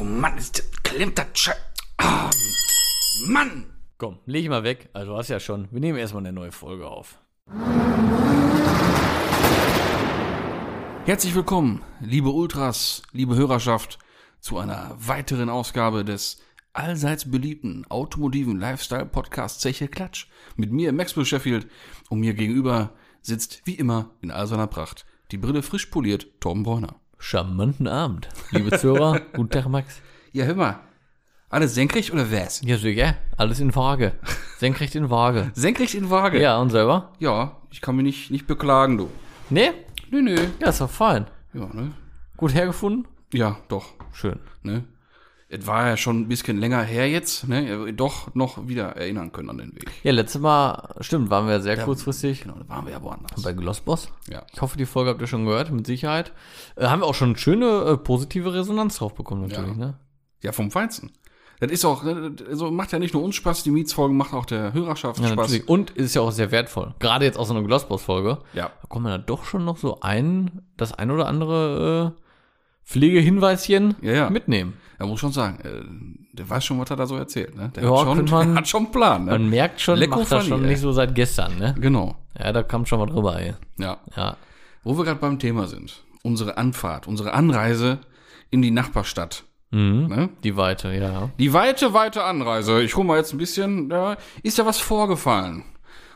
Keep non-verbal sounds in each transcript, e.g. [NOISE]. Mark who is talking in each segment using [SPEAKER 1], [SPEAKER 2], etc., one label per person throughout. [SPEAKER 1] Oh Mann, ist das, klemmt das Sche Ah, Mann!
[SPEAKER 2] Komm, leg ich mal weg. Also, du hast ja schon. Wir nehmen erstmal eine neue Folge auf.
[SPEAKER 1] Herzlich willkommen, liebe Ultras, liebe Hörerschaft, zu einer weiteren Ausgabe des allseits beliebten automotiven Lifestyle-Podcasts Zeche Klatsch. Mit mir, Maxwell Sheffield, und mir gegenüber sitzt, wie immer, in all seiner Pracht, die Brille frisch poliert, Torben Bräuner.
[SPEAKER 2] Charmanten Abend, liebe [LAUGHS] Zuhörer. Guten Tag, Max.
[SPEAKER 1] Ja, hör mal, alles senkrecht oder wär's?
[SPEAKER 2] Ja, sicher. Alles in Waage. Senkrecht in Waage.
[SPEAKER 1] Senkrecht in Waage?
[SPEAKER 2] Ja, und selber?
[SPEAKER 1] Ja, ich kann mich nicht, nicht beklagen, du.
[SPEAKER 2] Nee?
[SPEAKER 1] Nö, nö.
[SPEAKER 2] Ja, ist doch fein.
[SPEAKER 1] Ja, ne?
[SPEAKER 2] Gut hergefunden?
[SPEAKER 1] Ja, doch.
[SPEAKER 2] Schön.
[SPEAKER 1] ne? Es war ja schon ein bisschen länger her jetzt, ne? Doch noch wieder erinnern können an den Weg.
[SPEAKER 2] Ja, letztes Mal, stimmt, waren wir sehr kurzfristig
[SPEAKER 1] Genau, da waren wir ja woanders.
[SPEAKER 2] bei Glossboss.
[SPEAKER 1] Ja.
[SPEAKER 2] Ich hoffe, die Folge habt ihr schon gehört, mit Sicherheit. Äh, haben wir auch schon schöne äh, positive Resonanz drauf bekommen, natürlich, ne?
[SPEAKER 1] Ja, vom Feinsten. Das ist auch, ne, das- also macht ja nicht nur uns Spaß, die Mietsfolgen macht auch der Hörerschaft
[SPEAKER 2] Ja,
[SPEAKER 1] Spaß.
[SPEAKER 2] natürlich. Und ist ja auch sehr wertvoll. Gerade jetzt aus so einer Glossboss-Folge.
[SPEAKER 1] Ja.
[SPEAKER 2] Da kommen ja doch schon noch so ein, das ein oder andere äh, Pflegehinweischen
[SPEAKER 1] Ja, ja.
[SPEAKER 2] mitnehmen.
[SPEAKER 1] Da muss schon sagen, äh, der weiß schon, was er da so erzählt, ne? Der
[SPEAKER 2] Ja,
[SPEAKER 1] hat, schon,
[SPEAKER 2] könnte man-
[SPEAKER 1] der [LAUGHS] hat schon einen Plan, ne?
[SPEAKER 2] Man merkt schon,
[SPEAKER 1] Lecko
[SPEAKER 2] macht das
[SPEAKER 1] funny,
[SPEAKER 2] schon
[SPEAKER 1] ey.
[SPEAKER 2] nicht so seit gestern, ne?
[SPEAKER 1] Genau.
[SPEAKER 2] Ja, da kam schon mal drüber, ey.
[SPEAKER 1] Ja.
[SPEAKER 2] Ja.
[SPEAKER 1] Wo wir gerade beim Thema sind. Unsere Anfahrt, unsere Anreise in die Nachbarstadt.
[SPEAKER 2] Mhm.
[SPEAKER 1] Ne?
[SPEAKER 2] Die Weite, ja.
[SPEAKER 1] Die weite, weite Anreise. Ich hole mal jetzt ein bisschen. Da ist ja was vorgefallen.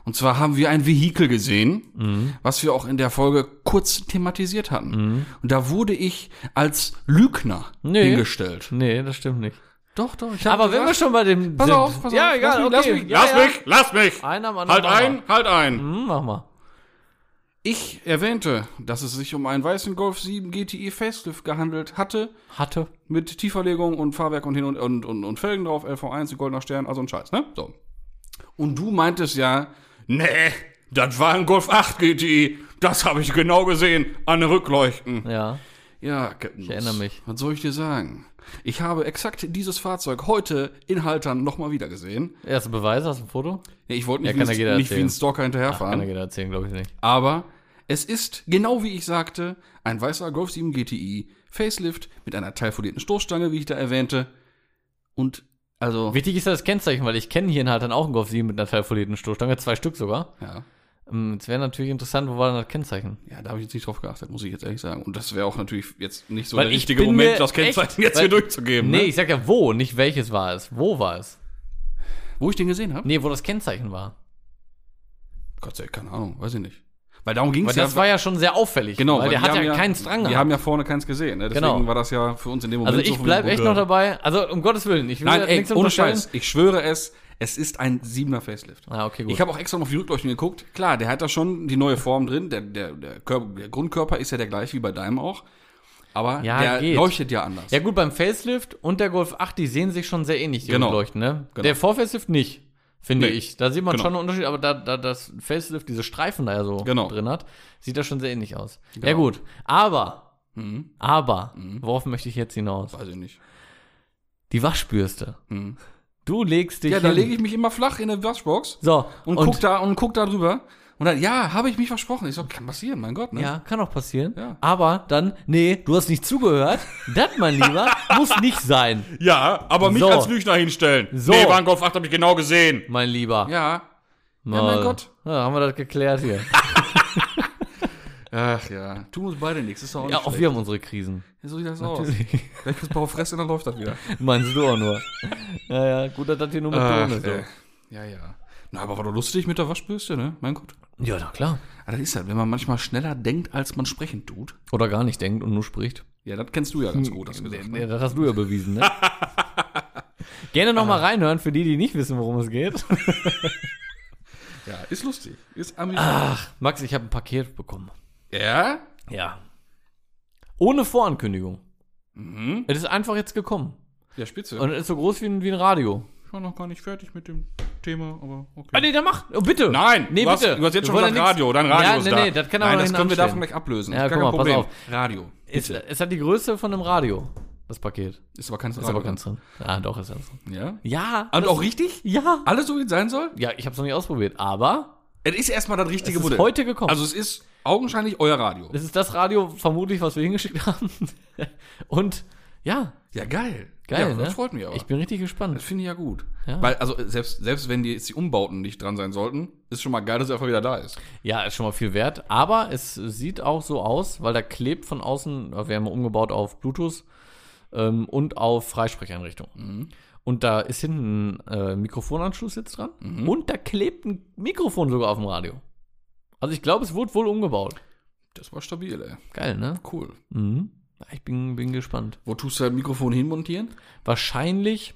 [SPEAKER 1] Und zwar haben wir ein Vehikel gesehen,
[SPEAKER 2] Mhm.
[SPEAKER 1] was wir auch in der Folge kurz thematisiert hatten. Und da wurde ich als Lügner
[SPEAKER 2] Nee.
[SPEAKER 1] hingestellt.
[SPEAKER 2] Nee, das stimmt nicht.
[SPEAKER 1] Doch, doch. Ich
[SPEAKER 2] Aber wenn wir schon bei dem
[SPEAKER 1] Pass
[SPEAKER 2] sind-
[SPEAKER 1] auf, pass
[SPEAKER 2] ja,
[SPEAKER 1] auf.
[SPEAKER 2] egal,
[SPEAKER 1] lass
[SPEAKER 2] okay.
[SPEAKER 1] mich,
[SPEAKER 2] ja,
[SPEAKER 1] lass
[SPEAKER 2] ja.
[SPEAKER 1] mich, lass mich, lass mich.
[SPEAKER 2] Einer am
[SPEAKER 1] Halt
[SPEAKER 2] anderen.
[SPEAKER 1] ein, halt ein.
[SPEAKER 2] Mhm, mach mal.
[SPEAKER 1] Ich erwähnte, dass es sich um einen weißen Golf 7 GTI E Facelift gehandelt hatte,
[SPEAKER 2] Hatte.
[SPEAKER 1] mit Tieferlegung und Fahrwerk und hin und, und, und, und Felgen drauf, LV1, ein goldener Stern, also ein Scheiß, ne? So. Und du meintest ja, nee, das war ein Golf 8 GTI. Das habe ich genau gesehen an den Rückleuchten.
[SPEAKER 2] Ja.
[SPEAKER 1] Ja, Captain. Ich
[SPEAKER 2] erinnere mich.
[SPEAKER 1] Was soll ich dir sagen? Ich habe exakt dieses Fahrzeug heute in Haltern nochmal wieder gesehen.
[SPEAKER 2] Erste Beweis, hast du ein Foto?
[SPEAKER 1] Nee, Ich wollte nicht,
[SPEAKER 2] Ja, kann
[SPEAKER 1] wie,
[SPEAKER 2] ja jeder
[SPEAKER 1] ein, nicht wie
[SPEAKER 2] erzählen.
[SPEAKER 1] ein Stalker
[SPEAKER 2] Kann er
[SPEAKER 1] hinterherfahren.
[SPEAKER 2] jeder erzählen, glaube ich nicht.
[SPEAKER 1] aber es ist, genau wie ich sagte, ein weißer Golf 7 GTI Facelift mit einer teilfolierten Stoßstange, wie ich da erwähnte. Und also.
[SPEAKER 2] Wichtig ist ja das Kennzeichen, weil ich kenne hier in Haltern auch einen Golf 7 mit einer teilfolierten Stoßstange, zwei Stück sogar.
[SPEAKER 1] Ja.
[SPEAKER 2] Ähm, Jetzt wäre natürlich interessant, wo war denn das Kennzeichen?
[SPEAKER 1] Ja, da habe ich jetzt nicht drauf geachtet, muss ich jetzt ehrlich sagen. Und das wäre auch natürlich jetzt nicht so
[SPEAKER 2] Weil
[SPEAKER 1] der
[SPEAKER 2] ich
[SPEAKER 1] richtige
[SPEAKER 2] bin mir
[SPEAKER 1] Moment, das
[SPEAKER 2] echt-
[SPEAKER 1] Kennzeichen jetzt
[SPEAKER 2] weil-
[SPEAKER 1] hier durchzugeben.
[SPEAKER 2] Nee,
[SPEAKER 1] Ne?
[SPEAKER 2] ich sag ja wo, nicht welches war es. Wo war es?
[SPEAKER 1] Wo ich den gesehen habe?
[SPEAKER 2] Nee, wo das Kennzeichen war.
[SPEAKER 1] Gott sei Dank, keine Ahnung, weiß ich nicht. Weil darum ging
[SPEAKER 2] Weil
[SPEAKER 1] es ja.
[SPEAKER 2] das war ja schon sehr auffällig.
[SPEAKER 1] genau,
[SPEAKER 2] weil der
[SPEAKER 1] die
[SPEAKER 2] hat ja,
[SPEAKER 1] haben
[SPEAKER 2] keinen Strang
[SPEAKER 1] Die
[SPEAKER 2] gehabt.
[SPEAKER 1] haben ja vorne keins gesehen. Ne? Deswegen
[SPEAKER 2] Genau.
[SPEAKER 1] war das ja für uns in dem Moment
[SPEAKER 2] Also ich
[SPEAKER 1] so
[SPEAKER 2] bleib echt
[SPEAKER 1] Wunder.
[SPEAKER 2] noch dabei. Also um Gottes Willen, ich will
[SPEAKER 1] Nein,
[SPEAKER 2] ja
[SPEAKER 1] ey,
[SPEAKER 2] nichts
[SPEAKER 1] ohne
[SPEAKER 2] unterstellen.
[SPEAKER 1] Scheiß. Ich schwöre es, es ist ein 7er Facelift.
[SPEAKER 2] Ah, okay, gut.
[SPEAKER 1] Ich habe auch extra noch auf die Rückleuchten geguckt. Klar, der hat da schon die neue Form drin. Der, der, der, Körper, der Grundkörper ist ja der gleiche wie bei deinem auch. Aber
[SPEAKER 2] Ja,
[SPEAKER 1] der
[SPEAKER 2] geht.
[SPEAKER 1] leuchtet ja anders.
[SPEAKER 2] ja gut, beim Facelift und der Golf 8, die sehen sich schon sehr ähnlich, die
[SPEAKER 1] Genau.
[SPEAKER 2] Rückleuchten, ne?
[SPEAKER 1] Genau.
[SPEAKER 2] Der Vorfacelift nicht, finde
[SPEAKER 1] Nee.
[SPEAKER 2] ich. Da sieht man
[SPEAKER 1] Genau.
[SPEAKER 2] schon einen Unterschied, aber da, da das Facelift diese Streifen da ja so
[SPEAKER 1] Genau.
[SPEAKER 2] drin hat, sieht das schon sehr ähnlich aus. Ja
[SPEAKER 1] Genau.
[SPEAKER 2] gut, aber,
[SPEAKER 1] Mhm.
[SPEAKER 2] aber, worauf möchte ich jetzt hinaus?
[SPEAKER 1] Weiß ich nicht.
[SPEAKER 2] Die Waschbürste.
[SPEAKER 1] Mhm.
[SPEAKER 2] Du legst dich
[SPEAKER 1] Ja, da lege ich mich immer flach in eine Waschbox
[SPEAKER 2] So,
[SPEAKER 1] und, guck da und guck da drüber. Und dann, ja, habe ich mich versprochen. Ich so, kann passieren, mein Gott, ne?
[SPEAKER 2] Ja, kann auch passieren.
[SPEAKER 1] Ja.
[SPEAKER 2] Aber dann, nee, du hast nicht zugehört. Das, mein
[SPEAKER 1] [LAUGHS]
[SPEAKER 2] Lieber, muss nicht sein,
[SPEAKER 1] Ja, aber
[SPEAKER 2] mich So. als
[SPEAKER 1] Lügner hinstellen.
[SPEAKER 2] So. Nee, war ein
[SPEAKER 1] Golf 8 habe ich genau gesehen.
[SPEAKER 2] mein Lieber.
[SPEAKER 1] Ja.
[SPEAKER 2] Na,
[SPEAKER 1] mein Gott.
[SPEAKER 2] Ja, haben wir das
[SPEAKER 1] [LAUGHS]
[SPEAKER 2] geklärt hier.
[SPEAKER 1] Ach ja. Tun uns beide nichts, ist doch auch
[SPEAKER 2] ja,
[SPEAKER 1] nicht
[SPEAKER 2] auch wir haben unsere Krisen.
[SPEAKER 1] schlecht. So sieht das aus. Vielleicht kriegst du auf Fresse und dann läuft das wieder.
[SPEAKER 2] [LAUGHS] Meinst du auch nur. Ja, ja, gut, dass das hier nur mit
[SPEAKER 1] Ach,
[SPEAKER 2] Ton ist.
[SPEAKER 1] ey. ja, ja. Na, aber war doch lustig mit der Waschbürste, ne? Mein Gott.
[SPEAKER 2] so. Ja, na klar.
[SPEAKER 1] Ah, das ist halt, wenn man manchmal schneller denkt, als man sprechen tut.
[SPEAKER 2] Oder gar nicht denkt und nur spricht.
[SPEAKER 1] Ja, das kennst du ja
[SPEAKER 2] Hm,
[SPEAKER 1] ganz gut, hast du gesagt.
[SPEAKER 2] Ja, das hast du ja
[SPEAKER 1] [LAUGHS]
[SPEAKER 2] bewiesen, ne? Gerne
[SPEAKER 1] Ah.
[SPEAKER 2] nochmal reinhören für die, die nicht wissen, worum es geht. [LAUGHS]
[SPEAKER 1] Ja, ist lustig. Ist amüsant.
[SPEAKER 2] Ah. Max, ich habe ein Paket bekommen.
[SPEAKER 1] Ja?
[SPEAKER 2] Ja. Ohne Vorankündigung.
[SPEAKER 1] Mhm.
[SPEAKER 2] Es ist einfach jetzt gekommen.
[SPEAKER 1] Ja, spitze.
[SPEAKER 2] Und es ist so groß wie ein, wie ein Radio.
[SPEAKER 1] schon noch gar nicht fertig mit dem Thema, aber okay.
[SPEAKER 2] Ah, nee, dann mach. Oh, bitte.
[SPEAKER 1] Nein,
[SPEAKER 2] nee,
[SPEAKER 1] du hast,
[SPEAKER 2] bitte.
[SPEAKER 1] du hast jetzt
[SPEAKER 2] Wir
[SPEAKER 1] schon
[SPEAKER 2] wollen
[SPEAKER 1] gesagt
[SPEAKER 2] ja nix-
[SPEAKER 1] Radio, dein Radio
[SPEAKER 2] ja,
[SPEAKER 1] ist
[SPEAKER 2] nee,
[SPEAKER 1] da.
[SPEAKER 2] nee, das kann
[SPEAKER 1] Nein,
[SPEAKER 2] aber
[SPEAKER 1] das können wir davon
[SPEAKER 2] davon
[SPEAKER 1] gleich ablösen. Gar
[SPEAKER 2] Ja, guck
[SPEAKER 1] kein
[SPEAKER 2] mal, pass
[SPEAKER 1] Problem.
[SPEAKER 2] auf.
[SPEAKER 1] Radio.
[SPEAKER 2] ist, es hat die Größe von einem Radio, das Paket.
[SPEAKER 1] Ist aber keins
[SPEAKER 2] Ist aber ganz drin. Ah, doch, ist ganz drin.
[SPEAKER 1] Ja?
[SPEAKER 2] Ja.
[SPEAKER 1] Und auch richtig?
[SPEAKER 2] Ja.
[SPEAKER 1] Alles so, wie es sein soll?
[SPEAKER 2] Ja, ich hab's noch nicht ausprobiert, aber
[SPEAKER 1] Es ist erstmal das richtige
[SPEAKER 2] es ist
[SPEAKER 1] Modell.
[SPEAKER 2] heute gekommen.
[SPEAKER 1] Also es ist augenscheinlich euer Radio.
[SPEAKER 2] [LAUGHS] das ist das Radio, vermutlich, was wir hingeschickt haben. Und ja,
[SPEAKER 1] Ja, geil.
[SPEAKER 2] Geil,
[SPEAKER 1] Ja,
[SPEAKER 2] ne?
[SPEAKER 1] das freut mich aber.
[SPEAKER 2] Ich bin richtig
[SPEAKER 1] Das
[SPEAKER 2] gespannt.
[SPEAKER 1] finde ich ja gut.
[SPEAKER 2] Ja.
[SPEAKER 1] Weil, also, selbst, selbst wenn die jetzt die Umbauten nicht dran sein sollten, ist schon mal geil, dass er einfach wieder da ist.
[SPEAKER 2] Ja, ist schon mal viel wert. Aber es sieht auch so aus, weil da klebt von außen, äh, wir haben umgebaut auf Bluetooth ähm, und auf Freisprecheinrichtung.
[SPEAKER 1] Mhm.
[SPEAKER 2] Und da ist hinten ein äh, Mikrofonanschluss jetzt dran.
[SPEAKER 1] Mhm.
[SPEAKER 2] Und da klebt ein Mikrofon sogar auf dem Radio. Also ich glaube, es wurde wohl umgebaut.
[SPEAKER 1] Das war stabil, ey.
[SPEAKER 2] Geil, ne?
[SPEAKER 1] Cool.
[SPEAKER 2] Mhm. Ja, Ich bin, bin gespannt.
[SPEAKER 1] Wo tust du das Mikrofon hinmontieren?
[SPEAKER 2] Wahrscheinlich,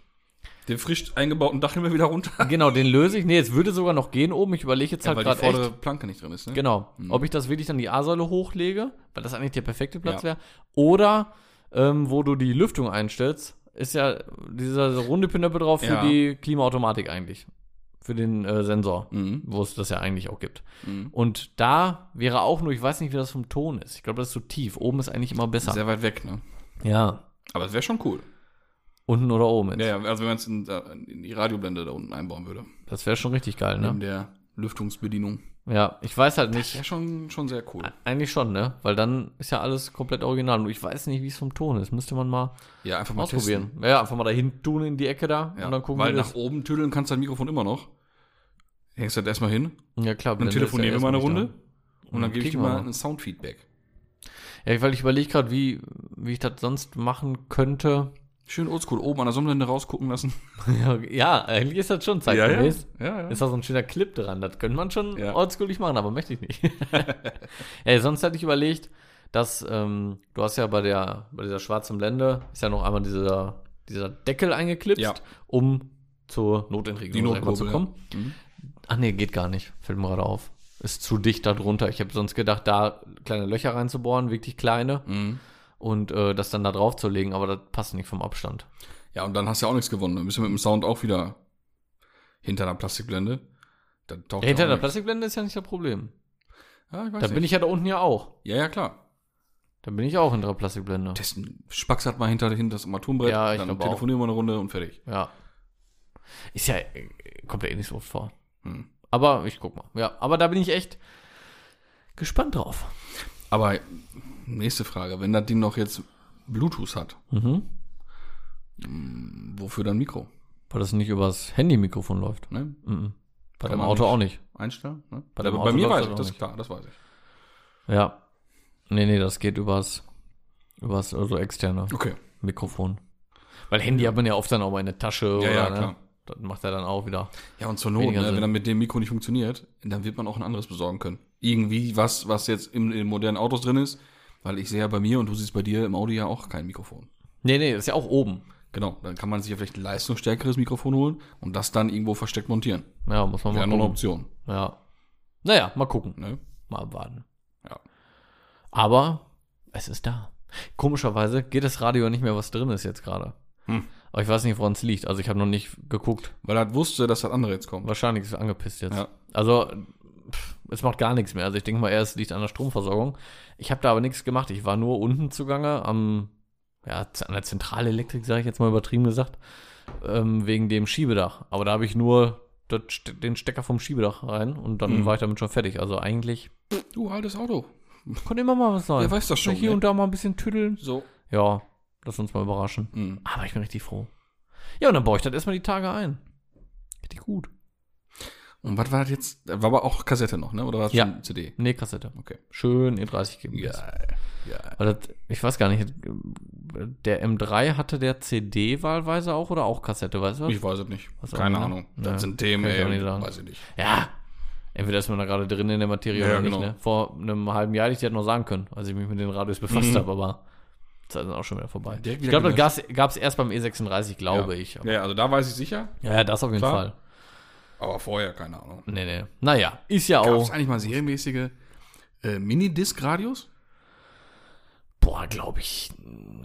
[SPEAKER 1] Den frisch eingebauten Dachhimmel wieder
[SPEAKER 2] [LAUGHS]
[SPEAKER 1] runter.
[SPEAKER 2] genau, den löse ich. Nee, es würde sogar noch gehen oben. Ich überlege jetzt
[SPEAKER 1] Ja,
[SPEAKER 2] halt
[SPEAKER 1] weil die
[SPEAKER 2] gerade echt.
[SPEAKER 1] vordere Planke nicht drin ist, ne?
[SPEAKER 2] Genau. Ob ich das wirklich dann die A-Säule hochlege, weil das eigentlich der perfekte Platz
[SPEAKER 1] Ja.
[SPEAKER 2] wäre, oder ähm, wo du die Lüftung einstellst, ist ja dieser runde Pinöppel drauf für
[SPEAKER 1] Ja.
[SPEAKER 2] die Klimaautomatik eigentlich. Für den äh, Sensor,
[SPEAKER 1] Mhm.
[SPEAKER 2] wo es das ja eigentlich auch gibt.
[SPEAKER 1] Mhm.
[SPEAKER 2] Und da wäre auch nur, ich weiß nicht, wie das vom Ton ist. Ich glaube, das ist so tief. Oben ist eigentlich immer besser.
[SPEAKER 1] Sehr weit weg, ne?
[SPEAKER 2] ja.
[SPEAKER 1] Aber es wäre schon cool.
[SPEAKER 2] Unten oder oben. Jetzt.
[SPEAKER 1] Ja, ja also wenn man es in, in die Radioblende da unten einbauen würde.
[SPEAKER 2] Das wäre schon richtig geil,
[SPEAKER 1] Neben
[SPEAKER 2] ne?
[SPEAKER 1] der Lüftungsbedienung.
[SPEAKER 2] Ja, ich weiß halt nicht.
[SPEAKER 1] Wäre schon, schon sehr cool.
[SPEAKER 2] Eigentlich schon, ne? Weil dann ist ja alles komplett original. Nur ich weiß nicht, wie es vom Ton ist. Müsste man mal
[SPEAKER 1] Ja, einfach
[SPEAKER 2] Mal
[SPEAKER 1] mal
[SPEAKER 2] ausprobieren.
[SPEAKER 1] testen.
[SPEAKER 2] Ja, Ja, einfach mal dahin tun in die Ecke da
[SPEAKER 1] Ja.
[SPEAKER 2] und dann gucken
[SPEAKER 1] Weil
[SPEAKER 2] wir
[SPEAKER 1] nach oben tüdeln kannst du dein Mikrofon immer noch. Hängst das erstmal hin,
[SPEAKER 2] Ja, klar.
[SPEAKER 1] dann telefonieren wir mal eine Runde und dann
[SPEAKER 2] Dann
[SPEAKER 1] gebe ich dir
[SPEAKER 2] kriegen wir
[SPEAKER 1] mal
[SPEAKER 2] mal.
[SPEAKER 1] ein Soundfeedback.
[SPEAKER 2] Ja, weil ich überlege gerade, wie, wie ich das sonst machen könnte.
[SPEAKER 1] Schön oldschool, oben an der Sonnenblende rausgucken lassen.
[SPEAKER 2] ja, [LAUGHS] ja, eigentlich ist das schon
[SPEAKER 1] ja.
[SPEAKER 2] zeitgemäß.
[SPEAKER 1] ja, ja.
[SPEAKER 2] Ist da so ein schöner Clip dran. Das könnte man schon
[SPEAKER 1] Ja.
[SPEAKER 2] oldschoolig machen, aber möchte ich [LAUGHS] nicht. Ey, sonst hätte ich überlegt, dass ähm, du hast ja bei der bei dieser schwarzen Blende ist ja noch einmal dieser, dieser Deckel eingeklipst,
[SPEAKER 1] Ja.
[SPEAKER 2] um zur Notentriegelung
[SPEAKER 1] Die
[SPEAKER 2] sag ich mal, zu
[SPEAKER 1] Notkurbel,
[SPEAKER 2] kommen.
[SPEAKER 1] ja. Mhm.
[SPEAKER 2] Ach nee, geht gar nicht. Fällt mir gerade auf. Ist zu dicht da drunter. Ich habe sonst gedacht, da kleine Löcher reinzubohren, wirklich kleine,
[SPEAKER 1] Mhm.
[SPEAKER 2] und äh, das dann da drauf zu legen, aber das passt nicht vom Abstand.
[SPEAKER 1] Ja, und dann hast du ja auch nichts gewonnen. Dann bist du mit dem Sound auch wieder hinter einer Plastikblende. Dann taucht
[SPEAKER 2] Ja, hinter
[SPEAKER 1] ja
[SPEAKER 2] der
[SPEAKER 1] auch nichts.
[SPEAKER 2] Plastikblende ist ja nicht das Problem.
[SPEAKER 1] Ja, ich weiß
[SPEAKER 2] Da bin ich ja da unten ja auch.
[SPEAKER 1] Ja, ja, klar.
[SPEAKER 2] Da bin ich auch hinter der Plastikblende.
[SPEAKER 1] Testen. Spax hat mal hinter, hinter das Armaturenbrett.
[SPEAKER 2] Ja, ich
[SPEAKER 1] dann
[SPEAKER 2] glaub auch.
[SPEAKER 1] telefonieren wir eine Runde und fertig.
[SPEAKER 2] Ja. Ist ja, äh, kommt ja eh nicht so oft vor.
[SPEAKER 1] Hm.
[SPEAKER 2] Aber ich guck mal. Ja, aber da bin ich echt gespannt drauf.
[SPEAKER 1] Aber nächste Frage. Wenn das Ding noch jetzt Bluetooth hat,
[SPEAKER 2] Mhm.
[SPEAKER 1] wofür dann Mikro?
[SPEAKER 2] Weil das nicht übers Handy-Mikrofon läuft.
[SPEAKER 1] Ne?
[SPEAKER 2] Mhm. Bei
[SPEAKER 1] Kann
[SPEAKER 2] deinem
[SPEAKER 1] man
[SPEAKER 2] Auto auch nicht.
[SPEAKER 1] Einstellen? Ne?
[SPEAKER 2] Bei deinem
[SPEAKER 1] Aber
[SPEAKER 2] Auto
[SPEAKER 1] bei mir weiß ich,
[SPEAKER 2] läuft das auch
[SPEAKER 1] das ist
[SPEAKER 2] nicht.
[SPEAKER 1] klar, das weiß ich.
[SPEAKER 2] Ja. Nee, nee, das geht übers, übers also externe
[SPEAKER 1] Okay.
[SPEAKER 2] Mikrofon. Weil Handy hat man ja oft dann auch mal in der Tasche ja, oder
[SPEAKER 1] ja,
[SPEAKER 2] ne?
[SPEAKER 1] klar.
[SPEAKER 2] Das macht er dann auch wieder.
[SPEAKER 1] Ja, und zur Not,
[SPEAKER 2] Weniger
[SPEAKER 1] ne,
[SPEAKER 2] Sinn.
[SPEAKER 1] wenn dann mit dem Mikro nicht funktioniert, dann wird man auch ein anderes besorgen können. Irgendwie was, was jetzt im, in modernen Autos drin ist, weil ich sehe ja bei mir und du siehst bei dir im Audi ja auch kein Mikrofon.
[SPEAKER 2] Nee, nee, ist ja auch oben.
[SPEAKER 1] Genau, dann kann man sich ja vielleicht ein leistungsstärkeres Mikrofon holen und das dann irgendwo versteckt montieren.
[SPEAKER 2] Ja, muss man
[SPEAKER 1] Wäre
[SPEAKER 2] mal
[SPEAKER 1] noch eine
[SPEAKER 2] gucken.
[SPEAKER 1] Option.
[SPEAKER 2] Ja. Naja, mal gucken.
[SPEAKER 1] Ne?
[SPEAKER 2] Mal abwarten.
[SPEAKER 1] Ja.
[SPEAKER 2] Aber es ist da. Komischerweise geht das Radio nicht mehr, was drin ist jetzt gerade.
[SPEAKER 1] Hm.
[SPEAKER 2] Aber ich weiß nicht, woran es liegt. Also ich habe noch nicht geguckt.
[SPEAKER 1] Weil er wusste, dass das andere jetzt kommt.
[SPEAKER 2] Wahrscheinlich ist er angepisst jetzt.
[SPEAKER 1] Ja.
[SPEAKER 2] Also pff, es macht gar nichts mehr. Also ich denke mal, erst liegt an der Stromversorgung. Ich habe da aber nichts gemacht. Ich war nur unten zugange am ja, z- an der Zentralelektrik, sage ich jetzt mal übertrieben gesagt, ähm, wegen dem Schiebedach. Aber da habe ich nur das, Ste- den Stecker vom Schiebedach rein und dann
[SPEAKER 1] Mhm.
[SPEAKER 2] war ich damit schon fertig. Also eigentlich
[SPEAKER 1] Du, altes Auto.
[SPEAKER 2] konnte immer mal was sein.
[SPEAKER 1] Wer weiß das schon,
[SPEAKER 2] Ah, Hier
[SPEAKER 1] ne?
[SPEAKER 2] und da mal ein bisschen tüdeln.
[SPEAKER 1] So.
[SPEAKER 2] Ja, lass uns mal überraschen.
[SPEAKER 1] Mhm.
[SPEAKER 2] Aber ich bin richtig froh. Ja, und dann baue ich das erstmal die Tage ein. Richtig gut.
[SPEAKER 1] Und was war das jetzt? War aber auch Kassette noch, ne? Oder war das
[SPEAKER 2] Ja.
[SPEAKER 1] schon CD?
[SPEAKER 2] Nee, Kassette.
[SPEAKER 1] Okay.
[SPEAKER 2] Schön in 30 GB.
[SPEAKER 1] Geil. Geil.
[SPEAKER 2] Weil das, ich weiß gar nicht, der M3 hatte der CD wahlweise auch oder auch Kassette, weißt du was?
[SPEAKER 1] Ich weiß es nicht.
[SPEAKER 2] Was auch
[SPEAKER 1] Keine
[SPEAKER 2] immer.
[SPEAKER 1] Ahnung. Das
[SPEAKER 2] Ja,
[SPEAKER 1] sind Themen,
[SPEAKER 2] kann ich auch
[SPEAKER 1] ey,
[SPEAKER 2] nicht sagen.
[SPEAKER 1] weiß ich nicht.
[SPEAKER 2] Ja. Entweder ist man da gerade drin in der Materie
[SPEAKER 1] Ja,
[SPEAKER 2] oder nicht,
[SPEAKER 1] genau.
[SPEAKER 2] ne? Vor einem halben Jahr hätte ich das noch sagen können, als ich mich mit den Radios befasst
[SPEAKER 1] Mhm.
[SPEAKER 2] habe, aber das ist dann auch schon wieder vorbei.
[SPEAKER 1] Direkt
[SPEAKER 2] ich
[SPEAKER 1] wieder
[SPEAKER 2] glaube, das gab es erst beim E36, glaube
[SPEAKER 1] ja.
[SPEAKER 2] ich.
[SPEAKER 1] Ja, ja, also da weiß ich sicher,
[SPEAKER 2] Ja, ja, das auf jeden
[SPEAKER 1] Klar.
[SPEAKER 2] Fall.
[SPEAKER 1] aber vorher keine Ahnung.
[SPEAKER 2] Nee, nee. Naja, ist ja
[SPEAKER 1] Gab
[SPEAKER 2] auch.
[SPEAKER 1] es eigentlich mal serienmäßige äh, Minidisc-Radios?
[SPEAKER 2] Boah, glaube ich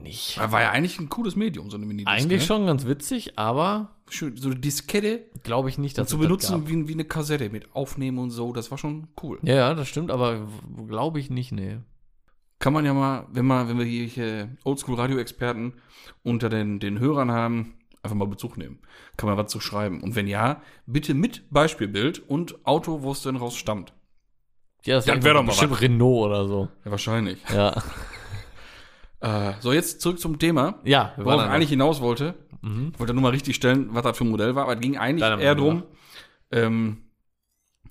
[SPEAKER 2] nicht.
[SPEAKER 1] War war ja eigentlich ein cooles Medium, so eine Minidisc.
[SPEAKER 2] Eigentlich
[SPEAKER 1] ne?
[SPEAKER 2] schon ganz witzig, aber
[SPEAKER 1] Schön, so eine Diskette
[SPEAKER 2] glaube ich nicht, dass
[SPEAKER 1] zu
[SPEAKER 2] es das
[SPEAKER 1] benutzen
[SPEAKER 2] gab.
[SPEAKER 1] wie, wie eine Kassette mit Aufnehmen und so, das war schon cool.
[SPEAKER 2] Ja, ja, das stimmt, aber glaube ich nicht, nee.
[SPEAKER 1] Kann man ja mal, wenn man, wenn wir hier, hier Oldschool-Radio-Experten unter den, den Hörern haben, einfach mal Bezug nehmen. Kann man was zu schreiben. Und wenn ja, bitte mit Beispielbild und Auto, wo es denn raus stammt.
[SPEAKER 2] Ja, das
[SPEAKER 1] Dann wär doch mal
[SPEAKER 2] bestimmt Renault oder so.
[SPEAKER 1] [LAUGHS] Ja, wahrscheinlich.
[SPEAKER 2] Ja.
[SPEAKER 1] Äh, so, jetzt zurück zum Thema,
[SPEAKER 2] Ja, wir
[SPEAKER 1] worauf ich
[SPEAKER 2] waren
[SPEAKER 1] eigentlich hinaus wollte.
[SPEAKER 2] Mhm.
[SPEAKER 1] Ich wollte nur mal richtig stellen, was das für ein Modell war, aber es ging eigentlich
[SPEAKER 2] Deiner
[SPEAKER 1] eher
[SPEAKER 2] Meinung
[SPEAKER 1] darum, ähm,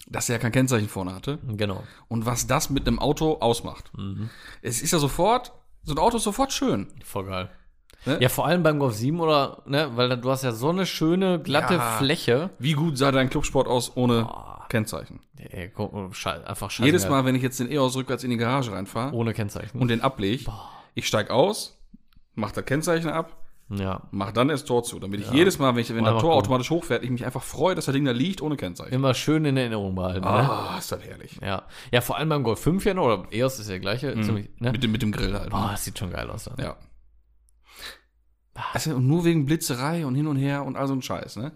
[SPEAKER 1] dass er kein Kennzeichen vorne hatte
[SPEAKER 2] Genau.
[SPEAKER 1] und was das mit einem Auto ausmacht.
[SPEAKER 2] Mhm.
[SPEAKER 1] Es ist ja sofort, so ein Auto ist sofort schön.
[SPEAKER 2] Voll geil.
[SPEAKER 1] Ne?
[SPEAKER 2] Ja, vor allem beim Golf 7 oder, ne, weil da- du hast ja so eine schöne, glatte
[SPEAKER 1] Ja.
[SPEAKER 2] Fläche.
[SPEAKER 1] Wie gut sah dein Clubsport aus ohne
[SPEAKER 2] Oh,
[SPEAKER 1] Kennzeichen?
[SPEAKER 2] ey, guck, mal, schei- einfach scheiße.
[SPEAKER 1] Jedes Mal, wenn ich jetzt den EOS rückwärts in die Garage reinfahre
[SPEAKER 2] Ohne Kennzeichen.
[SPEAKER 1] und den ablege, ich steige aus, mach das Kennzeichen ab,
[SPEAKER 2] ja.
[SPEAKER 1] mach dann erst Tor zu. Damit ich jedes Mal, wenn, ich, wenn
[SPEAKER 2] Mal
[SPEAKER 1] das Tor
[SPEAKER 2] gucken.
[SPEAKER 1] automatisch hochfährt, ich mich einfach freue, dass das Ding da liegt ohne Kennzeichen.
[SPEAKER 2] Immer schön in Erinnerung behalten. Ne?
[SPEAKER 1] Ah, ist das herrlich.
[SPEAKER 2] Ja. ja, vor allem beim Golf 5 ja noch, oder EOS ist ja der gleiche. Ziemlich, ne?
[SPEAKER 1] Mhm. Mit, dem, mit dem Grill halt.
[SPEAKER 2] Boah, das sieht schon geil aus. Ne?
[SPEAKER 1] Ja. Also, und nur wegen Blitzerei und hin und her und all so ein Scheiß, ne?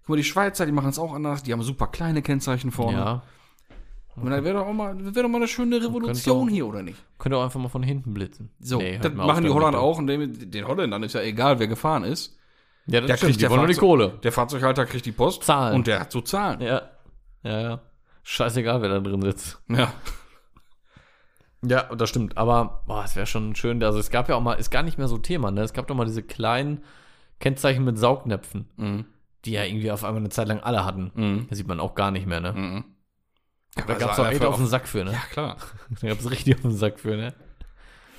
[SPEAKER 1] Guck mal, die Schweizer, die machen es auch anders. Die haben super kleine Kennzeichen vorne.
[SPEAKER 2] ja.
[SPEAKER 1] Und dann wäre doch auch mal, wäre doch mal eine schöne Revolution hier, oder nicht?
[SPEAKER 2] Könnt ihr auch einfach mal von hinten blitzen.
[SPEAKER 1] So,
[SPEAKER 2] Nee, hört
[SPEAKER 1] das
[SPEAKER 2] mal auf
[SPEAKER 1] machen die
[SPEAKER 2] damit.
[SPEAKER 1] Holländer auch. Und dem, den Holländern ist ja egal, wer gefahren ist.
[SPEAKER 2] Ja, das
[SPEAKER 1] Der
[SPEAKER 2] stimmt.
[SPEAKER 1] kriegt
[SPEAKER 2] Die
[SPEAKER 1] der
[SPEAKER 2] wollen nur die
[SPEAKER 1] Fahrzeug-
[SPEAKER 2] Kohle.
[SPEAKER 1] Der Fahrzeughalter kriegt die Post.
[SPEAKER 2] Zahlen.
[SPEAKER 1] Und der hat so Zahlen.
[SPEAKER 2] Ja. Ja, ja. Scheißegal, wer da drin sitzt.
[SPEAKER 1] Ja.
[SPEAKER 2] Ja, das stimmt. Aber boah, es wäre schon schön. Also es gab ja auch mal, ist gar nicht mehr so Thema, ne? Es gab doch mal diese kleinen Kennzeichen mit Saugnäpfen,
[SPEAKER 1] Mhm.
[SPEAKER 2] die ja irgendwie auf einmal eine Zeit lang alle hatten.
[SPEAKER 1] Mhm.
[SPEAKER 2] Da sieht man auch gar nicht mehr, ne?
[SPEAKER 1] Mhm.
[SPEAKER 2] Da
[SPEAKER 1] also
[SPEAKER 2] gab es auch echt
[SPEAKER 1] einfach
[SPEAKER 2] auf den Sack für, ne?
[SPEAKER 1] Ja, klar.
[SPEAKER 2] Da gab es richtig auf den Sack für, ne?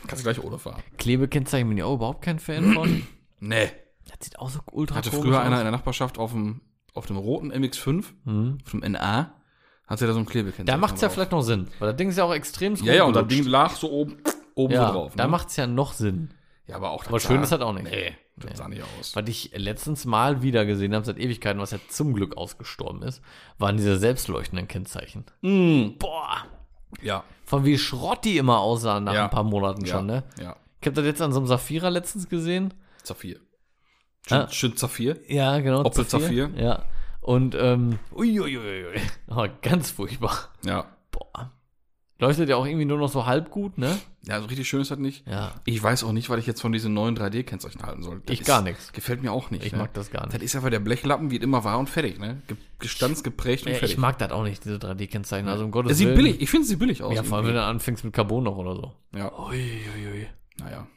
[SPEAKER 1] Kannst gleich ohne fahren.
[SPEAKER 2] Klebekennzeichen bin ich auch überhaupt kein Fan von.
[SPEAKER 1] Nee.
[SPEAKER 2] Das sieht auch so ultra
[SPEAKER 1] Hatte
[SPEAKER 2] komisch
[SPEAKER 1] früher
[SPEAKER 2] aus.
[SPEAKER 1] einer in der Nachbarschaft auf dem, auf dem roten MX5,
[SPEAKER 2] Mhm.
[SPEAKER 1] auf dem NA, hatte da so ein Klebekennzeichen.
[SPEAKER 2] Da macht es ja
[SPEAKER 1] drauf.
[SPEAKER 2] vielleicht noch Sinn, weil das Ding ist ja auch extrem
[SPEAKER 1] Ja, ja, und das Ding lag so oben, oben
[SPEAKER 2] ja,
[SPEAKER 1] so drauf.
[SPEAKER 2] Da
[SPEAKER 1] ne?
[SPEAKER 2] macht es ja noch Sinn.
[SPEAKER 1] ja, aber auch das
[SPEAKER 2] Aber
[SPEAKER 1] sah-
[SPEAKER 2] schön ist das auch nicht.
[SPEAKER 1] Nee, das sah nicht aus.
[SPEAKER 2] Was ich letztens mal wieder gesehen habe, seit Ewigkeiten, was ja zum Glück ausgestorben ist, waren diese selbstleuchtenden Kennzeichen.
[SPEAKER 1] Mm.
[SPEAKER 2] Boah!
[SPEAKER 1] Ja,
[SPEAKER 2] Von wie Schrott die immer aussahen nach
[SPEAKER 1] Ja.
[SPEAKER 2] ein paar Monaten
[SPEAKER 1] ja,
[SPEAKER 2] schon, ne?
[SPEAKER 1] ja.
[SPEAKER 2] Ich habe das jetzt an so einem Saphira letztens gesehen.
[SPEAKER 1] Saphir. Schön,
[SPEAKER 2] Ah.
[SPEAKER 1] schön Saphir.
[SPEAKER 2] Ja, genau.
[SPEAKER 1] Opel Saphir.
[SPEAKER 2] Ja. Und, ähm, uiuiuiui. Oh, ganz furchtbar.
[SPEAKER 1] Ja.
[SPEAKER 2] Boah. Leuchtet ja auch irgendwie nur noch so halb gut, ne?
[SPEAKER 1] Ja, so richtig schön ist das nicht.
[SPEAKER 2] Ja.
[SPEAKER 1] Ich weiß auch nicht, was ich jetzt von diesen neuen 3D-Kennzeichen halten soll. Das
[SPEAKER 2] Ich
[SPEAKER 1] ist-
[SPEAKER 2] gar nichts.
[SPEAKER 1] Gefällt mir auch nicht.
[SPEAKER 2] Ich
[SPEAKER 1] ne?
[SPEAKER 2] mag das gar
[SPEAKER 1] Das
[SPEAKER 2] nicht.
[SPEAKER 1] ist einfach der Blechlappen, wie es immer war und fertig, ne? Ge- Gestandsgeprägt und
[SPEAKER 2] Äh,
[SPEAKER 1] fertig.
[SPEAKER 2] Ich mag das auch nicht, diese 3D-Kennzeichen. Also, um Gottes
[SPEAKER 1] es sieht
[SPEAKER 2] Willen.
[SPEAKER 1] billig, ich finde, es sieht billig aus.
[SPEAKER 2] Ja, vor allem, wenn du anfängst mit Carbon noch oder so.
[SPEAKER 1] ja,
[SPEAKER 2] Uiuiui.
[SPEAKER 1] naja.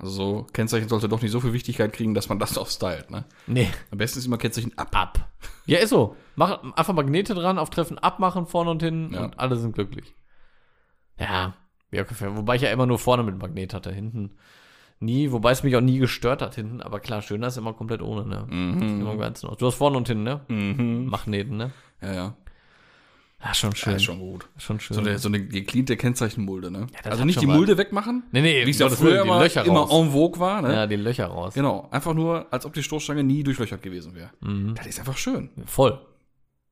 [SPEAKER 1] Also so, Kennzeichen sollte doch nicht so viel Wichtigkeit kriegen, dass man das [LAUGHS] auch stylt, ne?
[SPEAKER 2] Nee.
[SPEAKER 1] Am besten ist immer Kennzeichen ab.
[SPEAKER 2] ab. Ja, ist so. Mach einfach Magnete dran, auftreffen, abmachen, vorne und hinten
[SPEAKER 1] Ja.
[SPEAKER 2] und alle sind glücklich. Ja, ja, ungefähr. Wobei ich ja immer nur vorne mit Magnet hatte, hinten nie, wobei es mich auch nie gestört hat hinten, aber klar, schöner ist immer komplett ohne, ne? Ist Immer im Ganzen aus. Du hast vorne und hinten, ne?
[SPEAKER 1] Mhm.
[SPEAKER 2] Magneten, ne?
[SPEAKER 1] Ja, ja.
[SPEAKER 2] Ja, schon schön.
[SPEAKER 1] Ja, ist
[SPEAKER 2] schon.
[SPEAKER 1] schon gut.
[SPEAKER 2] schön.
[SPEAKER 1] So eine, so eine gekleante Kennzeichenmulde, ne?
[SPEAKER 2] das
[SPEAKER 1] also
[SPEAKER 2] hat
[SPEAKER 1] nicht
[SPEAKER 2] schon
[SPEAKER 1] die
[SPEAKER 2] was.
[SPEAKER 1] Mulde wegmachen,
[SPEAKER 2] nee, nee, um
[SPEAKER 1] wie es ja
[SPEAKER 2] Gottes
[SPEAKER 1] früher
[SPEAKER 2] Willen, die
[SPEAKER 1] immer,
[SPEAKER 2] Löcher
[SPEAKER 1] immer
[SPEAKER 2] raus.
[SPEAKER 1] en vogue war, ne?
[SPEAKER 2] Ja, die Löcher raus.
[SPEAKER 1] Genau, einfach nur, als ob die Stoßstange nie durchlöchert gewesen wäre.
[SPEAKER 2] Mhm.
[SPEAKER 1] Das ist einfach schön.
[SPEAKER 2] Voll.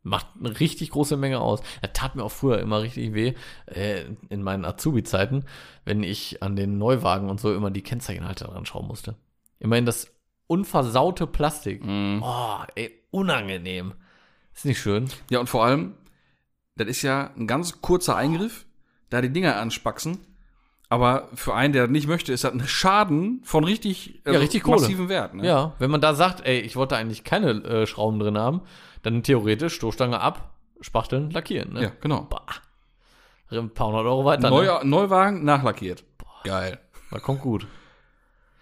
[SPEAKER 2] Macht eine richtig große Menge aus. Das tat mir auch früher immer richtig weh, äh, in meinen Azubi-Zeiten, wenn ich an den Neuwagen und so immer die Kennzeichenhalter dran schrauben musste. Immerhin das unversaute Plastik.
[SPEAKER 1] Mhm.
[SPEAKER 2] Oh, ey, unangenehm. Ist nicht schön.
[SPEAKER 1] Ja, und vor allem, das ist ja ein ganz kurzer Eingriff, da die Dinger anspaxen. Aber für einen, der das nicht möchte, ist das ein Schaden von richtig, also
[SPEAKER 2] richtig Kohle.
[SPEAKER 1] massivem Wert. Ne?
[SPEAKER 2] Ja, wenn man da sagt, ey, ich wollte eigentlich keine äh, Schrauben drin haben, dann theoretisch Stoßstange ab, spachteln, lackieren. Ne?
[SPEAKER 1] ja, genau.
[SPEAKER 2] Bah. Ein paar hundert Euro weiter. ne?
[SPEAKER 1] Neuer, Neuwagen nachlackiert. Geil.
[SPEAKER 2] Das kommt gut.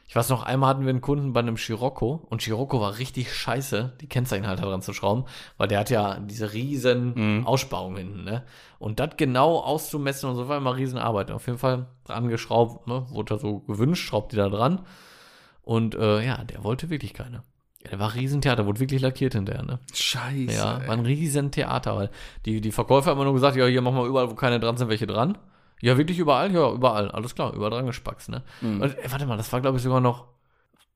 [SPEAKER 2] Ich weiß noch, einmal hatten wir einen Kunden bei einem Scirocco und Scirocco war richtig scheiße, die Kennzeichenhalter dran zu schrauben, weil der hat ja diese riesen Aussparungen hinten, ne? Und das genau auszumessen und so war immer Riesenarbeit. Auf jeden Fall dran geschraubt, ne? Wurde da so gewünscht, schraubt die da dran. Und äh, ja, der wollte wirklich keine. Ja, der war Riesentheater, wurde wirklich lackiert hinterher, ne?
[SPEAKER 1] Scheiße.
[SPEAKER 2] Ja,
[SPEAKER 1] ey.
[SPEAKER 2] war ein Riesentheater, weil die, die Verkäufer haben immer nur gesagt, ja, hier machen wir überall, wo keine dran sind, welche dran. Ja, wirklich überall? Ja, überall. Alles klar, überall dran gespackst, ne? Und ey, warte mal, das war, glaube ich, sogar noch.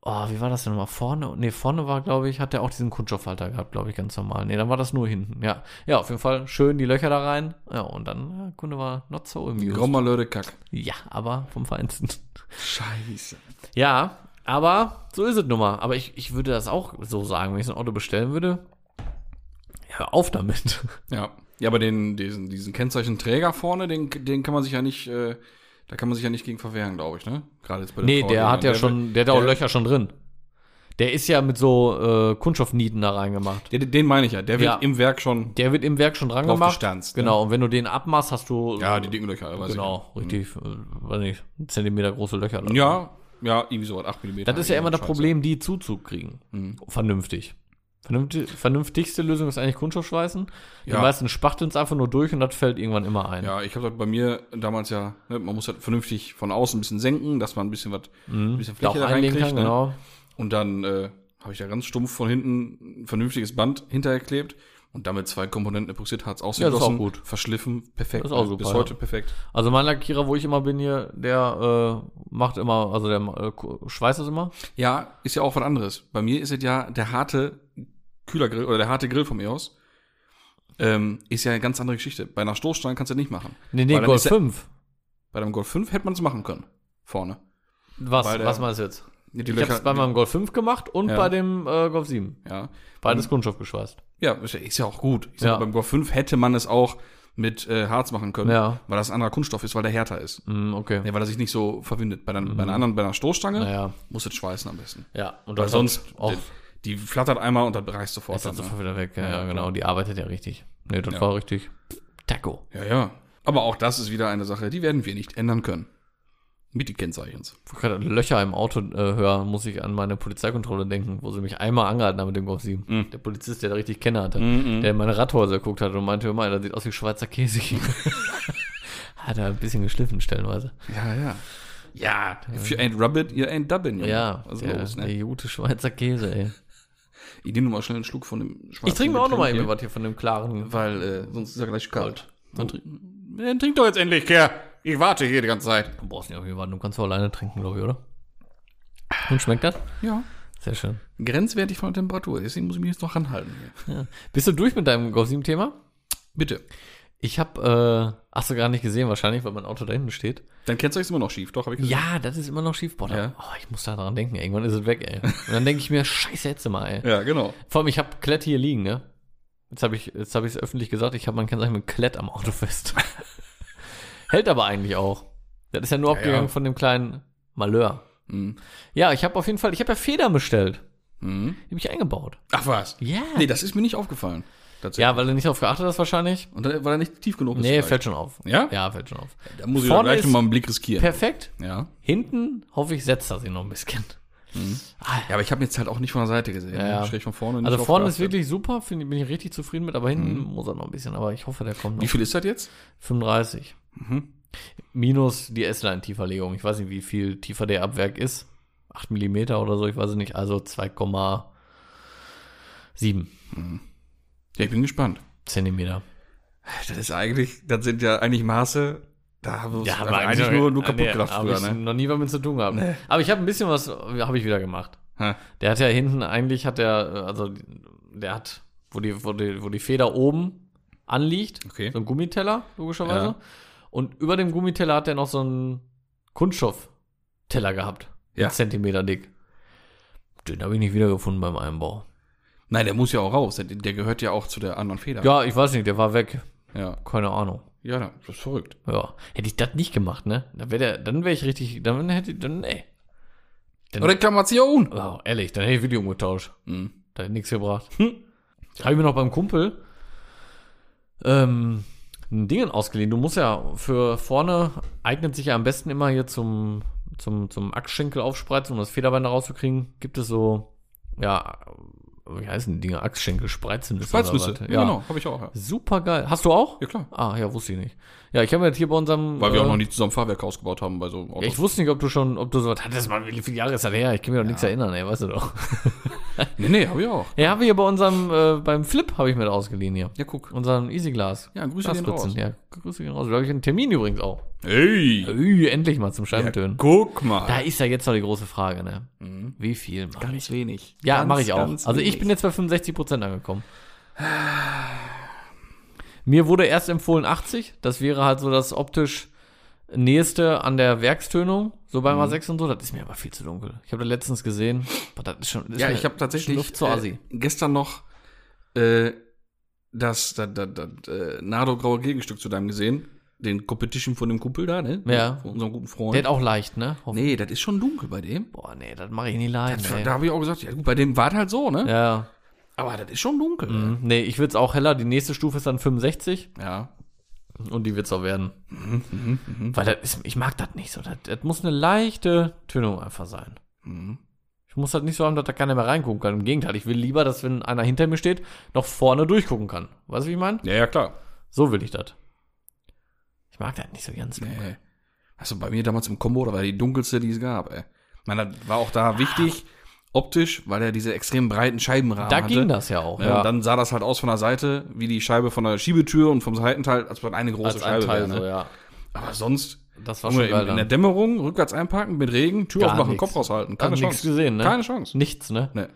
[SPEAKER 2] Oh, wie war das denn nochmal? Vorne? Ne, vorne war, glaube ich, hat der auch diesen Kunststoffhalter gehabt, glaube ich, ganz normal. Ne, dann war das nur hinten. Ja, ja, auf jeden Fall schön die Löcher da rein. Ja, und dann, ja, Kunde war not so amused.
[SPEAKER 1] Grommer Leute Kack.
[SPEAKER 2] Ja, aber vom Feinsten. [LAUGHS]
[SPEAKER 1] Scheiße.
[SPEAKER 2] Ja, aber so ist es nun mal. Aber ich, ich würde das auch so sagen, wenn ich so ein Auto bestellen würde. Hör auf damit. [LAUGHS]
[SPEAKER 1] Ja. Ja, aber den, diesen, diesen Kennzeichenträger vorne, den, den kann man sich ja nicht, äh, da kann man sich ja nicht gegen verwehren, glaube ich, ne? Gerade jetzt bei den
[SPEAKER 2] Nee,
[SPEAKER 1] VW,
[SPEAKER 2] der hat
[SPEAKER 1] ne?
[SPEAKER 2] ja schon, der hat ja auch
[SPEAKER 1] der-
[SPEAKER 2] Löcher schon drin. Der ist ja mit so äh, Kunststoffnieten da reingemacht.
[SPEAKER 1] Den, den meine ich ja. Der wird
[SPEAKER 2] Ja.
[SPEAKER 1] im Werk schon.
[SPEAKER 2] Der wird im Werk schon dran gemacht.
[SPEAKER 1] gestanzt, ne?
[SPEAKER 2] Genau, und wenn du den abmachst, hast du
[SPEAKER 1] Ja, die dicken Löcher, weiß
[SPEAKER 2] genau, richtig, äh, weiß nicht, einen Zentimeter große Löcher.
[SPEAKER 1] ich. Ja, ja, irgendwie sowas, 8 mm.
[SPEAKER 2] Das ist ja immer das Problem, die Zuzug kriegen.
[SPEAKER 1] Mhm.
[SPEAKER 2] Vernünftig. Vernünftig. Vernünftigste Lösung ist eigentlich Kunststoffschweißen. Die
[SPEAKER 1] Ja.
[SPEAKER 2] meisten spachteln es einfach nur durch und das fällt irgendwann immer ein.
[SPEAKER 1] Ja, ich habe das bei mir damals ja, ne, man muss das vernünftig von außen ein bisschen senken, dass man ein bisschen was, ein bisschen
[SPEAKER 2] Mhm. Da auch
[SPEAKER 1] Fläche da
[SPEAKER 2] einlegen
[SPEAKER 1] reinkriegt.
[SPEAKER 2] kann,
[SPEAKER 1] ne?
[SPEAKER 2] genau.
[SPEAKER 1] Und dann äh, habe ich da ganz stumpf von hinten ein vernünftiges Band hintergeklebt und damit zwei Komponenten epoxiert, hat's
[SPEAKER 2] Ja, das ist
[SPEAKER 1] ausgegossen,
[SPEAKER 2] auch gut.
[SPEAKER 1] verschliffen, perfekt.
[SPEAKER 2] Das ist auch
[SPEAKER 1] ne?
[SPEAKER 2] super,
[SPEAKER 1] Bis
[SPEAKER 2] ja.
[SPEAKER 1] heute perfekt.
[SPEAKER 2] Also mein Lackierer, wo ich immer bin hier, der äh, macht immer, also der äh, ku- schweißt das immer.
[SPEAKER 1] Ja, ist ja auch was anderes. Bei mir ist es ja der harte Kühlergrill oder der harte Grill vom EOS. Ähm, ist ja eine ganz andere Geschichte. Bei einer Stoßstange kannst du das nicht machen.
[SPEAKER 2] Nee, nee,
[SPEAKER 1] Weil dann
[SPEAKER 2] Golf
[SPEAKER 1] ist der-
[SPEAKER 2] 5.
[SPEAKER 1] Bei einem Golf 5 hätte man es machen können. Vorne.
[SPEAKER 2] Was,
[SPEAKER 1] weil der-
[SPEAKER 2] was meinst du jetzt?
[SPEAKER 1] Die
[SPEAKER 2] Ich habe es bei meinem Golf 5 gemacht und
[SPEAKER 1] Ja.
[SPEAKER 2] bei dem äh, Golf Mhm. 7.
[SPEAKER 1] ja.
[SPEAKER 2] Beides Kunststoff geschweißt.
[SPEAKER 1] Ja, ist ja, ist ja auch gut. Ich sag,
[SPEAKER 2] Ja.
[SPEAKER 1] mal, Beim Golf 5 hätte man es auch mit äh, Harz machen können,
[SPEAKER 2] Ja.
[SPEAKER 1] weil das ein anderer Kunststoff ist, weil der härter ist.
[SPEAKER 2] Mm, okay.
[SPEAKER 1] Ja, weil er sich nicht so verwindet. Bei, deinem- bei
[SPEAKER 2] Mhm.
[SPEAKER 1] einer anderen, bei einer Stoßstange,
[SPEAKER 2] Naja.
[SPEAKER 1] musst du es schweißen am besten.
[SPEAKER 2] Ja, und
[SPEAKER 1] Weil
[SPEAKER 2] das
[SPEAKER 1] sonst,
[SPEAKER 2] auch
[SPEAKER 1] die, die flattert einmal und dann reißt sofort.
[SPEAKER 2] ist das
[SPEAKER 1] Dann, ne?
[SPEAKER 2] sofort wieder weg. Ja,
[SPEAKER 1] Ja,
[SPEAKER 2] ja, genau. Die arbeitet ja richtig. Nee, das
[SPEAKER 1] Ja.
[SPEAKER 2] war richtig. Taco.
[SPEAKER 1] Ja, ja. Aber auch das ist wieder eine Sache, die werden wir nicht ändern können. Mit die Kennzeichens.
[SPEAKER 2] Ich kann Löcher im Auto äh, hören, muss ich an meine Polizeikontrolle denken, wo sie mich einmal angehalten haben mit dem Golf 7.
[SPEAKER 1] Mhm.
[SPEAKER 2] Der Polizist, der da richtig Kenner hatte, der in meine Radhäuser geguckt hat und meinte, hör mal, das sieht aus wie Schweizer Käse. [LAUGHS] hat er ein bisschen geschliffen, stellenweise.
[SPEAKER 1] Ja, ja. Ja, if you ain't rub it, you ain't dubbing. Junge.
[SPEAKER 2] Ja,
[SPEAKER 1] Was ist
[SPEAKER 2] der,
[SPEAKER 1] los, ne?
[SPEAKER 2] der gute Schweizer Käse, ey.
[SPEAKER 1] Ich nehme nochmal schnell einen Schluck von dem schwarzen
[SPEAKER 2] Ich trinke mir auch nochmal
[SPEAKER 1] Getränk
[SPEAKER 2] eben was hier von dem klaren.
[SPEAKER 1] hier, Weil äh, sonst ist er gleich kalt. Dann, trink, dann trink doch jetzt endlich, Kerl. Ich warte hier die ganze Zeit.
[SPEAKER 2] Du brauchst nicht auf jeden Fall, du kannst auch alleine trinken, glaube ich, oder? Und schmeckt das?
[SPEAKER 1] Ja.
[SPEAKER 2] Sehr schön.
[SPEAKER 1] Grenzwertig von der Temperatur. Deswegen muss ich mich jetzt noch ranhalten. Hier.
[SPEAKER 2] Bist du durch mit deinem Golf 7-Thema?
[SPEAKER 1] Bitte.
[SPEAKER 2] Ich habe, äh, hast du gar nicht gesehen wahrscheinlich, weil mein Auto da hinten steht.
[SPEAKER 1] Dein Kennzeichen ist immer noch schief, doch? Hab ich gesagt.
[SPEAKER 2] Ja, das ist immer noch schief. Boah, da-
[SPEAKER 1] Ja.
[SPEAKER 2] oh, ich muss da dran denken. Irgendwann ist es weg, ey. Und dann denke ich mir, [LAUGHS] scheiße, jetzt mal, ey.
[SPEAKER 1] Ja, genau.
[SPEAKER 2] Vor allem, ich habe Klett hier liegen, ne? Jetzt habe ich jetzt hab ich es öffentlich gesagt, ich habe mein Kennzeichen mit Klett am
[SPEAKER 1] [LAUGHS]
[SPEAKER 2] Auto fest. Hält aber eigentlich auch. Das ist ja nur
[SPEAKER 1] ja.
[SPEAKER 2] abgegangen von dem kleinen Malheur.
[SPEAKER 1] Mhm.
[SPEAKER 2] Ja, ich habe auf jeden Fall, ich habe ja Federn bestellt.
[SPEAKER 1] Mhm.
[SPEAKER 2] Die habe ich eingebaut.
[SPEAKER 1] Ach was?
[SPEAKER 2] Ja.
[SPEAKER 1] Nee, das ist mir nicht aufgefallen. Tatsächlich.
[SPEAKER 2] Ja, weil du nicht darauf geachtet hast wahrscheinlich.
[SPEAKER 1] Und dann, weil er nicht tief genug ist.
[SPEAKER 2] Nee,
[SPEAKER 1] vielleicht.
[SPEAKER 2] fällt schon auf.
[SPEAKER 1] Ja?
[SPEAKER 2] Ja, fällt schon auf.
[SPEAKER 1] Da muss ich doch
[SPEAKER 2] Vorne
[SPEAKER 1] gleich
[SPEAKER 2] ist-
[SPEAKER 1] nochmal einen Blick riskieren.
[SPEAKER 2] Perfekt.
[SPEAKER 1] Ja.
[SPEAKER 2] Hinten, hoffe ich, setzt er sich noch ein bisschen.
[SPEAKER 1] ja, aber ich habe ihn jetzt halt auch nicht von der Seite gesehen.
[SPEAKER 2] ja.
[SPEAKER 1] Schräg von vorne.
[SPEAKER 2] Also
[SPEAKER 1] nicht
[SPEAKER 2] vorne
[SPEAKER 1] aufgeachtet.
[SPEAKER 2] ist wirklich super, find, ich- bin ich richtig zufrieden mit, aber hinten
[SPEAKER 1] Mhm.
[SPEAKER 2] muss er noch ein bisschen, aber ich hoffe, der kommt noch.
[SPEAKER 1] Wie viel ist das jetzt?
[SPEAKER 2] 35. Minus die S-Line-Tieferlegung. Ich weiß nicht, wie viel tiefer der Abwerk ist. 8 mm oder so, ich weiß es nicht. Also 2,7
[SPEAKER 1] Ja, ich bin gespannt.
[SPEAKER 2] Zentimeter.
[SPEAKER 1] Das ist eigentlich, das sind ja eigentlich Maße, da haben wir uns
[SPEAKER 2] aber Ah,
[SPEAKER 1] Ah,
[SPEAKER 2] nee, hab ich
[SPEAKER 1] ne?
[SPEAKER 2] noch nie was mit zu tun gehabt. Aber ich habe ein bisschen was, habe ich wieder gemacht.
[SPEAKER 1] Ha.
[SPEAKER 2] Der hat ja hinten, eigentlich hat der, äh, also der hat, wo die, wo die, wo die Feder oben anliegt,
[SPEAKER 1] Okay.
[SPEAKER 2] so ein Gummiteller, logischerweise.
[SPEAKER 1] Ja.
[SPEAKER 2] Und über dem Gummiteller hat er noch so einen Kunststoffteller gehabt.
[SPEAKER 1] Ja.
[SPEAKER 2] Einen Zentimeter dick. Den habe ich nicht wiedergefunden beim Einbau.
[SPEAKER 1] Nein, der muss ja auch raus. Der, der gehört ja auch zu der anderen Feder.
[SPEAKER 2] Ja, ich weiß nicht, der war weg.
[SPEAKER 1] Ja,
[SPEAKER 2] Keine Ahnung.
[SPEAKER 1] ja das ist verrückt.
[SPEAKER 2] Ja. Hätte ich das nicht gemacht, ne? Dann wäre der, dann wäre ich richtig, dann hätte ich, dann, ey.
[SPEAKER 1] Reklamation.
[SPEAKER 2] Wow, ehrlich, dann hätte ich Video umgetauscht.
[SPEAKER 1] Mhm.
[SPEAKER 2] Da hätte nichts gebracht. Hm. Habe ich mir noch beim Kumpel ähm, ein Ding ausgeliehen. Du musst ja für vorne, eignet sich ja am besten immer hier zum, zum, zum Achsschenkel aufspreizen, um das Federbein da rauszukriegen. Gibt es so, ja, wie heißen die Dinger? Achsschenkel, Spreizmüsse. oder
[SPEAKER 1] Spreizmüsse.
[SPEAKER 2] was? Ja,
[SPEAKER 1] genau. Habe ich auch. Ja,
[SPEAKER 2] Super geil. Hast du auch?
[SPEAKER 1] ja klar.
[SPEAKER 2] Ah, ja, wusste ich nicht. Ja, ich habe jetzt hier bei unserem.
[SPEAKER 1] Weil wir
[SPEAKER 2] äh,
[SPEAKER 1] auch noch nie zusammen Fahrwerk ausgebaut haben bei so einem Auto.
[SPEAKER 2] ja, ich wusste nicht, ob du schon, ob du so, hattest mal, wie viele Jahre ist das her? Ich kann mir doch nichts erinnern, ey, weißt du doch.
[SPEAKER 1] nee, nee, habe ich auch.
[SPEAKER 2] Ja, habe ich hier bei unserem, äh, beim Flip habe ich mir das ausgehen hier.
[SPEAKER 1] Ja, guck.
[SPEAKER 2] Unseren Easyglas.
[SPEAKER 1] Ja, Grüße gehen
[SPEAKER 2] Glasfritzen. Ja, Grüße gehen raus. Da habe ich einen Termin übrigens auch.
[SPEAKER 1] Ey.
[SPEAKER 2] Ui, endlich mal zum Scheibentönen.
[SPEAKER 1] Guck mal.
[SPEAKER 2] da ist ja jetzt noch die große Frage, ne? Wie viel? mach ich?
[SPEAKER 1] ganz wenig.
[SPEAKER 2] Ja,
[SPEAKER 1] Mhm. Ganz,
[SPEAKER 2] mache ich auch.
[SPEAKER 1] ganz
[SPEAKER 2] Also ich
[SPEAKER 1] wenig.
[SPEAKER 2] bin jetzt bei 65 Prozent angekommen. Mir wurde erst empfohlen 80. Das wäre halt so das optisch nächste an der Werkstönung, so
[SPEAKER 1] Mhm.
[SPEAKER 2] beim A6 und so. Das ist mir aber viel zu dunkel. Ich habe das letztens gesehen. Boah, das ist schon, das ist
[SPEAKER 1] Ja,
[SPEAKER 2] mir-
[SPEAKER 1] ich habe tatsächlich
[SPEAKER 2] Luft zur Assi.
[SPEAKER 1] Äh, gestern noch äh, das, das, das, das, äh, Nardo-graue Gegenstück zu deinem gesehen. den Competition von dem Kumpel da, ne?
[SPEAKER 2] Ja.
[SPEAKER 1] Von unserem guten Freund.
[SPEAKER 2] Der hat auch leicht, ne? Hoff-
[SPEAKER 1] nee, das ist schon dunkel bei dem.
[SPEAKER 2] Boah, nee, das mache ich nicht leiden. ey.
[SPEAKER 1] Da habe ich auch gesagt, ja gut, bei dem war es halt so, ne?
[SPEAKER 2] Ja.
[SPEAKER 1] Aber das ist schon dunkel.
[SPEAKER 2] Mhm. Nee, ich will's auch heller. Die nächste Stufe ist dann 65
[SPEAKER 1] Ja. Mhm,
[SPEAKER 2] und die wird's auch werden. Weil das ist, ich mag das nicht so. Das, das muss eine leichte Tönung einfach sein.
[SPEAKER 1] Mhm.
[SPEAKER 2] Ich muss halt nicht so haben, dass da keiner mehr reingucken kann. Im Gegenteil, ich will lieber, dass wenn einer hinter mir steht, noch vorne durchgucken kann. Weißt du, wie ich meine?
[SPEAKER 1] Ja, ja, klar.
[SPEAKER 2] So will ich das. Ich mag das nicht so ganz.
[SPEAKER 1] Nee. Also bei mir damals im Combo, da war die dunkelste, die es gab, ey. Ich meine, das war auch da wichtig, optisch, weil er diese extrem breiten Scheibenrahmen
[SPEAKER 2] Da
[SPEAKER 1] hatte.
[SPEAKER 2] ging das ja auch.
[SPEAKER 1] Ne? Und dann sah das halt aus von der Seite, wie die Scheibe von der Schiebetür und vom Seitenteil, als wenn eine große
[SPEAKER 2] als Also ein
[SPEAKER 1] Scheibe
[SPEAKER 2] Teil
[SPEAKER 1] wäre. Ne?
[SPEAKER 2] so, ja.
[SPEAKER 1] Aber sonst,
[SPEAKER 2] Das war
[SPEAKER 1] Junge,
[SPEAKER 2] schon geil.
[SPEAKER 1] in, in der
[SPEAKER 2] dann.
[SPEAKER 1] Dämmerung, rückwärts einparken, mit Regen, Tür
[SPEAKER 2] Gar
[SPEAKER 1] aufmachen,
[SPEAKER 2] nix.
[SPEAKER 1] Kopf raushalten. Keine
[SPEAKER 2] Dann
[SPEAKER 1] Chance.
[SPEAKER 2] nix gesehen, ne?
[SPEAKER 1] Keine Chance.
[SPEAKER 2] Nichts, ne?
[SPEAKER 1] Nee.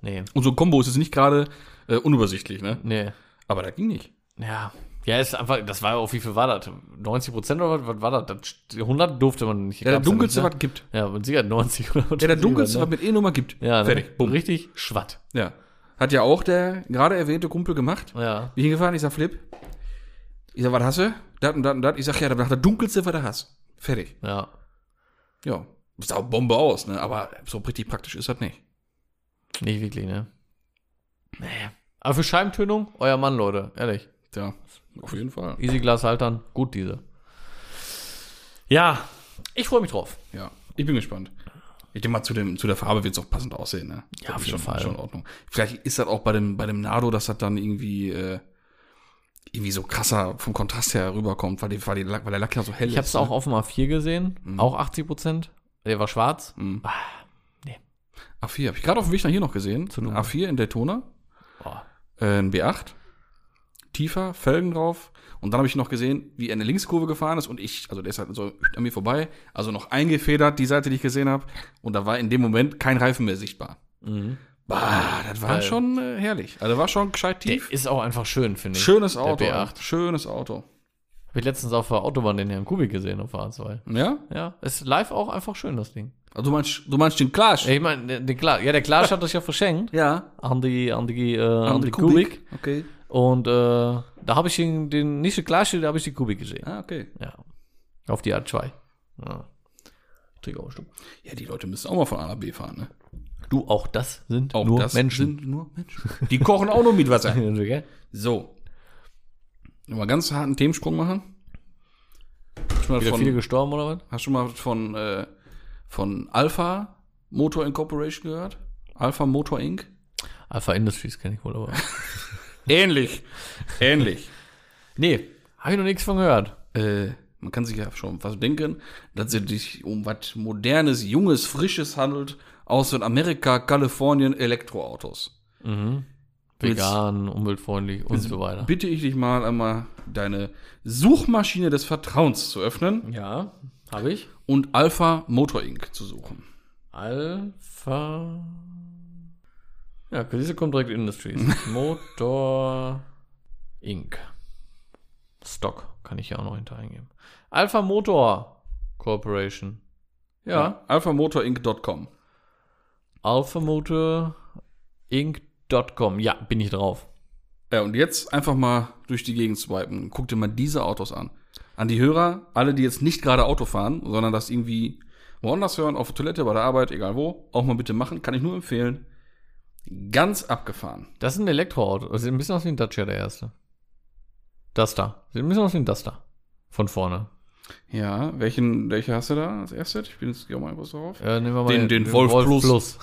[SPEAKER 2] Nee.
[SPEAKER 1] Und so ein Combo ist jetzt nicht gerade äh, unübersichtlich, ne?
[SPEAKER 2] Nee.
[SPEAKER 1] Aber das ging nicht.
[SPEAKER 2] Ja. Ja, ist einfach, das war ja auch, wie viel war das? 90 Prozent oder was war das? das? st- 100 durfte man nicht.
[SPEAKER 1] Ja, der
[SPEAKER 2] gab's
[SPEAKER 1] dunkelste,
[SPEAKER 2] nicht,
[SPEAKER 1] was gibt.
[SPEAKER 2] ne? Ja, und sie hat 90 oder was
[SPEAKER 1] Ja, der
[SPEAKER 2] weiß ich
[SPEAKER 1] dunkelste,
[SPEAKER 2] was,
[SPEAKER 1] was
[SPEAKER 2] ne?
[SPEAKER 1] mit E-Nummer gibt.
[SPEAKER 2] Ja, ne?
[SPEAKER 1] Fertig. Bumm.
[SPEAKER 2] Richtig Schwatt.
[SPEAKER 1] Ja. Hat ja auch der gerade erwähnte Kumpel gemacht.
[SPEAKER 2] Ja.
[SPEAKER 1] Bin ich hingefahren, ich sag, Flip, ich sag, was hast du? Dat und dat und dat. Ich sag, ja, nach der dunkelste, was du hast. Fertig.
[SPEAKER 2] Ja.
[SPEAKER 1] Ja. Sah Bombe aus, ne? Aber so richtig praktisch ist das nicht.
[SPEAKER 2] Nicht wirklich, ne? Nee. Aber für Scheibentönung, euer Mann, Leute. Ehrlich.
[SPEAKER 1] Tja, auf jeden Fall.
[SPEAKER 2] Easy Glass haltern, gut diese. Ja, ich freue mich drauf.
[SPEAKER 1] Ja, ich bin gespannt. Ich denke mal, zu, dem, zu der Farbe wird es auch passend aussehen, ne?
[SPEAKER 2] Ja,
[SPEAKER 1] Das
[SPEAKER 2] auf
[SPEAKER 1] ist
[SPEAKER 2] jeden
[SPEAKER 1] schon,
[SPEAKER 2] Fall.
[SPEAKER 1] Schon in Ordnung. Vielleicht ist das auch bei dem, bei dem Nardo, dass das dann irgendwie, äh, irgendwie so krasser vom Kontrast her rüberkommt, weil, die, weil, die Lack, weil der Lack ja so hell ist. ne?
[SPEAKER 2] Ich habe es auch auf dem A4 gesehen, auch 80 Prozent. Der war schwarz.
[SPEAKER 1] Mhm.
[SPEAKER 2] Ah,
[SPEAKER 1] A4, habe ich gerade auf dem Weg nach hier noch gesehen.
[SPEAKER 2] Zu dunkel.
[SPEAKER 1] A4 in Daytona.
[SPEAKER 2] boah.
[SPEAKER 1] äh, ein B8, tiefer, Felgen drauf. Und dann habe ich noch gesehen, wie er eine Linkskurve gefahren ist und ich, also der ist halt so an mir vorbei, also noch eingefedert, die Seite, die ich gesehen habe. Und da war in dem Moment kein Reifen mehr sichtbar.
[SPEAKER 2] Mhm.
[SPEAKER 1] Bah, das war
[SPEAKER 2] Geil.
[SPEAKER 1] schon äh, herrlich. Also war schon gescheit
[SPEAKER 2] Der
[SPEAKER 1] tief.
[SPEAKER 2] ist auch einfach schön, finde ich.
[SPEAKER 1] Schönes
[SPEAKER 2] Der
[SPEAKER 1] Auto.
[SPEAKER 2] B8.
[SPEAKER 1] Schönes Auto.
[SPEAKER 2] Habe ich letztens auf der Autobahn den Herrn Kubik gesehen auf der A2.
[SPEAKER 1] Ja?
[SPEAKER 2] Ja, ist live auch einfach schön, das Ding.
[SPEAKER 1] Also du meinst, du meinst den Clash?
[SPEAKER 2] Ja, Ich meine, den- den Klar, ja, der Klar hat das ja verschenkt
[SPEAKER 1] Ja.
[SPEAKER 2] an die, an die, äh, an die
[SPEAKER 1] André Kubik.
[SPEAKER 2] Kubik.
[SPEAKER 1] Okay.
[SPEAKER 2] Und äh, da habe ich den, den nicht den Klar, da habe ich die Kubik gesehen.
[SPEAKER 1] Ah, okay.
[SPEAKER 2] Ja. Auf die A2. Ja. Trink auch ein Stück.
[SPEAKER 1] Ja, die Leute müssen auch mal von A nach B fahren, ne?
[SPEAKER 2] Du, auch das sind
[SPEAKER 1] Auch
[SPEAKER 2] nur
[SPEAKER 1] das
[SPEAKER 2] Menschen.
[SPEAKER 1] sind nur Menschen. Die kochen auch nur mit Wasser.
[SPEAKER 2] [LAUGHS] Gell?
[SPEAKER 1] So. Nochmal ganz harten Themensprung machen. Hast schon mal
[SPEAKER 2] Wieder
[SPEAKER 1] von,
[SPEAKER 2] viele gestorben oder was?
[SPEAKER 1] hast schon mal von, äh, von Alpha Motor Incorporation gehört? Alpha Motor Inc.?
[SPEAKER 2] Alpha Industries kenne ich wohl, aber.
[SPEAKER 1] Ähnlich. Ähnlich.
[SPEAKER 2] [LAUGHS] nee, habe ich noch nichts von gehört.
[SPEAKER 1] äh, man kann sich ja schon was denken, dass es sich um was Modernes, Junges, Frisches handelt aus Südamerika, Kalifornien, Elektroautos. Willst-
[SPEAKER 2] Vegan, umweltfreundlich und so weiter.
[SPEAKER 1] Bitte ich dich mal einmal, deine Suchmaschine des Vertrauens zu öffnen
[SPEAKER 2] Ja, habe ich.
[SPEAKER 1] und Alpha Motor Inc. zu suchen.
[SPEAKER 2] Alpha. Ja, diese kommt direkt Industries.
[SPEAKER 1] [LAUGHS]
[SPEAKER 2] Motor Inc. Stock kann ich ja auch noch hinter eingeben. Alpha Motor Corporation. Ja,
[SPEAKER 1] alphamotorinc.com.
[SPEAKER 2] Alpha Motor Inc.com. Ja, bin ich drauf.
[SPEAKER 1] Ja, und jetzt einfach mal durch die Gegend swipen. Guck dir mal diese Autos an. An die Hörer, alle, die jetzt nicht gerade Auto fahren, sondern das irgendwie woanders hören, auf der Toilette, bei der Arbeit, egal wo, auch mal bitte machen, kann ich nur empfehlen. Ganz abgefahren.
[SPEAKER 2] Das ist ein Elektroauto. Das sieht ein bisschen aus wie ein Dacia, der erste. Das da. Sieht ein bisschen aus wie ein Duster. Von vorne.
[SPEAKER 1] Ja, welchen, welche hast du da als erstes? Ich bin jetzt geh auch mal kurz drauf.
[SPEAKER 2] Äh, nehmen wir mal
[SPEAKER 1] Den- den Wolf Plus.
[SPEAKER 2] Plus.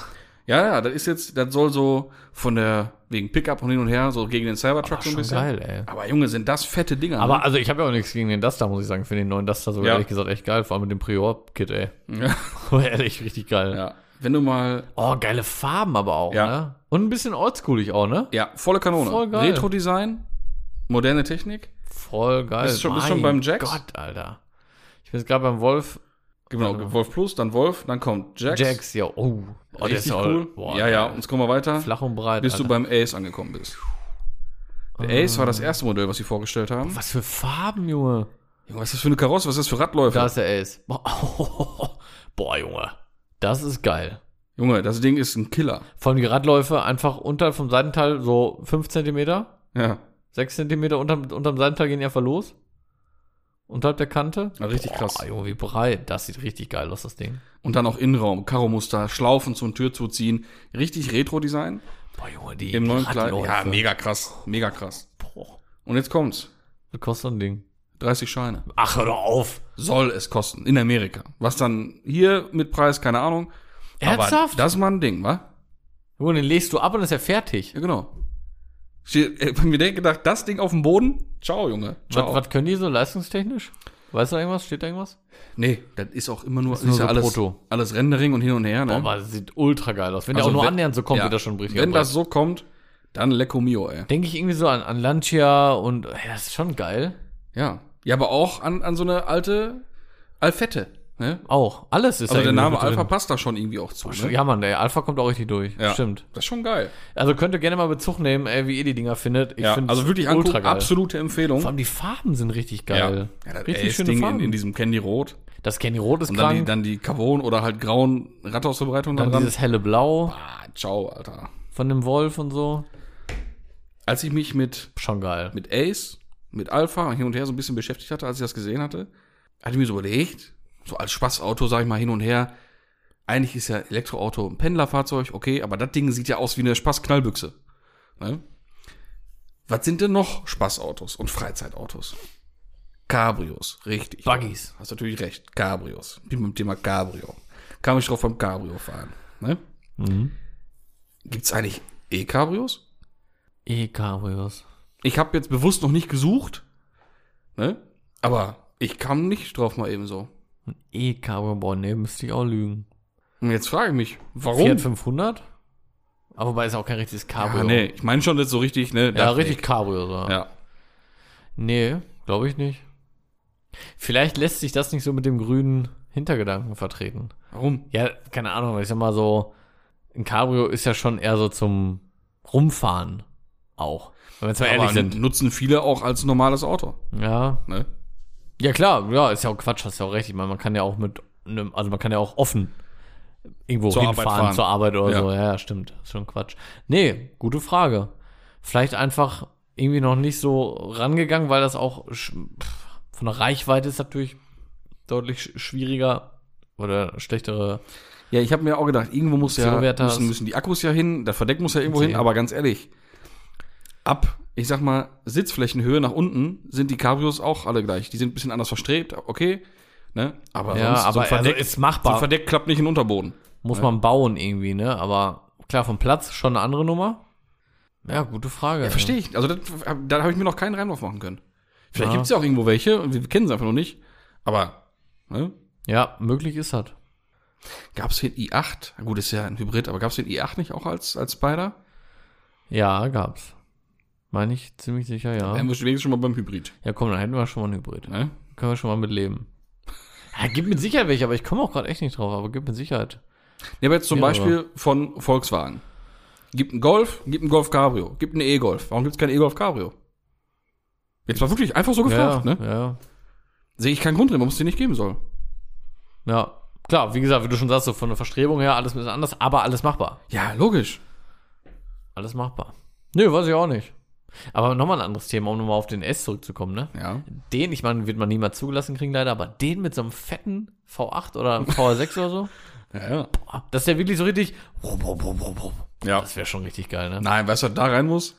[SPEAKER 1] Ja, ja, das ist jetzt, das soll so von der, wegen Pickup und hin und her, so gegen den Cybertruck so ein
[SPEAKER 2] Schon
[SPEAKER 1] bisschen.
[SPEAKER 2] geil, ey.
[SPEAKER 1] Aber Junge, sind das fette Dinger. ne?
[SPEAKER 2] Aber also ich habe ja auch nichts gegen den Duster, muss ich sagen. Ich finde den neuen Duster sogar
[SPEAKER 1] Ja.
[SPEAKER 2] ehrlich gesagt echt geil. Vor allem mit dem Prior-Kit, ey. [LAUGHS]
[SPEAKER 1] Ja.
[SPEAKER 2] ehrlich, richtig geil.
[SPEAKER 1] ne? ja, wenn du mal
[SPEAKER 2] Oh, geile Farben aber auch,
[SPEAKER 1] Ja.
[SPEAKER 2] ne? Und ein bisschen oldschoolig auch, ne?
[SPEAKER 1] Ja, volle Kanone.
[SPEAKER 2] Voll geil.
[SPEAKER 1] Retro-Design, moderne Technik.
[SPEAKER 2] Voll geil.
[SPEAKER 1] Bist du schon- bist du schon beim Jax?
[SPEAKER 2] Gott, Alter. Ich bin jetzt gerade beim Wolf
[SPEAKER 1] Genau,
[SPEAKER 2] Warte mal.
[SPEAKER 1] Wolf Plus, dann Wolf, dann kommt Jax.
[SPEAKER 2] Jax. Ja, oh. oh
[SPEAKER 1] Richtig
[SPEAKER 2] ja
[SPEAKER 1] cool.
[SPEAKER 2] boah,
[SPEAKER 1] ja, ja, und jetzt kommen wir weiter,
[SPEAKER 2] Flach und breit,
[SPEAKER 1] bis du
[SPEAKER 2] Alter. Ah.
[SPEAKER 1] beim Ace angekommen bist. Der Ace war das erste Modell, was sie vorgestellt haben.
[SPEAKER 2] Was für Farben, Junge.
[SPEAKER 1] Junge, Was ist das für eine Karosse? Was ist das für Radläufe?
[SPEAKER 2] Da ist der Ace. [LAUGHS] Boah, boah, Junge. Das ist geil.
[SPEAKER 1] Junge, das Ding ist ein Killer.
[SPEAKER 2] Vor allem die Radläufe einfach unterhalb vom Seitenteil so 5 Zentimeter.
[SPEAKER 1] Ja.
[SPEAKER 2] Sechs Zentimeter unterm, unterm Seitenteil gehen die einfach los. unterhalb der Kante.
[SPEAKER 1] Ja, richtig krass.
[SPEAKER 2] Ah, Junge, wie breit. Das sieht richtig geil aus, das Ding.
[SPEAKER 1] Und dann auch Innenraum, Karomuster, Schlaufen zum Tür zuziehen. Richtig Retro-Design.
[SPEAKER 2] Boah, Junge, die
[SPEAKER 1] Im neuen Kleid.
[SPEAKER 2] Radläufe.
[SPEAKER 1] Ja, mega krass. Mega krass.
[SPEAKER 2] Boah,
[SPEAKER 1] Und jetzt kommt's.
[SPEAKER 2] was kostet so ein Ding?
[SPEAKER 1] 30 Scheine.
[SPEAKER 2] Ach, hör doch auf.
[SPEAKER 1] Soll es kosten. In Amerika. Was dann hier mit Preis, keine Ahnung.
[SPEAKER 2] Ernsthaft?
[SPEAKER 1] Aber das ist mal ein Ding, wa?
[SPEAKER 2] Junge, den legst du ab und ist er fertig.
[SPEAKER 1] Ja, genau. Steht- äh, [LAUGHS] Bei mir denk gedacht, das Ding auf dem Boden? Ciao, Junge.
[SPEAKER 2] Was,
[SPEAKER 1] Ciao.
[SPEAKER 2] was können die so leistungstechnisch? Weißt du da irgendwas? Steht da irgendwas?
[SPEAKER 1] Nee, das ist auch immer nur, ist
[SPEAKER 2] nur
[SPEAKER 1] ja
[SPEAKER 2] so
[SPEAKER 1] alles,
[SPEAKER 2] Proto.
[SPEAKER 1] alles Rendering und hin und her. Ne?
[SPEAKER 2] Aber das sieht ultra geil aus. Wenn
[SPEAKER 1] Also
[SPEAKER 2] der auch nur
[SPEAKER 1] wenn-
[SPEAKER 2] annähernd so kommt,
[SPEAKER 1] Ja.
[SPEAKER 2] wird das schon ein richtiger
[SPEAKER 1] Wenn
[SPEAKER 2] Brett.
[SPEAKER 1] das so kommt, dann Lecco Mio, ey.
[SPEAKER 2] Denke ich irgendwie so an, an Lancia und ey, das ist schon geil.
[SPEAKER 1] Ja. Ja, aber auch an, an so eine alte Alfette. Ne?
[SPEAKER 2] Auch. Alles ist
[SPEAKER 1] Also
[SPEAKER 2] da
[SPEAKER 1] der
[SPEAKER 2] irgendwie
[SPEAKER 1] Name
[SPEAKER 2] mit drin.
[SPEAKER 1] Alpha passt da schon irgendwie auch zu. Ne?
[SPEAKER 2] Ja, Mann, ey, Alpha kommt auch richtig durch.
[SPEAKER 1] Ja.
[SPEAKER 2] Stimmt.
[SPEAKER 1] Das ist schon geil.
[SPEAKER 2] Also könnt ihr gerne mal Bezug nehmen, ey, wie ihr die Dinger findet. Ich
[SPEAKER 1] Ja,
[SPEAKER 2] find's
[SPEAKER 1] also wirklich
[SPEAKER 2] ultra
[SPEAKER 1] angucken,
[SPEAKER 2] geil.
[SPEAKER 1] absolute Empfehlung.
[SPEAKER 2] Vor allem die Farben sind richtig
[SPEAKER 1] ja.
[SPEAKER 2] geil.
[SPEAKER 1] ja, das
[SPEAKER 2] richtig
[SPEAKER 1] richtig
[SPEAKER 2] schöne
[SPEAKER 1] Ding
[SPEAKER 2] Farben.
[SPEAKER 1] in, in diesem Candy Rot.
[SPEAKER 2] das Candy Rot ist
[SPEAKER 1] Und dann die,
[SPEAKER 2] krank.
[SPEAKER 1] dann die Carbon oder halt grauen Radhausverbreitung da
[SPEAKER 2] dann
[SPEAKER 1] dran.
[SPEAKER 2] dieses helle Blau
[SPEAKER 1] Ah, ciao, Alter.
[SPEAKER 2] von dem Wolf und so.
[SPEAKER 1] Als ich mich mit,
[SPEAKER 2] Schon geil.
[SPEAKER 1] mit Ace, mit Alpha hin und her so ein bisschen beschäftigt hatte, als ich das gesehen hatte, hatte ich mir so überlegt, so als Spaßauto, sag ich mal, hin und her. Eigentlich ist ja Elektroauto ein Pendlerfahrzeug, okay, aber das Ding sieht ja aus wie eine Spaßknallbüchse. Ne? Was sind denn noch Spaßautos und Freizeitautos? Cabrios, richtig.
[SPEAKER 2] Buggies.
[SPEAKER 1] Hast natürlich recht, Cabrios. Bin mit dem Thema Cabrio. Kam ich drauf vom Cabrio fahren. Ne?
[SPEAKER 2] Mhm.
[SPEAKER 1] Gibt es eigentlich E-Cabrios?
[SPEAKER 2] Eh, E-Cabrios.
[SPEAKER 1] Ich habe jetzt bewusst noch nicht gesucht, ne? aber ich kam nicht drauf mal eben so.
[SPEAKER 2] E-Cabrio, Eh, boah, nee, müsste ich auch lügen.
[SPEAKER 1] Und jetzt frage ich mich, warum?
[SPEAKER 2] Fiat 500? Aber wobei ist auch kein richtiges Cabrio.
[SPEAKER 1] ja, nee, ich meine schon jetzt so richtig, ne?
[SPEAKER 2] Ja,
[SPEAKER 1] das
[SPEAKER 2] richtig
[SPEAKER 1] Ding.
[SPEAKER 2] Cabrio. So.
[SPEAKER 1] Ja.
[SPEAKER 2] Nee, glaube ich nicht. Vielleicht lässt sich das nicht so mit dem grünen Hintergedanken vertreten.
[SPEAKER 1] Warum?
[SPEAKER 2] Ja, keine Ahnung, ich sag mal so, ein Cabrio ist ja schon eher so zum Rumfahren auch. Wenn wir jetzt mal ehrlich
[SPEAKER 1] Aber
[SPEAKER 2] sind.
[SPEAKER 1] nutzen viele auch als normales Auto,
[SPEAKER 2] Ja.
[SPEAKER 1] ne?
[SPEAKER 2] Ja, klar, ja, ist ja auch Quatsch, hast ja auch recht. Ich meine, man kann ja auch mit einem, also man kann ja auch offen irgendwo
[SPEAKER 1] Zur Arbeit
[SPEAKER 2] hinfahren,
[SPEAKER 1] fahren.
[SPEAKER 2] zur Arbeit oder
[SPEAKER 1] Ja.
[SPEAKER 2] so. Ja, ja, stimmt. Ist schon Quatsch. Nee, gute Frage. Vielleicht einfach irgendwie noch nicht so rangegangen, weil das auch sch- pff, von der Reichweite ist natürlich deutlich sch- schwieriger oder schlechtere.
[SPEAKER 1] Ja, ich habe mir auch gedacht, irgendwo muss ja
[SPEAKER 2] Zero-Werte
[SPEAKER 1] müssen,
[SPEAKER 2] hast-
[SPEAKER 1] müssen die Akkus ja hin, das Verdeck muss ja irgendwo hin,
[SPEAKER 2] Zero.
[SPEAKER 1] aber ganz ehrlich, ab, ich sag mal, Sitzflächenhöhe nach unten sind die Cabrios auch alle gleich. Die sind ein bisschen anders verstrebt, okay, ne? Aber
[SPEAKER 2] Ja,
[SPEAKER 1] so
[SPEAKER 2] aber
[SPEAKER 1] ein Verdeck,
[SPEAKER 2] also ist
[SPEAKER 1] so
[SPEAKER 2] machbar.
[SPEAKER 1] ein Verdeck klappt nicht in den Unterboden.
[SPEAKER 2] Muss man bauen irgendwie, ne? Aber klar, vom Platz schon eine andere Nummer. Ja, gute Frage.
[SPEAKER 1] Ja, verstehe ich. Also das- da habe ich mir noch keinen Reim drauf machen können. Vielleicht
[SPEAKER 2] Ja.
[SPEAKER 1] gibt's ja auch irgendwo welche und wir kennen sie einfach noch nicht. Aber ne?
[SPEAKER 2] Ja, möglich ist das.
[SPEAKER 1] gab's den i8? Na Gut, ist ja ein Hybrid, aber gab's den i8 nicht auch als, als Spider?
[SPEAKER 2] Ja, gab's. Meine ich ziemlich sicher, ja.
[SPEAKER 1] Dann bist du wenigstens schon mal beim Hybrid.
[SPEAKER 2] Ja, komm, dann hätten wir schon mal ein Hybrid.
[SPEAKER 1] Ne?
[SPEAKER 2] Können wir schon mal mit leben. Ja, gibt mit Sicherheit welche, aber ich komme auch gerade echt nicht drauf, aber gibt mit Sicherheit.
[SPEAKER 1] Ja, aber jetzt zum
[SPEAKER 2] Ja,
[SPEAKER 1] Beispiel von Volkswagen. Gibt einen Golf, gibt einen Golf Cabrio, gibt einen E-Golf. Warum gibt's keinen E-Golf Cabrio? Jetzt war wirklich einfach so gefragt,
[SPEAKER 2] ja,
[SPEAKER 1] ne?
[SPEAKER 2] ja,
[SPEAKER 1] Sehe ich keinen Grund drin, warum es den nicht geben soll.
[SPEAKER 2] ja. Klar, wie gesagt, wie du schon sagst, so von der Verstrebung her, alles ein bisschen anders, aber alles machbar.
[SPEAKER 1] Ja, logisch.
[SPEAKER 2] Alles machbar. Nö, weiß ich auch nicht. Aber nochmal ein anderes Thema, um nochmal auf den S zurückzukommen, ne?
[SPEAKER 1] Ja.
[SPEAKER 2] Den, ich meine, wird man niemals zugelassen kriegen, leider, aber den mit so einem fetten V8 oder V6 oder so,
[SPEAKER 1] Ja, ja.
[SPEAKER 2] boah, dass der wirklich so richtig.
[SPEAKER 1] ja.
[SPEAKER 2] Das wäre schon richtig geil, ne?
[SPEAKER 1] Nein, weißt du, was da rein muss?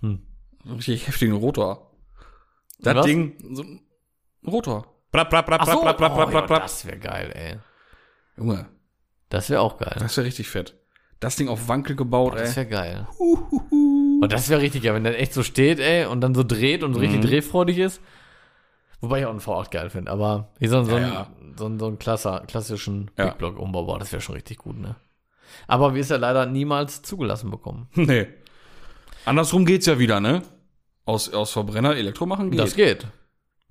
[SPEAKER 2] Hm.
[SPEAKER 1] Einen Richtig heftigen Rotor. Das
[SPEAKER 2] Was?
[SPEAKER 1] Ding, so ein Rotor.
[SPEAKER 2] Ach so,
[SPEAKER 1] blab, blab, blab,
[SPEAKER 2] oh,
[SPEAKER 1] blab,
[SPEAKER 2] ja,
[SPEAKER 1] blab.
[SPEAKER 2] das wäre geil, ey.
[SPEAKER 1] Junge,
[SPEAKER 2] Das wäre auch geil.
[SPEAKER 1] das wäre richtig fett. Das Ding auf Wankel gebaut, ey.
[SPEAKER 2] Das wäre geil. Und das wäre richtig geil, wenn der echt so steht, ey, und dann so dreht und so richtig
[SPEAKER 1] Mhm.
[SPEAKER 2] drehfreudig ist. Wobei ich auch einen V8 geil finde, aber hier so, ein-
[SPEAKER 1] Ja,
[SPEAKER 2] so, ein-
[SPEAKER 1] ja.
[SPEAKER 2] so, ein- so einen klasser, klassischen
[SPEAKER 1] Ja.
[SPEAKER 2] Big Block Umbau, boah, das wäre schon richtig gut, ne? Aber wir es ja leider niemals zugelassen bekommen.
[SPEAKER 1] [LAUGHS] Nee. Andersrum geht's ja wieder, ne? Aus, aus Verbrenner Elektro machen geht.
[SPEAKER 2] Das geht.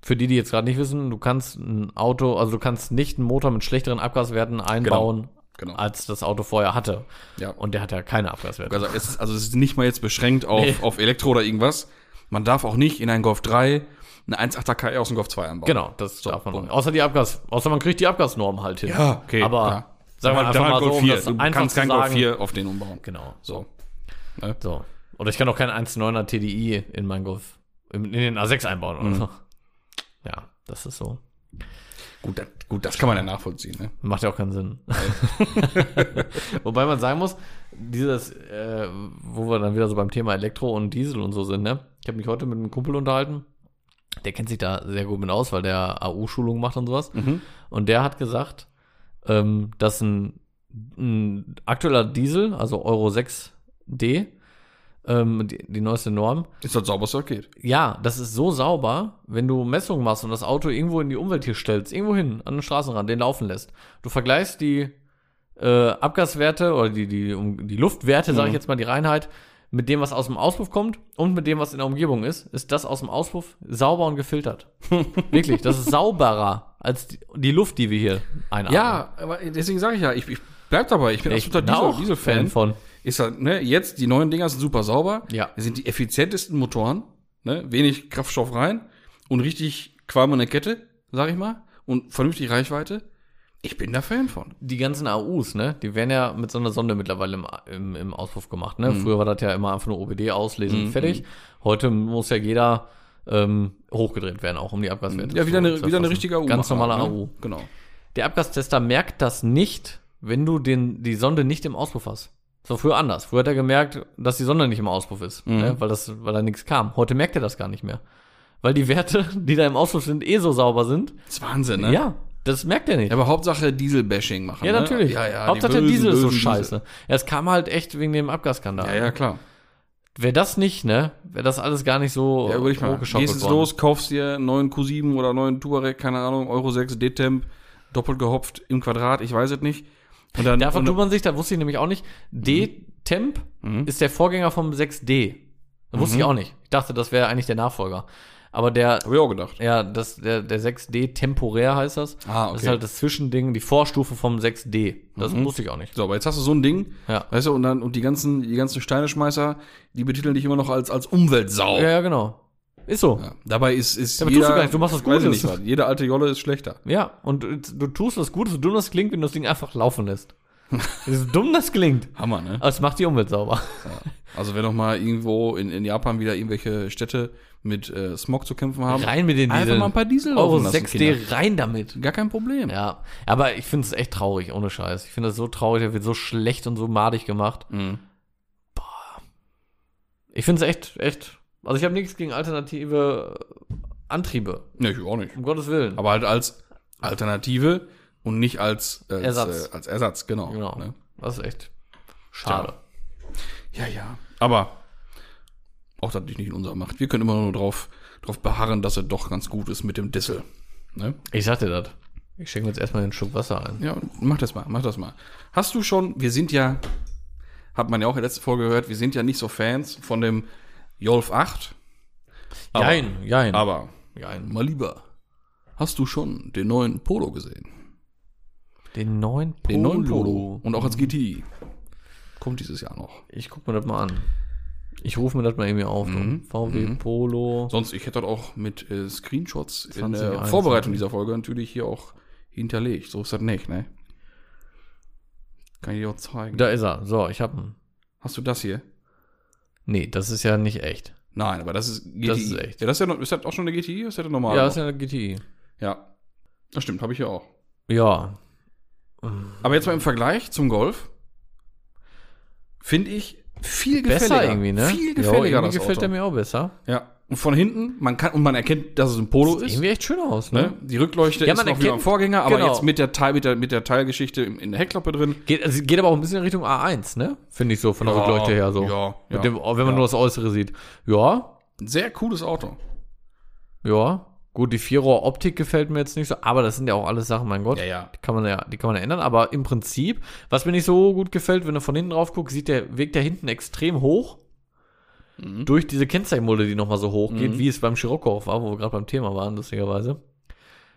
[SPEAKER 2] Für die, die jetzt gerade nicht wissen, du kannst ein Auto, also du kannst nicht einen Motor mit schlechteren Abgaswerten einbauen,
[SPEAKER 1] genau.
[SPEAKER 2] als das Auto vorher hatte.
[SPEAKER 1] Ja.
[SPEAKER 2] Und der hat ja keine Abgaswerte.
[SPEAKER 1] Also es, ist, also es ist nicht mal jetzt beschränkt auf,
[SPEAKER 2] Nee.
[SPEAKER 1] auf Elektro oder irgendwas. Man darf auch nicht in einen Golf 3 eine 1.8er KR aus dem Golf 2 anbauen.
[SPEAKER 2] Genau, das darf man. Außer die Abgas, außer man kriegt die Abgasnorm halt hin.
[SPEAKER 1] Ja, okay.
[SPEAKER 2] Aber
[SPEAKER 1] klar.
[SPEAKER 2] sagen wir
[SPEAKER 1] Dann
[SPEAKER 2] einfach
[SPEAKER 1] halt
[SPEAKER 2] mal so,
[SPEAKER 1] Golf
[SPEAKER 2] um
[SPEAKER 1] 4.
[SPEAKER 2] das
[SPEAKER 1] Du
[SPEAKER 2] einfach
[SPEAKER 1] kannst
[SPEAKER 2] zu
[SPEAKER 1] keinen Golf
[SPEAKER 2] sagen.
[SPEAKER 1] 4 auf den umbauen.
[SPEAKER 2] Genau.
[SPEAKER 1] So.
[SPEAKER 2] So. Oder ich kann
[SPEAKER 1] Mhm.
[SPEAKER 2] auch keinen 1,9er TDI in meinen Golf, in in den A6 einbauen oder so. Ja. Das ist so.
[SPEAKER 1] Gut, das, gut, das kann man ja nachvollziehen. Ne?
[SPEAKER 2] Macht ja auch keinen Sinn. [LAUGHS] Wobei man sagen muss, dieses, äh, wo wir dann wieder so beim Thema Elektro und Diesel und so sind, ne? Ich habe mich heute mit einem Kumpel unterhalten, der kennt sich da sehr gut mit aus, weil der AU-Schulung macht und sowas.
[SPEAKER 1] Mhm.
[SPEAKER 2] Und der hat gesagt, ähm, dass ein, ein aktueller Diesel, also Euro 6D, ähm, die, die neueste Norm,
[SPEAKER 1] Ist das sauberste Paket.
[SPEAKER 2] ja, das ist so sauber, wenn du Messungen machst und das Auto irgendwo in die Umwelt hier stellst, irgendwo hin, an den Straßenrand, den laufen lässt. Du vergleichst die äh, Abgaswerte oder die, die, um, die Luftwerte, sage
[SPEAKER 1] Mhm.
[SPEAKER 2] ich jetzt mal, die Reinheit, mit dem, was aus dem Auspuff kommt und mit dem, was in der Umgebung ist, ist das aus dem Auspuff sauber
[SPEAKER 1] [LAUGHS]
[SPEAKER 2] und gefiltert. Wirklich, das ist sauberer als die, die Luft, die wir hier einatmen.
[SPEAKER 1] Ja, aber deswegen sage ich ja, ich, ich bleib dabei. Ich bin
[SPEAKER 2] ich
[SPEAKER 1] absoluter
[SPEAKER 2] bin
[SPEAKER 1] Diesel-
[SPEAKER 2] auch
[SPEAKER 1] Diesel-Fan.
[SPEAKER 2] Fan von.
[SPEAKER 1] Ist halt, ne, jetzt, die neuen Dinger sind super sauber.
[SPEAKER 2] Ja.
[SPEAKER 1] Das sind die effizientesten Motoren. Ne, wenig Kraftstoff rein und richtig Qualm in der Kette, sag ich mal. Und vernünftig Reichweite. Ich bin da Fan von.
[SPEAKER 2] die ganzen AUs, ne, die werden ja mit so einer Sonde mittlerweile im, im, im Auspuff gemacht,
[SPEAKER 1] Mhm.
[SPEAKER 2] ne? Früher war das ja immer einfach nur OBD auslesen, fertig. Heute muss ja jeder ähm, hochgedreht werden, auch um die Abgaswerte
[SPEAKER 1] Mhm. Ja, wieder
[SPEAKER 2] zu-
[SPEAKER 1] eine,
[SPEAKER 2] zu
[SPEAKER 1] wieder eine
[SPEAKER 2] erfassen.
[SPEAKER 1] richtige AU.
[SPEAKER 2] ne? Ganz normale
[SPEAKER 1] machen,
[SPEAKER 2] AU.
[SPEAKER 1] Ne? Genau.
[SPEAKER 2] Der Abgastester merkt das nicht, wenn du den, die Sonde nicht im Auspuff hast. Das war früher anders. Früher hat er gemerkt, dass die Sonde nicht im Auspuff ist,
[SPEAKER 1] Mhm.
[SPEAKER 2] ne? weil, das, weil da nichts kam. Heute merkt er das gar nicht mehr. Weil die Werte, [LAUGHS] die da im Auspuff sind, eh so sauber sind.
[SPEAKER 1] Das ist Wahnsinn, ne?
[SPEAKER 2] Ja, das merkt er nicht.
[SPEAKER 1] Ja, aber Hauptsache Diesel-Bashing machen.
[SPEAKER 2] Ja,
[SPEAKER 1] ne?
[SPEAKER 2] natürlich.
[SPEAKER 1] Ja, ja, die
[SPEAKER 2] Hauptsache der
[SPEAKER 1] bösen,
[SPEAKER 2] Diesel ist so
[SPEAKER 1] bösen
[SPEAKER 2] scheiße. Ja, es kam halt echt wegen dem Abgasskandal.
[SPEAKER 1] Ja, ja, klar.
[SPEAKER 2] Wäre das nicht, ne? Wäre das alles gar nicht so
[SPEAKER 1] Ja, überleg mal.
[SPEAKER 2] hochgeschaukelt
[SPEAKER 1] Gehst jetzt
[SPEAKER 2] worden.
[SPEAKER 1] los, kaufst dir einen neuen Q7 oder einen neuen Touareg, keine Ahnung, Euro 6, D-Temp, doppelt gehopft im Quadrat, ich weiß es nicht. Und dann,
[SPEAKER 2] Da
[SPEAKER 1] und,
[SPEAKER 2] vertut man sich, da wusste ich nämlich auch nicht.
[SPEAKER 1] Mhm.
[SPEAKER 2] D-Temp ist der Vorgänger vom 6D. Da wusste
[SPEAKER 1] Mhm.
[SPEAKER 2] ich auch nicht. Ich dachte, das wäre eigentlich der Nachfolger. Aber der,
[SPEAKER 1] hab ich auch gedacht.
[SPEAKER 2] ja, das, der, der 6D temporär heißt das.
[SPEAKER 1] Ah,
[SPEAKER 2] Das
[SPEAKER 1] okay. Mhm.
[SPEAKER 2] ist halt das Zwischending, die Vorstufe vom 6D. Das wusste ich auch nicht.
[SPEAKER 1] So, aber jetzt hast du so ein Ding,
[SPEAKER 2] Ja.
[SPEAKER 1] weißt du, und dann, und die ganzen, die ganzen Steineschmeißer, die betiteln dich immer noch als, als Umweltsau.
[SPEAKER 2] Ja, ja, genau. Ist so.
[SPEAKER 1] Oh. Ja. Dabei ist, ist
[SPEAKER 2] aber tust du gar nicht, du machst was
[SPEAKER 1] weiß ich
[SPEAKER 2] Gutes.
[SPEAKER 1] Nicht, was. Jede alte Jolle ist schlechter.
[SPEAKER 2] Ja, und du, du tust was Gutes, so dumm das klingt, wenn du das Ding einfach
[SPEAKER 1] [LAUGHS]
[SPEAKER 2] laufen lässt. so dumm das klingt.
[SPEAKER 1] Hammer, ne?
[SPEAKER 2] Aber es macht die Umwelt sauber.
[SPEAKER 1] Also wenn noch mal irgendwo in, in Japan wieder irgendwelche Städte mit äh, Smog zu kämpfen haben,
[SPEAKER 2] [LAUGHS] Rein mit den
[SPEAKER 1] einfach
[SPEAKER 2] Dieseln.
[SPEAKER 1] mal ein paar Diesel
[SPEAKER 2] Euro
[SPEAKER 1] laufen lassen,
[SPEAKER 2] 6D rein damit.
[SPEAKER 1] gar kein Problem.
[SPEAKER 2] Ja, aber ich finde es echt traurig, ohne Scheiß. Ich finde es so traurig, der wird so schlecht und so madig gemacht.
[SPEAKER 1] Mhm.
[SPEAKER 2] Ich finde es echt, echt. Also ich habe nichts gegen alternative äh, Antriebe.
[SPEAKER 1] Ne, ich auch nicht.
[SPEAKER 2] Um Gottes Willen.
[SPEAKER 1] Aber halt als Alternative und nicht als, als
[SPEAKER 2] Ersatz.
[SPEAKER 1] Äh, als Ersatz, genau.
[SPEAKER 2] genau.
[SPEAKER 1] Ne?
[SPEAKER 2] Das ist echt schade.
[SPEAKER 1] Ja, ja. Aber auch das liegt nicht in unserer Macht. Wir können immer nur drauf, drauf beharren, dass er doch ganz gut ist mit dem Dissel. Ne?
[SPEAKER 2] Ich sagte das. Ich schenke mir jetzt erstmal einen Schluck Wasser ein.
[SPEAKER 1] Ja, mach das mal, mach das mal. Hast du schon, wir sind ja, hat man ja auch in der letzten Folge gehört, wir sind ja nicht so Fans von dem Jolf 8. Aber-
[SPEAKER 2] Jein, jein.
[SPEAKER 1] Aber
[SPEAKER 2] jein.
[SPEAKER 1] mal lieber, hast du schon den neuen Polo gesehen?
[SPEAKER 2] Den neuen Polo.
[SPEAKER 1] Den neuen Polo. Und auch als GT. Kommt dieses Jahr noch.
[SPEAKER 2] Ich guck mir das mal an. Ich rufe mir das mal irgendwie auf.
[SPEAKER 1] Mhm.
[SPEAKER 2] du. VW Polo.
[SPEAKER 1] Sonst, ich hätte das auch mit äh, Screenshots in
[SPEAKER 2] 2021.
[SPEAKER 1] der Vorbereitung dieser Folge natürlich hier auch hinterlegt. So ist das nicht, ne? Kann ich dir auch zeigen.
[SPEAKER 2] Da ist er. So, ich hab ihn.
[SPEAKER 1] Hast du das hier?
[SPEAKER 2] Nee, das ist ja nicht echt.
[SPEAKER 1] Nein, aber das ist GTI.
[SPEAKER 2] Das ist echt.
[SPEAKER 1] Ja, das ist, ja noch, ist das auch schon eine GTI? Ist das normal?
[SPEAKER 2] Ja, ist ja eine GTI.
[SPEAKER 1] ja. Das stimmt, habe ich ja auch.
[SPEAKER 2] Ja.
[SPEAKER 1] Aber jetzt mal im Vergleich zum Golf finde ich viel gefälliger.
[SPEAKER 2] Besser irgendwie, ne?
[SPEAKER 1] Viel gefälliger
[SPEAKER 2] jo,
[SPEAKER 1] das
[SPEAKER 2] das gefällt
[SPEAKER 1] Auto.
[SPEAKER 2] der mir auch besser.
[SPEAKER 1] Ja. Und von hinten, man kann und man erkennt, dass es ein Polo ist.
[SPEAKER 2] Irgendwie echt schön aus,
[SPEAKER 1] Ne?
[SPEAKER 2] ne?
[SPEAKER 1] Die Rückleuchte
[SPEAKER 2] Ja,
[SPEAKER 1] ist
[SPEAKER 2] man
[SPEAKER 1] noch wie beim
[SPEAKER 2] erkennt-
[SPEAKER 1] Vorgänger, aber
[SPEAKER 2] genau.
[SPEAKER 1] jetzt mit der, Teil, mit, der, mit der Teilgeschichte in, in der Heckklappe drin.
[SPEAKER 2] Geht, also geht aber auch ein bisschen in Richtung A1, ne? Finde ich so, von der
[SPEAKER 1] Ja,
[SPEAKER 2] Rückleuchte her so.
[SPEAKER 1] ja, ja,
[SPEAKER 2] Mit dem, auch wenn man
[SPEAKER 1] ja.
[SPEAKER 2] nur das Äußere sieht. Ja,
[SPEAKER 1] Ein sehr cooles Auto.
[SPEAKER 2] ja. Gut, die Vierrohr-Optik gefällt mir jetzt nicht so, aber das sind ja auch alles Sachen, mein Gott.
[SPEAKER 1] ja.
[SPEAKER 2] Die kann man ja, die kann man ja ändern, aber im Prinzip, was mir nicht so gut gefällt, wenn du von hinten drauf guckst, sieht der Weg da hinten extrem hoch.
[SPEAKER 1] Mhm.
[SPEAKER 2] Durch diese Kennzeichenmulde, die nochmal so hoch geht, wie es beim Scirocco war, wo wir gerade beim Thema waren, lustigerweise.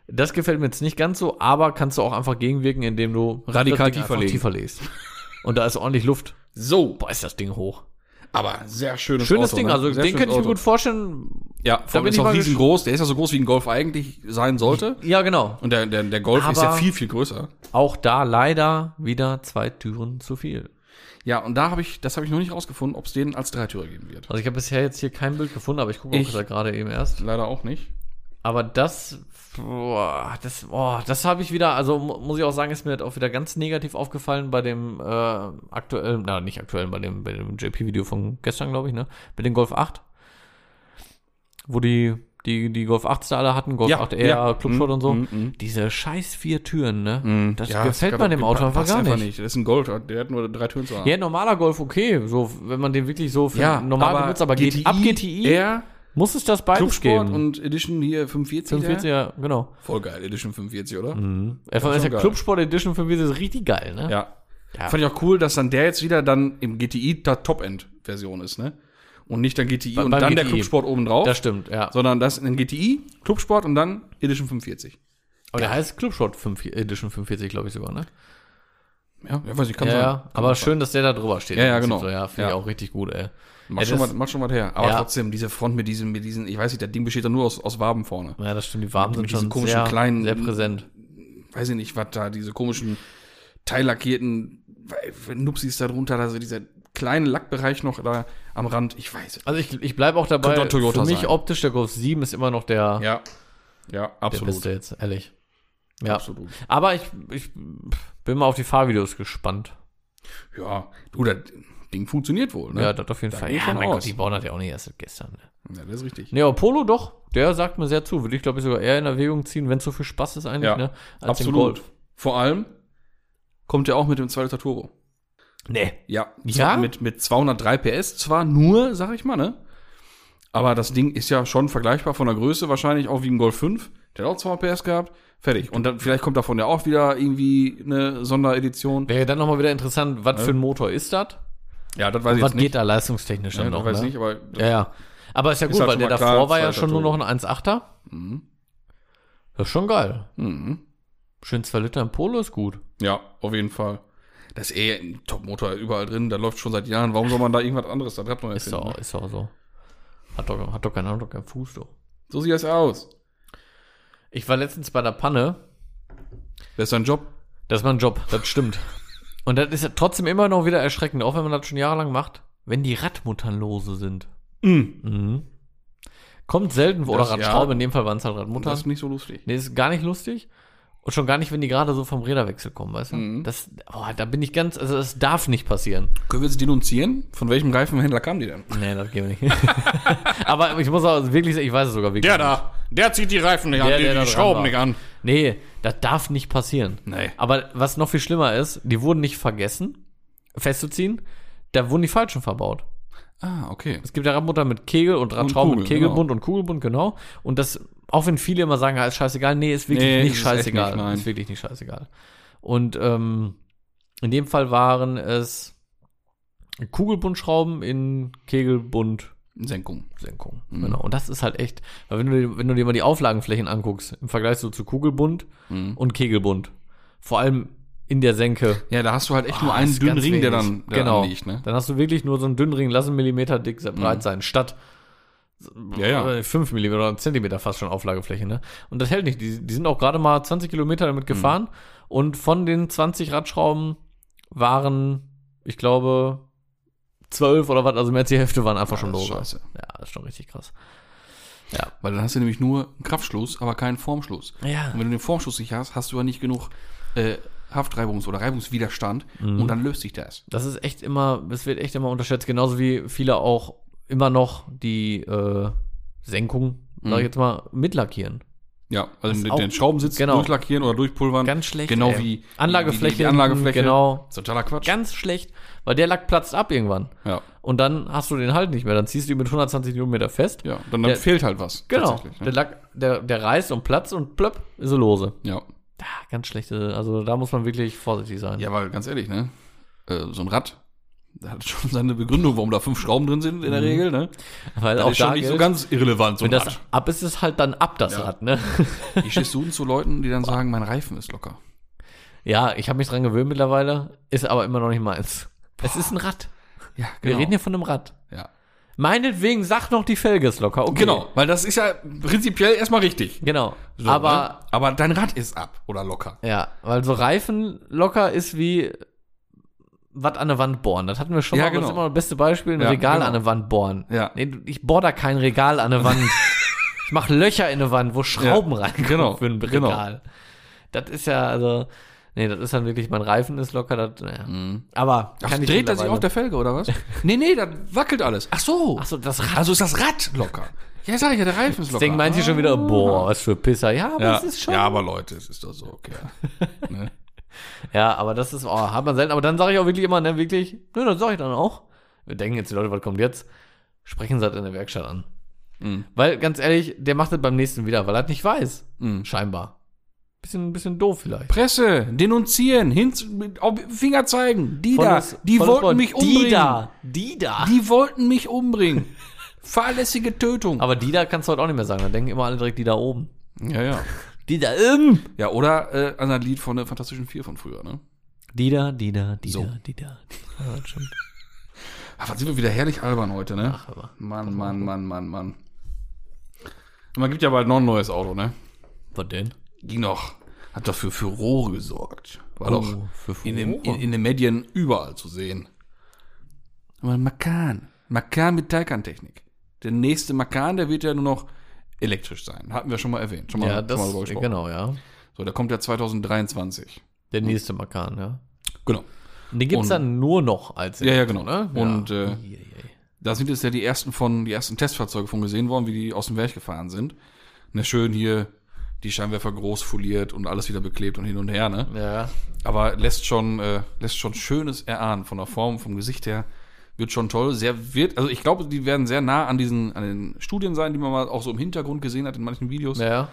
[SPEAKER 2] Das gefällt mir jetzt nicht ganz so, aber kannst du auch einfach gegenwirken, indem du
[SPEAKER 1] Radikal
[SPEAKER 2] das
[SPEAKER 1] tiefer
[SPEAKER 2] Ding einfach
[SPEAKER 1] legen.
[SPEAKER 2] tiefer legst. Und da ist ordentlich Luft.
[SPEAKER 1] So,
[SPEAKER 2] Boah, ist das Ding hoch.
[SPEAKER 1] aber sehr schönes,
[SPEAKER 2] Schönes
[SPEAKER 1] Auto.
[SPEAKER 2] Ding,
[SPEAKER 1] ne?
[SPEAKER 2] also
[SPEAKER 1] Sehr
[SPEAKER 2] den
[SPEAKER 1] schönes
[SPEAKER 2] könnte ich mir
[SPEAKER 1] Auto.
[SPEAKER 2] gut vorstellen.
[SPEAKER 1] Ja, vor allem
[SPEAKER 2] bin
[SPEAKER 1] ist
[SPEAKER 2] ich
[SPEAKER 1] auch
[SPEAKER 2] mal
[SPEAKER 1] riesengroß. Der ist ja so groß, wie ein Golf eigentlich sein sollte.
[SPEAKER 2] Ja, genau.
[SPEAKER 1] Und der, der, der Golf ist ja
[SPEAKER 2] Aber-
[SPEAKER 1] viel, viel größer.
[SPEAKER 2] Auch da leider wieder zwei Türen zu viel.
[SPEAKER 1] Ja, und da habe ich, das habe ich noch nicht rausgefunden, ob es den als Dreitürer geben wird.
[SPEAKER 2] Also ich habe bisher jetzt hier kein Bild gefunden, aber ich gucke
[SPEAKER 1] Ich-
[SPEAKER 2] auch da gerade eben erst.
[SPEAKER 1] Leider auch nicht.
[SPEAKER 2] Aber das, boah, das, boah, das habe ich wieder, also mu- muss ich auch sagen, ist mir das auch wieder ganz negativ aufgefallen bei dem äh, aktuellen, na nicht aktuellen, bei dem, bei dem JP-Video von gestern, glaube ich, ne? Mit dem Golf 8. Wo die, die, die Golf 8s da alle hatten, Golf
[SPEAKER 1] Ja,
[SPEAKER 2] 8 R,
[SPEAKER 1] ja.
[SPEAKER 2] Clubshot
[SPEAKER 1] Mhm,
[SPEAKER 2] und so.
[SPEAKER 1] mhm, mhm.
[SPEAKER 2] Diese scheiß vier Türen, ne?
[SPEAKER 1] Mhm.
[SPEAKER 2] Das
[SPEAKER 1] Ja,
[SPEAKER 2] gefällt
[SPEAKER 1] kann
[SPEAKER 2] man
[SPEAKER 1] doch-
[SPEAKER 2] dem Auto einfach
[SPEAKER 1] passt
[SPEAKER 2] gar nicht.
[SPEAKER 1] Das ist ein Gold, der hat nur drei Töne zu haben.
[SPEAKER 2] Ja, normaler Golf okay, so wenn man den wirklich so für normal benutzt, aber GTI, ab GTI
[SPEAKER 1] R,
[SPEAKER 2] muss es das beides
[SPEAKER 1] Clubsport
[SPEAKER 2] geben.
[SPEAKER 1] und Edition hier 45.
[SPEAKER 2] 45, ja, genau.
[SPEAKER 1] Voll geil, Edition 45, oder?
[SPEAKER 2] Ja, vor allem
[SPEAKER 1] schon
[SPEAKER 2] ist der
[SPEAKER 1] geil.
[SPEAKER 2] Clubsport Edition 45 ist richtig geil, ne?
[SPEAKER 1] Ja.
[SPEAKER 2] Ja.
[SPEAKER 1] Fand ich auch cool, dass dann der jetzt wieder dann im GTI der Top-End-Version ist, ne? Und nicht dann GTI und
[SPEAKER 2] beim
[SPEAKER 1] dann der
[SPEAKER 2] GTI.
[SPEAKER 1] Clubsport oben drauf,
[SPEAKER 2] Das stimmt, ja.
[SPEAKER 1] sondern das in GTI, Clubsport und dann Edition 45.
[SPEAKER 2] Aber der heißt Clubshot 5, Edition 45, glaube ich sogar, ne?
[SPEAKER 1] Ja, ja weiß ich, kann
[SPEAKER 2] Ja,
[SPEAKER 1] sein.
[SPEAKER 2] ja. Aber schön, dass der da drüber steht.
[SPEAKER 1] Ja, ja,
[SPEAKER 2] Im Prinzip
[SPEAKER 1] genau.
[SPEAKER 2] So, ja, finde
[SPEAKER 1] Ja.
[SPEAKER 2] ich auch richtig gut, ey.
[SPEAKER 1] Mach,
[SPEAKER 2] ja,
[SPEAKER 1] schon
[SPEAKER 2] das-
[SPEAKER 1] was, mach schon was her. Aber
[SPEAKER 2] Ja.
[SPEAKER 1] trotzdem, diese Front mit diesem, mit diesen, ich weiß nicht, das Ding besteht ja nur aus, aus Waben vorne.
[SPEAKER 2] Ja, das stimmt, die Farben sind
[SPEAKER 1] Mit diesen
[SPEAKER 2] schon
[SPEAKER 1] komischen
[SPEAKER 2] sehr,
[SPEAKER 1] kleinen-
[SPEAKER 2] sehr präsent.
[SPEAKER 1] weiß ich nicht, was da, diese komischen teillackierten weil- Nupsis da drunter, also dieser kleine Lackbereich noch da am Rand, ich weiß es.
[SPEAKER 2] Also ich, ich bleibe auch dabei,
[SPEAKER 1] Könnte auch Toyota
[SPEAKER 2] für mich
[SPEAKER 1] sein.
[SPEAKER 2] optisch der Golf 7 ist immer noch der,
[SPEAKER 1] Ja, ja,
[SPEAKER 2] der
[SPEAKER 1] absolut.
[SPEAKER 2] beste jetzt, ehrlich. Ja.
[SPEAKER 1] Absolut.
[SPEAKER 2] Aber ich, ich bin mal auf die Fahrvideos gespannt.
[SPEAKER 1] Ja, du, das Ding funktioniert wohl, ne?
[SPEAKER 2] Ja, das auf jeden Fall.
[SPEAKER 1] gehe ich
[SPEAKER 2] Ja,
[SPEAKER 1] von
[SPEAKER 2] mein
[SPEAKER 1] aus.
[SPEAKER 2] Gott, die bauen das ja auch nicht erst seit gestern. Ne?
[SPEAKER 1] Ja, das ist richtig.
[SPEAKER 2] Nee, aber Polo doch, der sagt mir sehr zu. Würde ich, glaube ich, sogar eher in Erwägung ziehen, wenn es so viel Spaß ist eigentlich,
[SPEAKER 1] Ja,
[SPEAKER 2] ne? den
[SPEAKER 1] absolut. Vor allem kommt er auch mit dem 2 Turbo.
[SPEAKER 2] Nee.
[SPEAKER 1] Ja,
[SPEAKER 2] Ja?
[SPEAKER 1] Mit, mit 203 PS zwar nur, sag ich mal, ne? Aber das Ding ist ja schon vergleichbar von der Größe, wahrscheinlich auch wie ein Golf 5. Der hat auch 200 PS gehabt. Fertig. Und dann, vielleicht kommt davon ja auch wieder irgendwie eine Sonderedition.
[SPEAKER 2] Wäre dann nochmal wieder interessant, was für ein Motor ist das?
[SPEAKER 1] Ja, das weiß ich
[SPEAKER 2] Was
[SPEAKER 1] jetzt nicht.
[SPEAKER 2] geht da leistungstechnisch
[SPEAKER 1] Ja,
[SPEAKER 2] dann
[SPEAKER 1] das
[SPEAKER 2] noch?
[SPEAKER 1] weiß
[SPEAKER 2] ne?
[SPEAKER 1] ich nicht, aber das,
[SPEAKER 2] Ja, ja. Aber ist ja gut,
[SPEAKER 1] halt
[SPEAKER 2] weil
[SPEAKER 1] schon
[SPEAKER 2] der
[SPEAKER 1] mal
[SPEAKER 2] davor
[SPEAKER 1] klar,
[SPEAKER 2] war ja
[SPEAKER 1] zweiter
[SPEAKER 2] schon nur noch
[SPEAKER 1] Turbo.
[SPEAKER 2] ein 1,8er.
[SPEAKER 1] Mhm.
[SPEAKER 2] Das ist schon geil.
[SPEAKER 1] Mhm.
[SPEAKER 2] Schön 2 Liter im Polo ist gut.
[SPEAKER 1] ja, auf jeden Fall. Das ist eh ein Top-Motor überall drin, der läuft schon seit Jahren. Warum soll man ne? da irgendwas anderes da dran
[SPEAKER 2] Ist doch, ist doch so. Hat doch, hat doch keinen, hat doch keinen Fuß, doch.
[SPEAKER 1] So sieht das aus.
[SPEAKER 2] Ich war letztens bei der Panne.
[SPEAKER 1] Das ist dein Job.
[SPEAKER 2] Das ist mein Job, das stimmt. Und das ist trotzdem immer noch wieder erschreckend, auch wenn man das schon jahrelang macht, wenn die Radmuttern lose sind. Mhm. Kommt selten vor, oder
[SPEAKER 1] Das- ja.
[SPEAKER 2] Radschraube, in dem Fall waren es halt
[SPEAKER 1] Das
[SPEAKER 2] Radmuttern.
[SPEAKER 1] ist nicht so lustig.
[SPEAKER 2] Nee, ist gar nicht lustig. Und schon gar nicht, wenn die gerade so vom Räderwechsel kommen, weißt du?
[SPEAKER 1] Mhm.
[SPEAKER 2] Das, oh, da bin ich ganz, also das darf nicht passieren.
[SPEAKER 1] Können wir jetzt denunzieren? Von welchem Reifenhändler kam die denn?
[SPEAKER 2] Nee, das geht nicht. [LAUGHS] Aber ich muss auch wirklich sagen, ich weiß es sogar wirklich.
[SPEAKER 1] Der da, der zieht die Reifen nicht
[SPEAKER 2] Der,
[SPEAKER 1] an, die,
[SPEAKER 2] der da
[SPEAKER 1] die
[SPEAKER 2] dran
[SPEAKER 1] Schrauben
[SPEAKER 2] war.
[SPEAKER 1] nicht an.
[SPEAKER 2] Nee, das darf nicht passieren.
[SPEAKER 1] Nee.
[SPEAKER 2] Aber was noch viel schlimmer ist, die wurden nicht vergessen, festzuziehen, da wurden die falschen verbaut.
[SPEAKER 1] Ah, okay.
[SPEAKER 2] Es gibt ja Radmutter mit Kegel und Radschrauben
[SPEAKER 1] Kugel,
[SPEAKER 2] mit Kegelbund und Kugelbund, genau. Und das, auch wenn viele immer sagen, ja, ist scheißegal, nee, ist wirklich
[SPEAKER 1] Nee,
[SPEAKER 2] nicht
[SPEAKER 1] ist echt
[SPEAKER 2] scheißegal.
[SPEAKER 1] nicht, nein.
[SPEAKER 2] ist wirklich nicht scheißegal. Und ähm, in dem Fall waren es Kugelbundschrauben in Kegelbund.
[SPEAKER 1] Senkung.
[SPEAKER 2] Senkung.
[SPEAKER 1] Mhm.
[SPEAKER 2] Genau. Und das ist halt echt, weil wenn du, dir- wenn du dir mal die Auflagenflächen anguckst, im Vergleich so zu Kugelbund und Kegelbund, vor allem in der Senke.
[SPEAKER 1] Ja, da hast du halt echt nur
[SPEAKER 2] Ah,
[SPEAKER 1] einen
[SPEAKER 2] ist
[SPEAKER 1] dünnen
[SPEAKER 2] ganz
[SPEAKER 1] Ring, der
[SPEAKER 2] wenig.
[SPEAKER 1] dann der
[SPEAKER 2] genau.
[SPEAKER 1] anliegt, ne? Mhm.
[SPEAKER 2] Dann hast du wirklich nur so einen dünnen Ring, lass einen Millimeter dick, sehr breit sein, statt
[SPEAKER 1] Ja, ja.
[SPEAKER 2] äh, 5 mm oder einen Zentimeter fast schon Auflagefläche. Ne? Und das hält nicht. Die, die sind auch gerade mal 20 Kilometer damit
[SPEAKER 1] Mhm.
[SPEAKER 2] gefahren. Und von den 20 Radschrauben waren, ich glaube, 12 oder was, also mehr als die Hälfte waren einfach schon
[SPEAKER 1] Ah, das ist
[SPEAKER 2] lose.
[SPEAKER 1] scheiße.
[SPEAKER 2] Ja, das ist schon richtig krass.
[SPEAKER 1] Weil dann hast du nämlich nur einen Kraftschluss, aber keinen Formschluss.
[SPEAKER 2] Ja.
[SPEAKER 1] Und wenn du den Formschluss nicht hast, hast du ja nicht genug äh, Haftreibungs- oder Reibungswiderstand
[SPEAKER 2] Mhm.
[SPEAKER 1] und dann löst sich das.
[SPEAKER 2] Das ist echt immer, es wird echt immer unterschätzt, genauso wie viele auch immer noch die äh, Senkung,
[SPEAKER 1] Mhm.
[SPEAKER 2] sag ich jetzt mal, mitlackieren.
[SPEAKER 1] Ja, also mit
[SPEAKER 2] auch-
[SPEAKER 1] den Schraubensitz
[SPEAKER 2] genau.
[SPEAKER 1] durchlackieren oder durchpulvern.
[SPEAKER 2] Ganz schlecht.
[SPEAKER 1] Genau
[SPEAKER 2] ey.
[SPEAKER 1] wie
[SPEAKER 2] Anlagefläche,
[SPEAKER 1] die, die Anlagefläche.
[SPEAKER 2] Genau.
[SPEAKER 1] Ist Totaler Quatsch.
[SPEAKER 2] Ganz schlecht, weil der Lack platzt ab irgendwann.
[SPEAKER 1] Ja,
[SPEAKER 2] Und dann hast du den halt nicht mehr. Dann ziehst du ihn mit 120 Newtonmeter fest.
[SPEAKER 1] ja. Dann, dann
[SPEAKER 2] Der-
[SPEAKER 1] fehlt halt was.
[SPEAKER 2] Genau.
[SPEAKER 1] tatsächlich,
[SPEAKER 2] Der
[SPEAKER 1] Ne?
[SPEAKER 2] Lack, der, der reißt und platzt und plöpp, ist er lose.
[SPEAKER 1] Ja.
[SPEAKER 2] Ah, ganz schlechte, also da muss man wirklich vorsichtig sein.
[SPEAKER 1] Ja, weil ganz ehrlich, ne? Äh, so ein Rad, da hat schon seine Begründung, warum da fünf Schrauben drin sind in der Regel, ne?
[SPEAKER 2] Weil
[SPEAKER 1] Das
[SPEAKER 2] Mhm. auch
[SPEAKER 1] ist schon
[SPEAKER 2] da
[SPEAKER 1] nicht so
[SPEAKER 2] gilt,
[SPEAKER 1] ganz irrelevant, so
[SPEAKER 2] wenn
[SPEAKER 1] ein
[SPEAKER 2] das
[SPEAKER 1] Rad.
[SPEAKER 2] ab ist, ist halt dann ab das
[SPEAKER 1] Ja.
[SPEAKER 2] Rad, ne?
[SPEAKER 1] Ich
[SPEAKER 2] [LAUGHS]
[SPEAKER 1] schiss zu Leuten, die dann sagen, mein Reifen ist locker.
[SPEAKER 2] Ja, ich habe mich dran gewöhnt mittlerweile, ist aber immer noch nicht meins. Es ist ein Rad.
[SPEAKER 1] Ja, genau.
[SPEAKER 2] Wir reden hier von einem Rad.
[SPEAKER 1] ja.
[SPEAKER 2] Meinetwegen sagt noch die Felge ist locker. Okay.
[SPEAKER 1] Genau, weil das ist ja prinzipiell erstmal richtig.
[SPEAKER 2] Genau.
[SPEAKER 1] So,
[SPEAKER 2] aber
[SPEAKER 1] ne? aber dein Rad ist ab oder locker.
[SPEAKER 2] ja, weil so Reifen locker ist wie was an der Wand bohren. Das hatten wir schon
[SPEAKER 1] Ja,
[SPEAKER 2] mal, aber das
[SPEAKER 1] genau.
[SPEAKER 2] ist immer das beste Beispiel, ein
[SPEAKER 1] Ja,
[SPEAKER 2] Regal
[SPEAKER 1] genau.
[SPEAKER 2] an der Wand bohren.
[SPEAKER 1] Ja. [LAUGHS]
[SPEAKER 2] Nee, du- ich bohr da kein Regal an der Wand. Ich mache Löcher in eine Wand, wo Schrauben rein
[SPEAKER 1] genau,
[SPEAKER 2] für ein
[SPEAKER 1] genau.
[SPEAKER 2] Regal. Das ist ja, also, nee, das ist dann wirklich, mein Reifen ist locker, das, naja. Aber
[SPEAKER 1] Mhm. Ach,
[SPEAKER 2] kann ich
[SPEAKER 1] dreht er sich
[SPEAKER 2] mittlerweile-
[SPEAKER 1] auf der Felge oder
[SPEAKER 2] [LAUGHS]
[SPEAKER 1] was? nee, nee, das wackelt alles. Ach so.
[SPEAKER 2] Ach so, das Rad.
[SPEAKER 1] Also ist das Rad locker. Ja, sag ich ja, der Reifen ist locker. ne?
[SPEAKER 2] Deswegen meint ihr schon wieder, boah, was für Pisser. Ja, aber
[SPEAKER 1] Ah. ja.
[SPEAKER 2] das ist schon.
[SPEAKER 1] ja, aber Leute, es ist doch so, okay. ne?
[SPEAKER 2] Ja, aber das ist, oh, hat man selten. Aber dann sage ich auch wirklich immer, ne, wirklich, ne, das sage ich dann auch. Wir denken jetzt, die Leute, was kommt jetzt? Sprechen sie halt in der Werkstatt an.
[SPEAKER 1] Mhm.
[SPEAKER 2] Weil, ganz ehrlich, der macht das beim nächsten wieder, weil er das nicht weiß.
[SPEAKER 1] Mhm.
[SPEAKER 2] Scheinbar. Bisschen, bisschen doof vielleicht.
[SPEAKER 1] Presse, denunzieren, hin, auf Finger zeigen, die da,
[SPEAKER 2] Volles-
[SPEAKER 1] die
[SPEAKER 2] volles
[SPEAKER 1] wollten
[SPEAKER 2] Wort.
[SPEAKER 1] mich umbringen.
[SPEAKER 2] Die da, die da.
[SPEAKER 1] Die wollten mich umbringen. Fahrlässige Tötung.
[SPEAKER 2] Aber die da kannst du heute auch nicht mehr sagen. Da denken immer alle direkt die da oben.
[SPEAKER 1] ja, ja.
[SPEAKER 2] Die da, ähm.
[SPEAKER 1] Ja, oder äh, an ein Lied von der Fantastischen Vier von früher, ne?
[SPEAKER 2] Die da, die da, die
[SPEAKER 1] So.
[SPEAKER 2] da, die da. Ja, das stimmt.
[SPEAKER 1] Ach, was Ah, sind wir wieder herrlich albern heute, ne?
[SPEAKER 2] Ach, aber.
[SPEAKER 1] Mann, Mann, Mann, Mann, Mann. Und man gibt ja bald noch ein neues Auto, ne?
[SPEAKER 2] Was denn?
[SPEAKER 1] Ging doch. Hat doch für Furore gesorgt. War
[SPEAKER 2] Oh,
[SPEAKER 1] doch
[SPEAKER 2] für
[SPEAKER 1] in, dem, in,
[SPEAKER 2] Furore?
[SPEAKER 1] in den Medien überall zu sehen. Aber Macan. Macan mit Taycan-Technik. Der nächste Macan, der wird ja nur noch elektrisch sein. Hatten wir schon mal erwähnt. Schon mal,
[SPEAKER 2] Ja,
[SPEAKER 1] schon mal
[SPEAKER 2] das,
[SPEAKER 1] drüber gesprochen.
[SPEAKER 2] genau, ja.
[SPEAKER 1] So, der kommt ja 2023.
[SPEAKER 2] Der nächste Makan, ja.
[SPEAKER 1] Genau.
[SPEAKER 2] Und den gibt's
[SPEAKER 1] Und-
[SPEAKER 2] dann nur noch als
[SPEAKER 1] Ja, ja, genau. Ne? Und
[SPEAKER 2] Ja.
[SPEAKER 1] äh, da sind jetzt ja die ersten von, die ersten Testfahrzeuge von gesehen worden, wie die aus dem Werk gefahren sind. Ne, schön hier die Scheinwerfer groß foliert und alles wieder beklebt und hin und her, ne?
[SPEAKER 2] ja.
[SPEAKER 1] Aber lässt schon, äh, lässt schon Schönes erahnen von der Form, vom Gesicht her. Wird schon toll. Sehr wird, also ich glaube, die werden sehr nah an diesen, an den Studien sein, die man mal auch so im Hintergrund gesehen hat in manchen Videos.
[SPEAKER 2] Ja.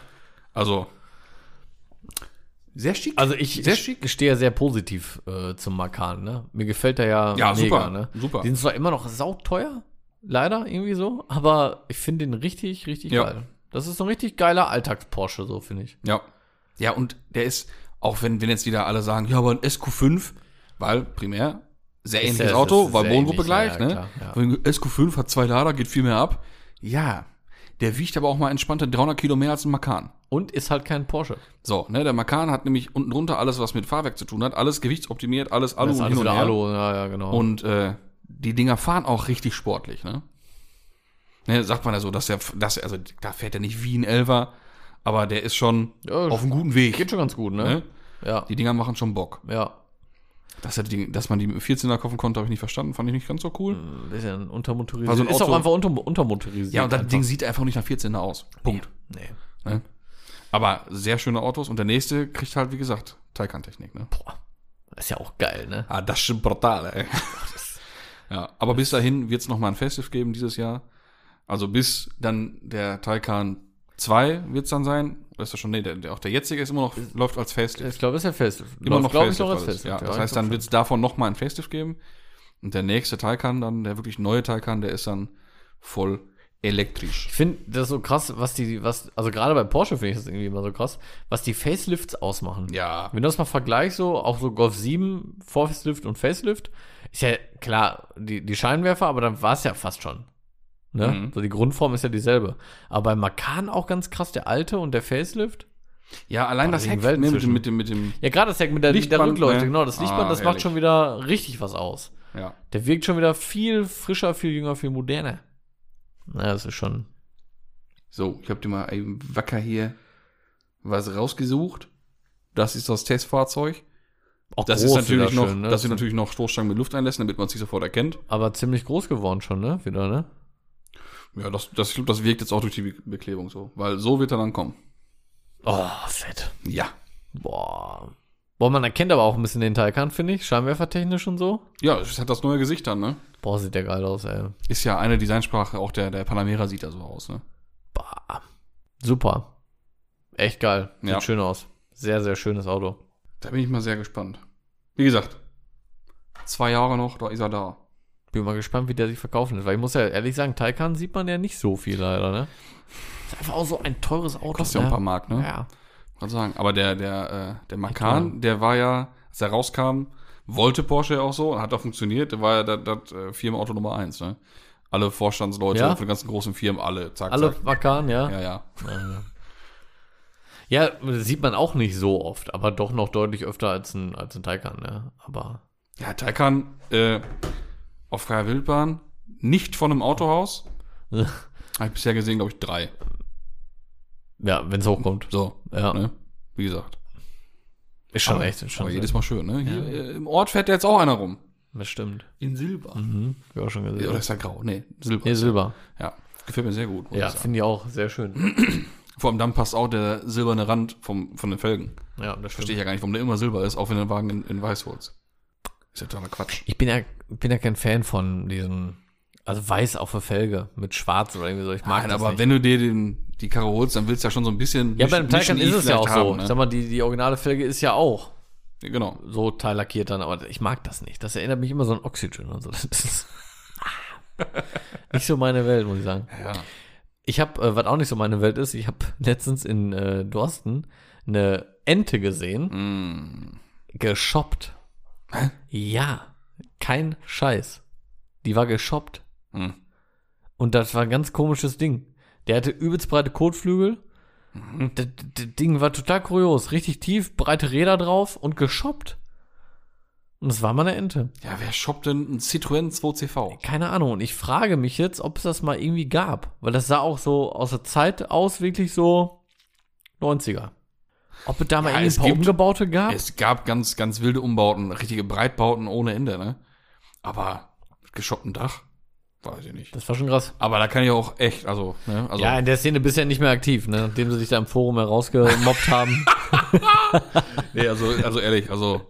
[SPEAKER 1] Also sehr schick.
[SPEAKER 2] Also ich,
[SPEAKER 1] Sehr
[SPEAKER 2] ich stehe ja sehr positiv äh, zum Makan, ne? Mir gefällt der ja,
[SPEAKER 1] Ja, super,
[SPEAKER 2] ne?
[SPEAKER 1] super.
[SPEAKER 2] Die sind zwar immer noch sauteuer, leider irgendwie so, aber ich finde den richtig, richtig
[SPEAKER 1] Ja.
[SPEAKER 2] geil. Das ist so ein richtig geiler Alltags-Porsche, so finde ich.
[SPEAKER 1] Ja. Ja, und der ist, auch wenn, wenn jetzt wieder alle sagen, ja, aber ein SQ5, weil primär sehr
[SPEAKER 2] Ist
[SPEAKER 1] ähnliches
[SPEAKER 2] ja- es
[SPEAKER 1] Auto,
[SPEAKER 2] ist
[SPEAKER 1] weil
[SPEAKER 2] sehr
[SPEAKER 1] Wohngruppe
[SPEAKER 2] ähnlich,
[SPEAKER 1] gleich,
[SPEAKER 2] ja, ja,
[SPEAKER 1] ne?
[SPEAKER 2] klar, ja.
[SPEAKER 1] Weil ein SQ5 hat zwei Lader, geht viel mehr ab. Ja, der wiegt aber auch mal entspannte 300 Kilo mehr als ein Makan.
[SPEAKER 2] Und ist halt kein Porsche.
[SPEAKER 1] So, ne, der Makan hat nämlich unten drunter alles, was mit Fahrwerk zu tun hat, alles gewichtsoptimiert, alles Alu
[SPEAKER 2] Das ist
[SPEAKER 1] und
[SPEAKER 2] alles
[SPEAKER 1] hin und
[SPEAKER 2] wieder
[SPEAKER 1] her.
[SPEAKER 2] Alu, ja, ja, genau.
[SPEAKER 1] Und äh, die Dinger fahren auch richtig sportlich, ne? ne sagt man ja so, dass der, dass er, also da fährt er nicht wie ein Elfer, aber der ist schon
[SPEAKER 2] Ja,
[SPEAKER 1] auf einem guten Weg.
[SPEAKER 2] geht schon ganz gut, ne?
[SPEAKER 1] Ne?
[SPEAKER 2] Ja.
[SPEAKER 1] Die Dinger machen schon Bock.
[SPEAKER 2] Ja.
[SPEAKER 1] Dass, er die, dass man die mit 14er kaufen konnte, habe ich nicht verstanden. Fand ich nicht ganz so cool.
[SPEAKER 2] Ein bisschen untermotorisiert.
[SPEAKER 1] Also ein
[SPEAKER 2] ist auch
[SPEAKER 1] Auto-
[SPEAKER 2] einfach unter, untermotorisiert.
[SPEAKER 1] Ja, und das
[SPEAKER 2] einfach.
[SPEAKER 1] Ding sieht einfach nicht nach 14er aus. Punkt.
[SPEAKER 2] Nee.
[SPEAKER 1] Ne? Aber sehr schöne Autos. Und der nächste kriegt halt, wie gesagt, Taycan-Technik. Ne?
[SPEAKER 2] Boah. Ist ja auch geil, ne?
[SPEAKER 1] Ah, das ist schon brutal, ey. ja, aber bis dahin wird es nochmal ein Festiv geben dieses Jahr. Also bis dann der Taycan 2 wird es dann sein. Oder Ist das schon, nee, der, der, auch der jetzige ist immer noch, läuft als Festiv.
[SPEAKER 2] Ich glaube, ist ja fest.
[SPEAKER 1] Immer noch
[SPEAKER 2] glaube Äh, ich,
[SPEAKER 1] Facelift
[SPEAKER 2] noch als
[SPEAKER 1] alles.
[SPEAKER 2] fest.
[SPEAKER 1] Ja, das heißt, dann wird es davon nochmal ein Facelift geben. Und der nächste Taycan dann, der wirklich neue Taycan, der ist dann voll elektrisch.
[SPEAKER 2] Ich finde das so krass, was die, was, also gerade bei Porsche finde ich das irgendwie immer so krass, was die Facelifts ausmachen.
[SPEAKER 1] Ja.
[SPEAKER 2] Wenn du das mal vergleichst, so, auch so Golf 7, Vorfacelift und Facelift, ist ja klar, die, die Scheinwerfer, aber dann war es ja fast schon. Ne?
[SPEAKER 1] Mhm.
[SPEAKER 2] So die Grundform ist ja dieselbe. Aber bei Macan auch ganz krass, der alte und der Facelift.
[SPEAKER 1] Ja, allein
[SPEAKER 2] Boah,
[SPEAKER 1] das
[SPEAKER 2] da
[SPEAKER 1] Heck
[SPEAKER 2] liegen Welten
[SPEAKER 1] ne, mit, dem,
[SPEAKER 2] zwischen.
[SPEAKER 1] mit dem, mit dem,
[SPEAKER 2] Ja, gerade das Heck mit der, mit der
[SPEAKER 1] Lichtband,
[SPEAKER 2] Rückleuchte,
[SPEAKER 1] ne?
[SPEAKER 2] genau, das Lichtband,
[SPEAKER 1] Ah,
[SPEAKER 2] das macht
[SPEAKER 1] herrlich.
[SPEAKER 2] schon wieder richtig was aus.
[SPEAKER 1] ja.
[SPEAKER 2] Der wirkt schon wieder viel frischer, viel jünger, viel moderner. Na, das ist schon.
[SPEAKER 1] So, ich habe dir mal eben wacker hier was rausgesucht. Das ist das Testfahrzeug.
[SPEAKER 2] Auch
[SPEAKER 1] Das ist
[SPEAKER 2] groß
[SPEAKER 1] natürlich
[SPEAKER 2] wieder
[SPEAKER 1] noch,
[SPEAKER 2] schön, ne?
[SPEAKER 1] das sind natürlich noch Stoßstangen mit Lufteinlässen, damit man es nicht sofort erkennt.
[SPEAKER 2] aber ziemlich groß geworden schon, ne? Wieder, ne?
[SPEAKER 1] Ja, das, das, ich glaube, das wirkt jetzt auch durch die Be- Beklebung so, weil so wird er dann kommen.
[SPEAKER 2] Oh, fett.
[SPEAKER 1] Ja.
[SPEAKER 2] Boah. Boah, man erkennt aber auch ein bisschen den Taycan, finde ich. Scheinwerfertechnisch und so.
[SPEAKER 1] Ja, es hat das neue Gesicht dann, ne?
[SPEAKER 2] Boah, sieht der geil aus, ey.
[SPEAKER 1] Ist ja eine Designsprache, auch der, der Panamera sieht da so aus, ne?
[SPEAKER 2] Bah. Super. Echt geil. Sieht
[SPEAKER 1] Ja.
[SPEAKER 2] schön aus. Sehr, sehr schönes Auto.
[SPEAKER 1] Da bin ich mal sehr gespannt. Wie gesagt, zwei Jahre noch, da ist er da.
[SPEAKER 2] Bin mal gespannt, wie der sich verkaufen wird. Weil ich muss ja ehrlich sagen, Taycan sieht man ja nicht so viel leider, ne? Ist einfach auch so ein teures Auto.
[SPEAKER 1] Kostet ja
[SPEAKER 2] ne?
[SPEAKER 1] ein paar Mark, ne?
[SPEAKER 2] Ja.
[SPEAKER 1] Kann sagen. Aber der, der, äh, der
[SPEAKER 2] klar.
[SPEAKER 1] Macan, der war ja, als er rauskam, wollte Porsche ja auch so, hat auch funktioniert, der war ja das, das äh, Firmenauto Nummer eins, ne? Alle Vorstandsleute
[SPEAKER 2] Ja?
[SPEAKER 1] von den ganzen großen Firmen, alle, zack,
[SPEAKER 2] Alle
[SPEAKER 1] zack.
[SPEAKER 2] Macan, ja.
[SPEAKER 1] Ja, ja.
[SPEAKER 2] Ja, das sieht man auch nicht so oft, aber doch noch deutlich öfter als ein, als ein Taycan, ne? Aber [LAUGHS]
[SPEAKER 1] Ja, Taycan, äh, auf freier Wildbahn, nicht von einem Autohaus. Habe ich bisher gesehen, glaube ich, drei.
[SPEAKER 2] Ja, wenn es hochkommt.
[SPEAKER 1] So,
[SPEAKER 2] Ja.
[SPEAKER 1] ne? wie gesagt.
[SPEAKER 2] Ist schon echt. Ist schon
[SPEAKER 1] Aber
[SPEAKER 2] sehr-
[SPEAKER 1] jedes Mal schön, ne? Hier, äh, Im Ort fährt jetzt auch einer rum.
[SPEAKER 2] Das stimmt.
[SPEAKER 1] In Silber.
[SPEAKER 2] Mhm. Hab ich auch schon
[SPEAKER 1] Oder
[SPEAKER 2] gesehen.
[SPEAKER 1] ist ja grau? Nee, Silber.
[SPEAKER 2] Nee, Silber.
[SPEAKER 1] Ja, gefällt mir sehr gut. muss
[SPEAKER 2] Ja,
[SPEAKER 1] ich sagen.
[SPEAKER 2] finde ich auch
[SPEAKER 1] [CLEARS THROAT]
[SPEAKER 2] sehr schön.
[SPEAKER 1] Vor allem dann passt auch der silberne Rand vom, von den Felgen.
[SPEAKER 2] Ja, das
[SPEAKER 1] Verstehe ich ja gar nicht, warum der immer silber ist, auch wenn der Wagen in, in weiß wurde. Ist ja totaler Quatsch.
[SPEAKER 2] Ich bin ja, bin ja kein Fan von diesen, also weiß auf der Felge mit schwarz oder irgendwie so. Ich mag
[SPEAKER 1] Nein,
[SPEAKER 2] das
[SPEAKER 1] aber
[SPEAKER 2] nicht.
[SPEAKER 1] wenn du dir den, die Karre holst, dann willst du ja schon so ein bisschen.
[SPEAKER 2] Ja, beim Taycan
[SPEAKER 1] Mission
[SPEAKER 2] ist es ja
[SPEAKER 1] vielleicht
[SPEAKER 2] auch so.
[SPEAKER 1] haben,
[SPEAKER 2] Ich sag mal, die, die originale Felge ist ja auch
[SPEAKER 1] Ne? Genau.
[SPEAKER 2] so teillackiert dann, aber ich mag das nicht. Das erinnert mich immer so an Oxygen und so. Das ist nicht so meine Welt, muss ich sagen.
[SPEAKER 1] Ja.
[SPEAKER 2] Ich habe, äh, was auch nicht so meine Welt ist, ich habe letztens in äh, Dorsten eine Ente gesehen, Hm.
[SPEAKER 1] Mm.
[SPEAKER 2] geshoppt. Ja, kein Scheiß. Die war geshoppt.
[SPEAKER 1] Hm.
[SPEAKER 2] Und das war ein ganz komisches Ding. Der hatte übelst breite Kotflügel.
[SPEAKER 1] Mhm.
[SPEAKER 2] Das, das Ding war total kurios. Richtig tief, breite Räder drauf und geschoppt. Und es war mal eine Ente.
[SPEAKER 1] Ja, wer shoppt denn einen Citroën 2CV?
[SPEAKER 2] Keine Ahnung. Und ich frage mich jetzt, ob es das mal irgendwie gab. Weil das sah auch so aus der Zeit aus, wirklich so 90er. Ob es da mal
[SPEAKER 1] Ja,
[SPEAKER 2] irgendwie
[SPEAKER 1] es
[SPEAKER 2] ein paar
[SPEAKER 1] gibt-
[SPEAKER 2] umgebaute gab?
[SPEAKER 1] Es gab ganz, ganz wilde Umbauten, richtige Breitbauten ohne Ende, ne? Aber mit geschopptem Dach? Weiß ich nicht.
[SPEAKER 2] das war schon krass.
[SPEAKER 1] Aber da kann ich auch echt, also, ne? Also,
[SPEAKER 2] Ja, in der Szene bist du ja nicht mehr aktiv, ne? Nachdem sie dich da im Forum herausgemobbt
[SPEAKER 1] [LAUGHS]
[SPEAKER 2] haben.
[SPEAKER 1] nee, also, also ehrlich, also,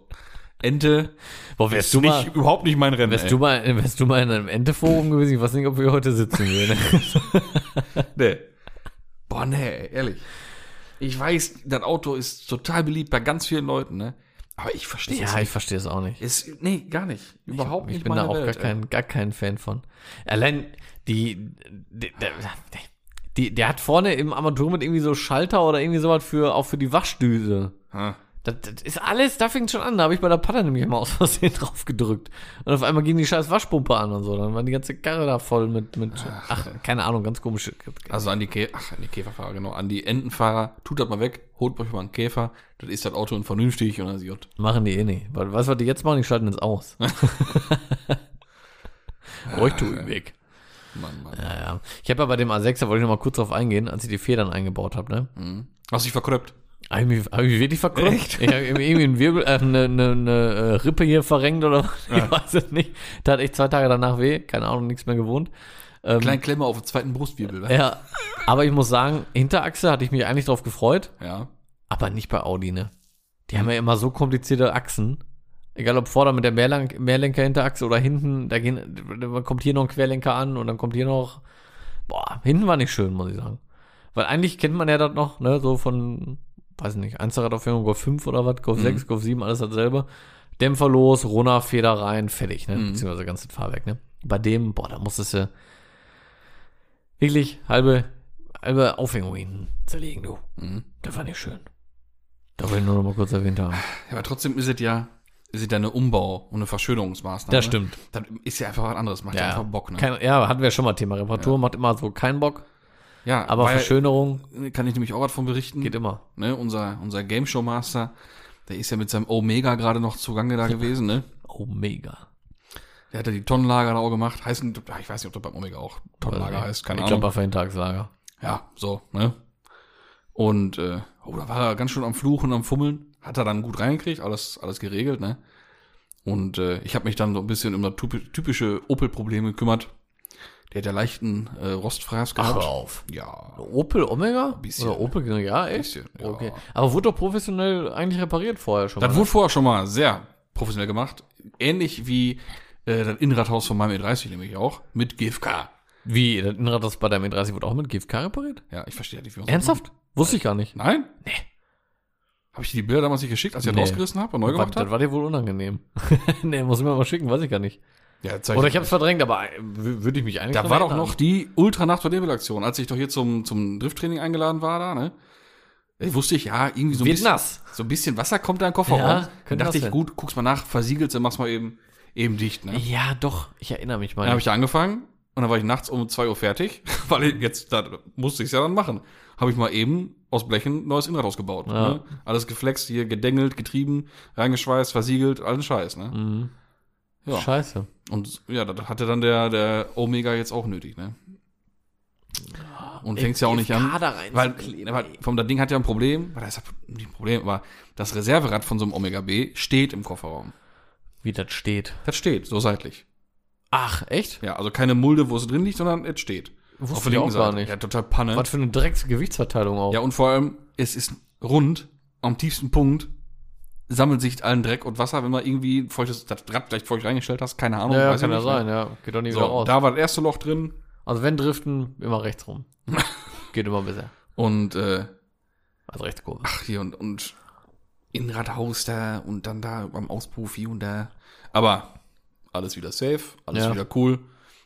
[SPEAKER 1] Ente
[SPEAKER 2] Boah,
[SPEAKER 1] ist nicht, überhaupt nicht mein Rennen.
[SPEAKER 2] Wärst
[SPEAKER 1] ey.
[SPEAKER 2] du, mal, wärst du mal in einem Enteforum gewesen? Ich weiß nicht, ob wir heute sitzen ne? würden.
[SPEAKER 1] [LAUGHS] Nee. Boah, nee, ehrlich. Ich weiß, das Auto ist total beliebt bei ganz vielen Leuten, ne? Aber ich verstehe
[SPEAKER 2] ja, ich verstehe es auch nicht.
[SPEAKER 1] es. Ist, nee, gar nicht. Überhaupt
[SPEAKER 2] ich
[SPEAKER 1] nicht
[SPEAKER 2] bin da
[SPEAKER 1] meine
[SPEAKER 2] auch
[SPEAKER 1] Welt.
[SPEAKER 2] gar, kein, gar kein Fan von. Allein die, die, der- die, der hat vorne im Armaturenbrett irgendwie so Schalter oder irgendwie sowas für, auch für die Waschdüse.
[SPEAKER 1] ey. Ha.
[SPEAKER 2] Das, das ist alles, da fängt schon an. Da habe ich bei der Patter nämlich mal aus Versehen [LAUGHS] drauf gedrückt. Und auf einmal ging die scheiß Waschpumpe an und so. Dann war die ganze Karre da voll mit, mit ach, keine Ahnung, ganz komische.
[SPEAKER 1] Also an die, Kä Ach, an die Käferfahrer, genau. An die Entenfahrer, tut das mal weg, holt euch mal einen Käfer, das ist das Auto und vernünftig und dann ist gut.
[SPEAKER 2] Machen die eh nicht. Weil, weißt du, was die jetzt machen? Die schalten jetzt aus. [LAUGHS] Leuchtturm weg.
[SPEAKER 1] Mann, Mann.
[SPEAKER 2] Ja, ja. Ich habe ja bei dem A6, da wollte ich noch mal kurz drauf eingehen, als ich die Federn eingebaut habe, ne?
[SPEAKER 1] Hm. Hast du dich verkröppt?
[SPEAKER 2] Habe ich, mich- hab ich mich wirklich verkrümmt? Ich habe irgendwie einen Wirbel, äh, eine, eine, eine äh, Rippe hier verrenkt oder was? Ich weiß es nicht. Da hat echt zwei Tage danach weh. Keine Ahnung, nichts mehr gewohnt.
[SPEAKER 1] Klein Klemme auf den zweiten Brustwirbel, ne?
[SPEAKER 2] Mhm. Ja. Aber ich muss sagen, Hinterachse hatte ich mich eigentlich drauf gefreut,
[SPEAKER 1] Ja.
[SPEAKER 2] aber nicht bei Audi, ne? Die haben ja immer so komplizierte Achsen. Egal ob vorder mit der Mehrlank Mehrlenker-Hinterachse oder hinten, da gehen, da kommt hier noch ein Querlenker an und dann kommt hier noch. Boah, hinten war nicht schön, muss ich sagen. Weil eigentlich kennt man ja das noch, ne, so von, weiß nicht, Einzelradaufhängung, Golf 5 oder was, Golf 6, Golf 7, alles dasselbe. Dämpfer los, Runner, Feder rein, fertig, ne? Beziehungsweise ganzes Fahrwerk, ne? Bei dem, boah, da musstest du wirklich halbe, halbe Aufhängung hinten zerlegen, du.
[SPEAKER 1] Hm.
[SPEAKER 2] Das war nicht schön. Da will ich nur noch mal kurz erwähnt haben.
[SPEAKER 1] Ja, aber trotzdem ist es ja, ist es ja eine Umbau- und eine Verschönerungsmaßnahme.
[SPEAKER 2] Das stimmt.
[SPEAKER 1] Das ist ja einfach was anderes, macht ja,
[SPEAKER 2] Ja,
[SPEAKER 1] einfach Bock, ne?
[SPEAKER 2] Kein, ja, hatten wir schon mal Thema. Reparatur macht immer so keinen Bock,
[SPEAKER 1] ja,
[SPEAKER 2] aber
[SPEAKER 1] weil-
[SPEAKER 2] Verschönerung
[SPEAKER 1] kann ich nämlich auch was von berichten.
[SPEAKER 2] geht immer.
[SPEAKER 1] ne, unser, unser Game Show Master, der ist ja mit seinem Omega gerade noch zugange da gewesen, ne?
[SPEAKER 2] Oh, mega.
[SPEAKER 1] Der hat ja die Tonnenlager da auch gemacht. Heißen, ich weiß nicht, ob das beim Omega auch Tonnenlager heißt, keine
[SPEAKER 2] Also, ich
[SPEAKER 1] Ahnung.
[SPEAKER 2] glaube, auf Hintagslager.
[SPEAKER 1] Ja, so, ne? Und, äh, oh, da war er ganz schön am Fluchen, am Fummeln. Hat er dann gut reingekriegt, alles, alles geregelt, ne? Und äh, ich habe mich dann so ein bisschen um das typi- typische Opel-Problem gekümmert. Der hat ja leichten äh, Rostfraß gehabt.
[SPEAKER 2] auf.
[SPEAKER 1] ja.
[SPEAKER 2] Opel Omega?
[SPEAKER 1] bisschen.
[SPEAKER 2] Oder Opel, ja, echt?
[SPEAKER 1] Bisschen, ja.
[SPEAKER 2] Okay. Aber wurde doch professionell eigentlich repariert vorher schon.
[SPEAKER 1] Das
[SPEAKER 2] mal, ne?
[SPEAKER 1] wurde vorher schon mal sehr professionell gemacht. Ähnlich wie äh, das Innenradhaus von meinem E30 nämlich auch. Mit GFK.
[SPEAKER 2] Wie? Das Innenrad das bei deinem E30 wurde auch mit GFK repariert?
[SPEAKER 1] Ja, ich verstehe halt nicht, wie man
[SPEAKER 2] Ernsthaft? Wusste ich gar nicht.
[SPEAKER 1] Nein? Nee. Habe ich dir die Bilder damals nicht geschickt, als ich
[SPEAKER 2] Nee.
[SPEAKER 1] das rausgerissen habe und neu
[SPEAKER 2] War,
[SPEAKER 1] gemacht
[SPEAKER 2] das
[SPEAKER 1] habe?
[SPEAKER 2] war dir wohl unangenehm. [LAUGHS] nee, muss ich mir mal schicken, weiß ich gar nicht.
[SPEAKER 1] Ja, zeig
[SPEAKER 2] Oder ich hab's verdrängt, aber äh, wü- würde ich mich eigentlich
[SPEAKER 1] Da
[SPEAKER 2] dran
[SPEAKER 1] war doch
[SPEAKER 2] erinnern.
[SPEAKER 1] noch die Ultranacht-Verdebel-Aktion, als ich doch hier zum, zum Drifttraining eingeladen war da, ne? Äh, Wusste ich, ja, irgendwie so ein,
[SPEAKER 2] Wird
[SPEAKER 1] bisschen,
[SPEAKER 2] nass.
[SPEAKER 1] so ein bisschen Wasser kommt da im Kofferraum.
[SPEAKER 2] Ja,
[SPEAKER 1] Ja,
[SPEAKER 2] könnte das
[SPEAKER 1] dachte ich,
[SPEAKER 2] sein.
[SPEAKER 1] gut, guck's mal nach, versiegelt's, dann mach's mal eben, eben dicht, ne?
[SPEAKER 2] Ja, doch. Ich erinnere mich mal.
[SPEAKER 1] Dann habe ich angefangen und dann war ich nachts um 2 Uhr fertig, [LAUGHS] weil ich jetzt, da musste ich es ja dann machen. Habe ich mal eben aus Blechen neues Innenrad ausgebaut.
[SPEAKER 2] Ja.
[SPEAKER 1] Ne? Alles geflext, hier gedengelt, getrieben, reingeschweißt, versiegelt, allen Scheiß. Ne?
[SPEAKER 2] Mhm.
[SPEAKER 1] Ja.
[SPEAKER 2] Scheiße.
[SPEAKER 1] Und ja, das hatte dann der, der Omega jetzt auch nötig. Ne? und fängst ja auch nicht an.
[SPEAKER 2] FK da rein
[SPEAKER 1] weil,
[SPEAKER 2] Äh, zu kleben,
[SPEAKER 1] weil
[SPEAKER 2] ey.
[SPEAKER 1] vom, das Ding hat ja ein Problem, weil das hat nicht ein Problem, aber das Reserverad von so einem Omega B steht im Kofferraum.
[SPEAKER 2] Wie das steht.
[SPEAKER 1] Das steht, so seitlich.
[SPEAKER 2] Ach, echt?
[SPEAKER 1] Ja, also keine Mulde, wo es drin liegt, sondern es steht.
[SPEAKER 2] Wusste
[SPEAKER 1] Auf der
[SPEAKER 2] ich
[SPEAKER 1] linken
[SPEAKER 2] auch gar
[SPEAKER 1] Seite.
[SPEAKER 2] nicht.
[SPEAKER 1] Ja, total Panne.
[SPEAKER 2] Was für eine direkte Gewichtsverteilung auch.
[SPEAKER 1] Ja, und vor allem, es ist rund, am tiefsten Punkt sammelt sich allen Dreck und Wasser, wenn man irgendwie ein feuchtes, das Rad vielleicht feucht reingestellt hast, keine Ahnung.
[SPEAKER 2] Ja, ja,
[SPEAKER 1] weiß ich
[SPEAKER 2] kann ja
[SPEAKER 1] nicht,
[SPEAKER 2] sein,
[SPEAKER 1] ne?
[SPEAKER 2] ja. Geht doch nie wieder
[SPEAKER 1] So,
[SPEAKER 2] raus.
[SPEAKER 1] da war das erste Loch drin
[SPEAKER 2] Also wenn driften, immer
[SPEAKER 1] [LAUGHS]
[SPEAKER 2] rechts rum. Geht immer besser.
[SPEAKER 1] und äh,
[SPEAKER 2] Also Rechtskurve.
[SPEAKER 1] ach, hier und, und Innenradhaus da und dann da am Auspuff hier und da. Aber alles wieder safe, alles
[SPEAKER 2] Ja.
[SPEAKER 1] wieder cool.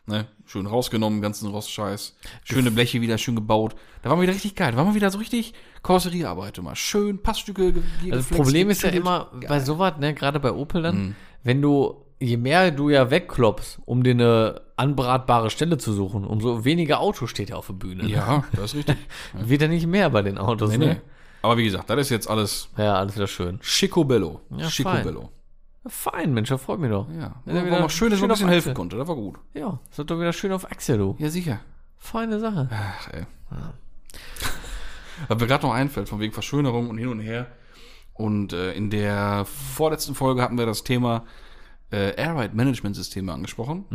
[SPEAKER 1] Ne? Schön rausgenommen, ganzen Rostscheiß. Schöne Bleche wieder schön gebaut. Da waren wir wieder richtig geil. Da waren wir wieder so richtig Karosseriearbeit immer. Schön Passstücke. ge- ge-
[SPEAKER 2] Also das
[SPEAKER 1] geflext,
[SPEAKER 2] Problem ist ja
[SPEAKER 1] getüdelt.
[SPEAKER 2] immer bei sowas, ne, gerade bei Opel dann,
[SPEAKER 1] Mhm.
[SPEAKER 2] wenn du, je mehr du ja wegkloppst, um dir eine anbratbare Stelle zu suchen, umso weniger Auto steht ja auf der Bühne. ne?
[SPEAKER 1] Ja, das ist
[SPEAKER 2] [LAUGHS]
[SPEAKER 1] richtig.
[SPEAKER 2] Wird ja nicht mehr bei den Autos,
[SPEAKER 1] Nee, nee.
[SPEAKER 2] ne?
[SPEAKER 1] Aber wie gesagt, das ist jetzt alles
[SPEAKER 2] Ja, alles wieder schön.
[SPEAKER 1] Schicobello.
[SPEAKER 2] Ja,
[SPEAKER 1] Schicobello.
[SPEAKER 2] Fein, Mensch, das freut mich doch.
[SPEAKER 1] Ja.
[SPEAKER 2] Ja,
[SPEAKER 1] War
[SPEAKER 2] wieder
[SPEAKER 1] mal schön, dass ich ein
[SPEAKER 2] schön auf
[SPEAKER 1] bisschen helfen
[SPEAKER 2] Achse.
[SPEAKER 1] konnte. Das war gut.
[SPEAKER 2] Ja, das hat doch wieder schön auf Achse, du.
[SPEAKER 1] Ja, sicher.
[SPEAKER 2] Feine Sache.
[SPEAKER 1] Ach, ey. [LAUGHS] Was mir gerade noch einfällt, von wegen Verschönerung und hin und her. Und äh, in der vorletzten Folge hatten wir das Thema äh, Airride Management Systeme angesprochen.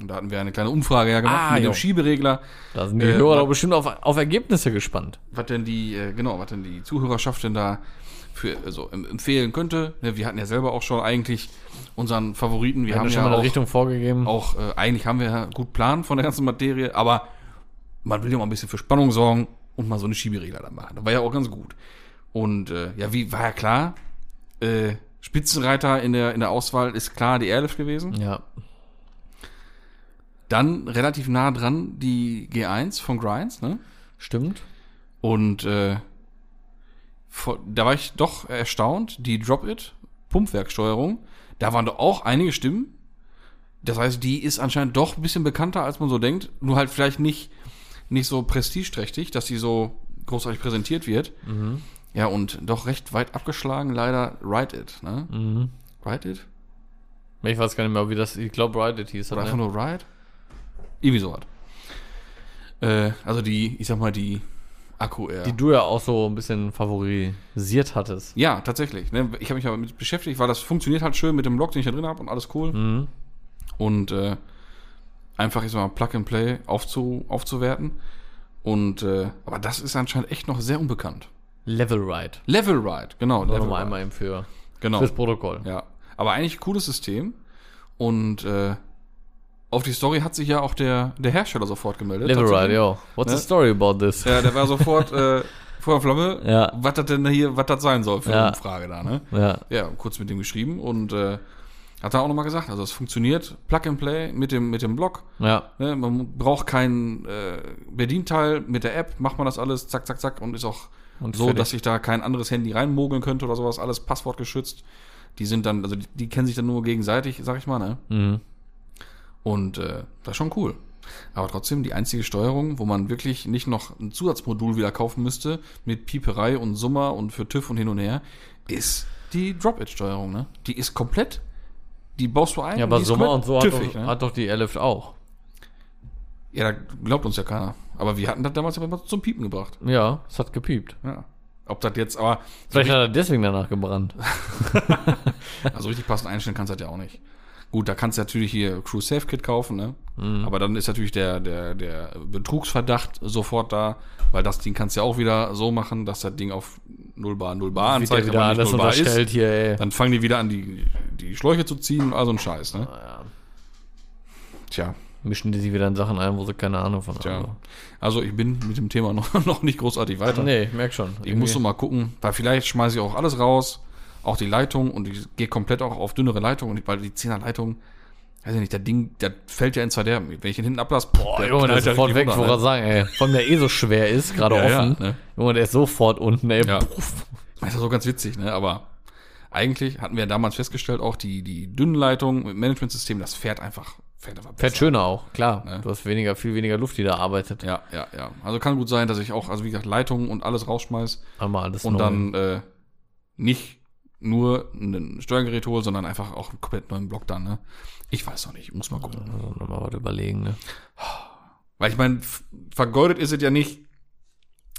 [SPEAKER 1] Und da hatten wir eine kleine Umfrage ja gemacht
[SPEAKER 2] Mhm. Ah,
[SPEAKER 1] mit
[SPEAKER 2] jo.
[SPEAKER 1] dem Schieberegler.
[SPEAKER 2] Da sind die
[SPEAKER 1] Äh,
[SPEAKER 2] Hörer
[SPEAKER 1] wa-
[SPEAKER 2] doch bestimmt auf, auf Ergebnisse gespannt.
[SPEAKER 1] was denn die, äh, genau, was denn die Zuhörerschaft denn da für also, em- empfehlen könnte. Ne, wir hatten ja selber auch schon eigentlich unseren Favoriten. Wir
[SPEAKER 2] Wir haben
[SPEAKER 1] haben
[SPEAKER 2] schon mal
[SPEAKER 1] ja
[SPEAKER 2] eine
[SPEAKER 1] auch,
[SPEAKER 2] Richtung vorgegeben.
[SPEAKER 1] auch äh, eigentlich haben wir ja gut Plan von der ganzen Materie, aber man will ja mal ein bisschen für Spannung sorgen und mal so eine Schieberegler dann machen. Das war ja auch ganz gut. Und äh, ja, wie war ja klar, äh, Spitzenreiter in der, in der Auswahl ist klar die Airlift gewesen.
[SPEAKER 2] Ja.
[SPEAKER 1] Dann relativ nah dran die G1 von Grinds, ne?
[SPEAKER 2] Stimmt.
[SPEAKER 1] Und äh, vor, da war ich doch erstaunt, die Drop-It, Pumpwerksteuerung, da waren doch auch einige Stimmen. Das heißt, die ist anscheinend doch ein bisschen bekannter, als man so denkt. Nur halt vielleicht nicht, nicht so prestigeträchtig, dass die so großartig präsentiert wird.
[SPEAKER 2] Mhm.
[SPEAKER 1] Ja, und doch recht weit abgeschlagen, leider Ride It. Ne?
[SPEAKER 2] Mhm.
[SPEAKER 1] Ride It?
[SPEAKER 2] Ich weiß gar nicht mehr, wie das, ich glaube, Ride It hieß.
[SPEAKER 1] Oder
[SPEAKER 2] Oder
[SPEAKER 1] einfach nur Ride? Irgendwie sowas. Äh, also die, ich sag mal, die Akku-Air.
[SPEAKER 2] die du ja auch so ein bisschen favorisiert hattest.
[SPEAKER 1] Ja, tatsächlich. Ne? Ich habe mich damit beschäftigt, weil das funktioniert halt schön mit dem Blog, den ich da drin habe und alles cool.
[SPEAKER 2] Mhm.
[SPEAKER 1] Und äh, einfach jetzt mal Plug and Play aufzu, aufzuwerten. Und äh, aber das ist anscheinend echt noch sehr unbekannt.
[SPEAKER 2] Level Ride.
[SPEAKER 1] Level Ride, genau. Level
[SPEAKER 2] Nochmal
[SPEAKER 1] Ride.
[SPEAKER 2] einmal eben für,
[SPEAKER 1] Genau.
[SPEAKER 2] fürs Protokoll.
[SPEAKER 1] Ja. Aber eigentlich cooles System. Und äh, auf die Story hat sich ja auch der, der Hersteller sofort gemeldet.
[SPEAKER 2] Level
[SPEAKER 1] tatsächlich.
[SPEAKER 2] Ride, yo. What's
[SPEAKER 1] Ne?
[SPEAKER 2] the story about this?
[SPEAKER 1] Ja, der war sofort äh, [LAUGHS] vor der Flamme,
[SPEAKER 2] Ja.
[SPEAKER 1] was das denn hier, was das sein soll für
[SPEAKER 2] Ja.
[SPEAKER 1] eine Umfrage da, ne?
[SPEAKER 2] Ja.
[SPEAKER 1] ja, kurz mit dem geschrieben und äh, hat er auch nochmal gesagt, also es funktioniert Plug and Play mit dem, mit dem Blog.
[SPEAKER 2] Ja.
[SPEAKER 1] Ne? Man braucht keinen äh, Bedienteil mit der App, macht man das alles, zack, zack, zack und ist auch
[SPEAKER 2] Und
[SPEAKER 1] so,
[SPEAKER 2] fertig.
[SPEAKER 1] dass ich da kein anderes Handy reinmogeln könnte oder sowas, alles passwortgeschützt. Die sind dann, also die, die kennen sich dann nur gegenseitig, sag ich mal, ne?
[SPEAKER 2] Mhm.
[SPEAKER 1] Und äh, das ist schon cool. Aber trotzdem die einzige Steuerung, wo man wirklich nicht noch ein Zusatzmodul wieder kaufen müsste, mit Pieperei und Summer und für TÜV und hin und her, ist die Drop-It-Steuerung. Ne? Die ist komplett, die baust du ein.
[SPEAKER 2] Ja, aber
[SPEAKER 1] die ist
[SPEAKER 2] Sommer und
[SPEAKER 1] komplett
[SPEAKER 2] so hat,
[SPEAKER 1] tüffig,
[SPEAKER 2] doch,
[SPEAKER 1] ne?
[SPEAKER 2] hat doch die Airlift auch.
[SPEAKER 1] Ja, da glaubt uns ja keiner. Aber wir hatten das damals aber mal zum Piepen gebracht.
[SPEAKER 2] Ja, es hat gepiept.
[SPEAKER 1] Ja. Ob das jetzt, aber
[SPEAKER 2] Vielleicht hat er deswegen danach gebrannt.
[SPEAKER 1] also richtig passend einstellen kannst du das ja auch nicht. Gut, da kannst du natürlich hier Cruise Safe Kit kaufen, ne?
[SPEAKER 2] Mhm.
[SPEAKER 1] Aber dann ist natürlich der, der, der Betrugsverdacht sofort da, weil das Ding kannst du ja auch wieder so machen, dass das Ding auf 0 bar, 0 bar
[SPEAKER 2] Wird dir
[SPEAKER 1] anzeigt,
[SPEAKER 2] wieder
[SPEAKER 1] aber nicht
[SPEAKER 2] alles
[SPEAKER 1] 0 bar
[SPEAKER 2] unterstellt hier, ey.
[SPEAKER 1] Dann fangen die wieder an, die, die Schläuche zu ziehen, also ein Scheiß, ne?
[SPEAKER 2] Ja.
[SPEAKER 1] Tja,
[SPEAKER 2] Mischen die sich wieder in Sachen ein, wo sie keine Ahnung von
[SPEAKER 1] tja.
[SPEAKER 2] haben.
[SPEAKER 1] Also ich bin mit dem Thema [LAUGHS] noch, noch nicht großartig weiter.
[SPEAKER 2] Nee, ich merk schon.
[SPEAKER 1] Ich muss um
[SPEAKER 2] Irgendwie-
[SPEAKER 1] nur mal gucken, weil vielleicht schmeiße ich auch alles raus, auch die Leitung und ich gehe komplett auch auf dünnere Leitung und ich- weil die 10er Leitung, weiß ich nicht, das Ding, das fällt ja ins Verderben. Wenn ich ihn hinten ablasse, boah,
[SPEAKER 2] Boah, Junge, der ist sofort weg, ich wollte gerade sagen, ey. Von der eh so schwer ist, gerade
[SPEAKER 1] Ja, ja,
[SPEAKER 2] offen.
[SPEAKER 1] ne?
[SPEAKER 2] Junge, der ist sofort unten, ey.
[SPEAKER 1] Ja.
[SPEAKER 2] Puff.
[SPEAKER 1] Das ist ja so ganz witzig, ne? Aber eigentlich hatten wir damals festgestellt, auch die, die dünnen Leitungen mit Managementsystem, das fährt einfach, fährt einfach
[SPEAKER 2] Fährt schöner auch, klar.
[SPEAKER 1] Ne?
[SPEAKER 2] Du hast weniger, viel weniger Luft, die da arbeitet.
[SPEAKER 1] Ja, ja, ja. Also kann gut sein, dass ich auch, also wie gesagt, Leitungen und alles rausschmeiß
[SPEAKER 2] Einmal alles
[SPEAKER 1] und
[SPEAKER 2] neu.
[SPEAKER 1] dann äh, nicht nur ein Steuergerät hole, sondern einfach auch einen komplett neuen Block dann, ne? Ich weiß noch nicht, muss mal gucken.
[SPEAKER 2] Also nochmal was überlegen, ne?
[SPEAKER 1] Weil ich meine, f- vergeudet ist es ja nicht,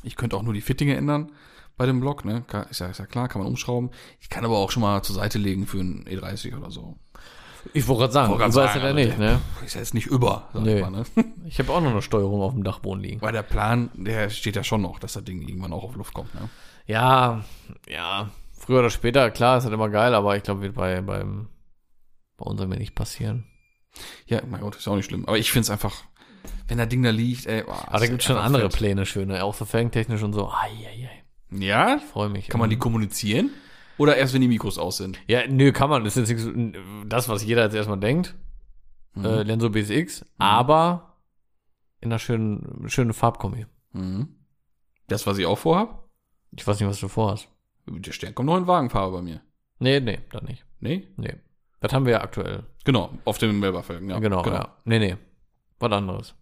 [SPEAKER 1] Ich könnte auch nur die Fittinge ändern bei dem Block, ne? Ka- Ist ja, ist ja klar, kann man umschrauben. Ich kann aber auch schon mal zur Seite legen für einen E30 oder so.
[SPEAKER 2] Ich wollte gerade sagen,
[SPEAKER 1] Wollte grad
[SPEAKER 2] über ist
[SPEAKER 1] sagen,
[SPEAKER 2] er da
[SPEAKER 1] also
[SPEAKER 2] nicht, ne?
[SPEAKER 1] Ist ja jetzt nicht über, sag
[SPEAKER 2] Nee.
[SPEAKER 1] ich mal, ne? [LAUGHS]
[SPEAKER 2] Ich habe auch noch eine Steuerung auf dem Dachboden liegen.
[SPEAKER 1] Weil der Plan, der steht ja schon noch, dass das Ding irgendwann auch auf Luft kommt, ne?
[SPEAKER 2] Ja, ja. Früher oder später, klar, ist halt immer geil, aber ich glaube, wird bei, beim, bei unserem ja nicht passieren.
[SPEAKER 1] Ja, mein Gott, ist ja auch nicht schlimm. Aber ich find's einfach, wenn das Ding da liegt, ey. boah,
[SPEAKER 2] Aber Ah, da
[SPEAKER 1] ist
[SPEAKER 2] gibt es schon
[SPEAKER 1] einfach
[SPEAKER 2] andere
[SPEAKER 1] fett.
[SPEAKER 2] Pläne, schöne, auch so fangtechnisch und so. Eieiei,
[SPEAKER 1] Ja?
[SPEAKER 2] freue mich. Mhm.
[SPEAKER 1] Kann man die kommunizieren? Oder erst, wenn die Mikros aus sind?
[SPEAKER 2] Ja, nö, kann man. Das ist jetzt nichts, das, was jeder jetzt erstmal denkt.
[SPEAKER 1] Mhm.
[SPEAKER 2] Äh, Lenso BSX, aber in einer schönen, schönen Farbkombi.
[SPEAKER 1] Mhm. Das, was ich auch vorhab?
[SPEAKER 2] Ich weiß nicht, was du vorhast.
[SPEAKER 1] Der Stern kommt noch in Wagenfarbe bei mir.
[SPEAKER 2] Nee, nee, da nicht.
[SPEAKER 1] Nee?
[SPEAKER 2] Nee. Das haben wir ja aktuell.
[SPEAKER 1] Genau, auf dem Melba-Felgen, ja.
[SPEAKER 2] genau, ja. Nee, nee. Was anderes.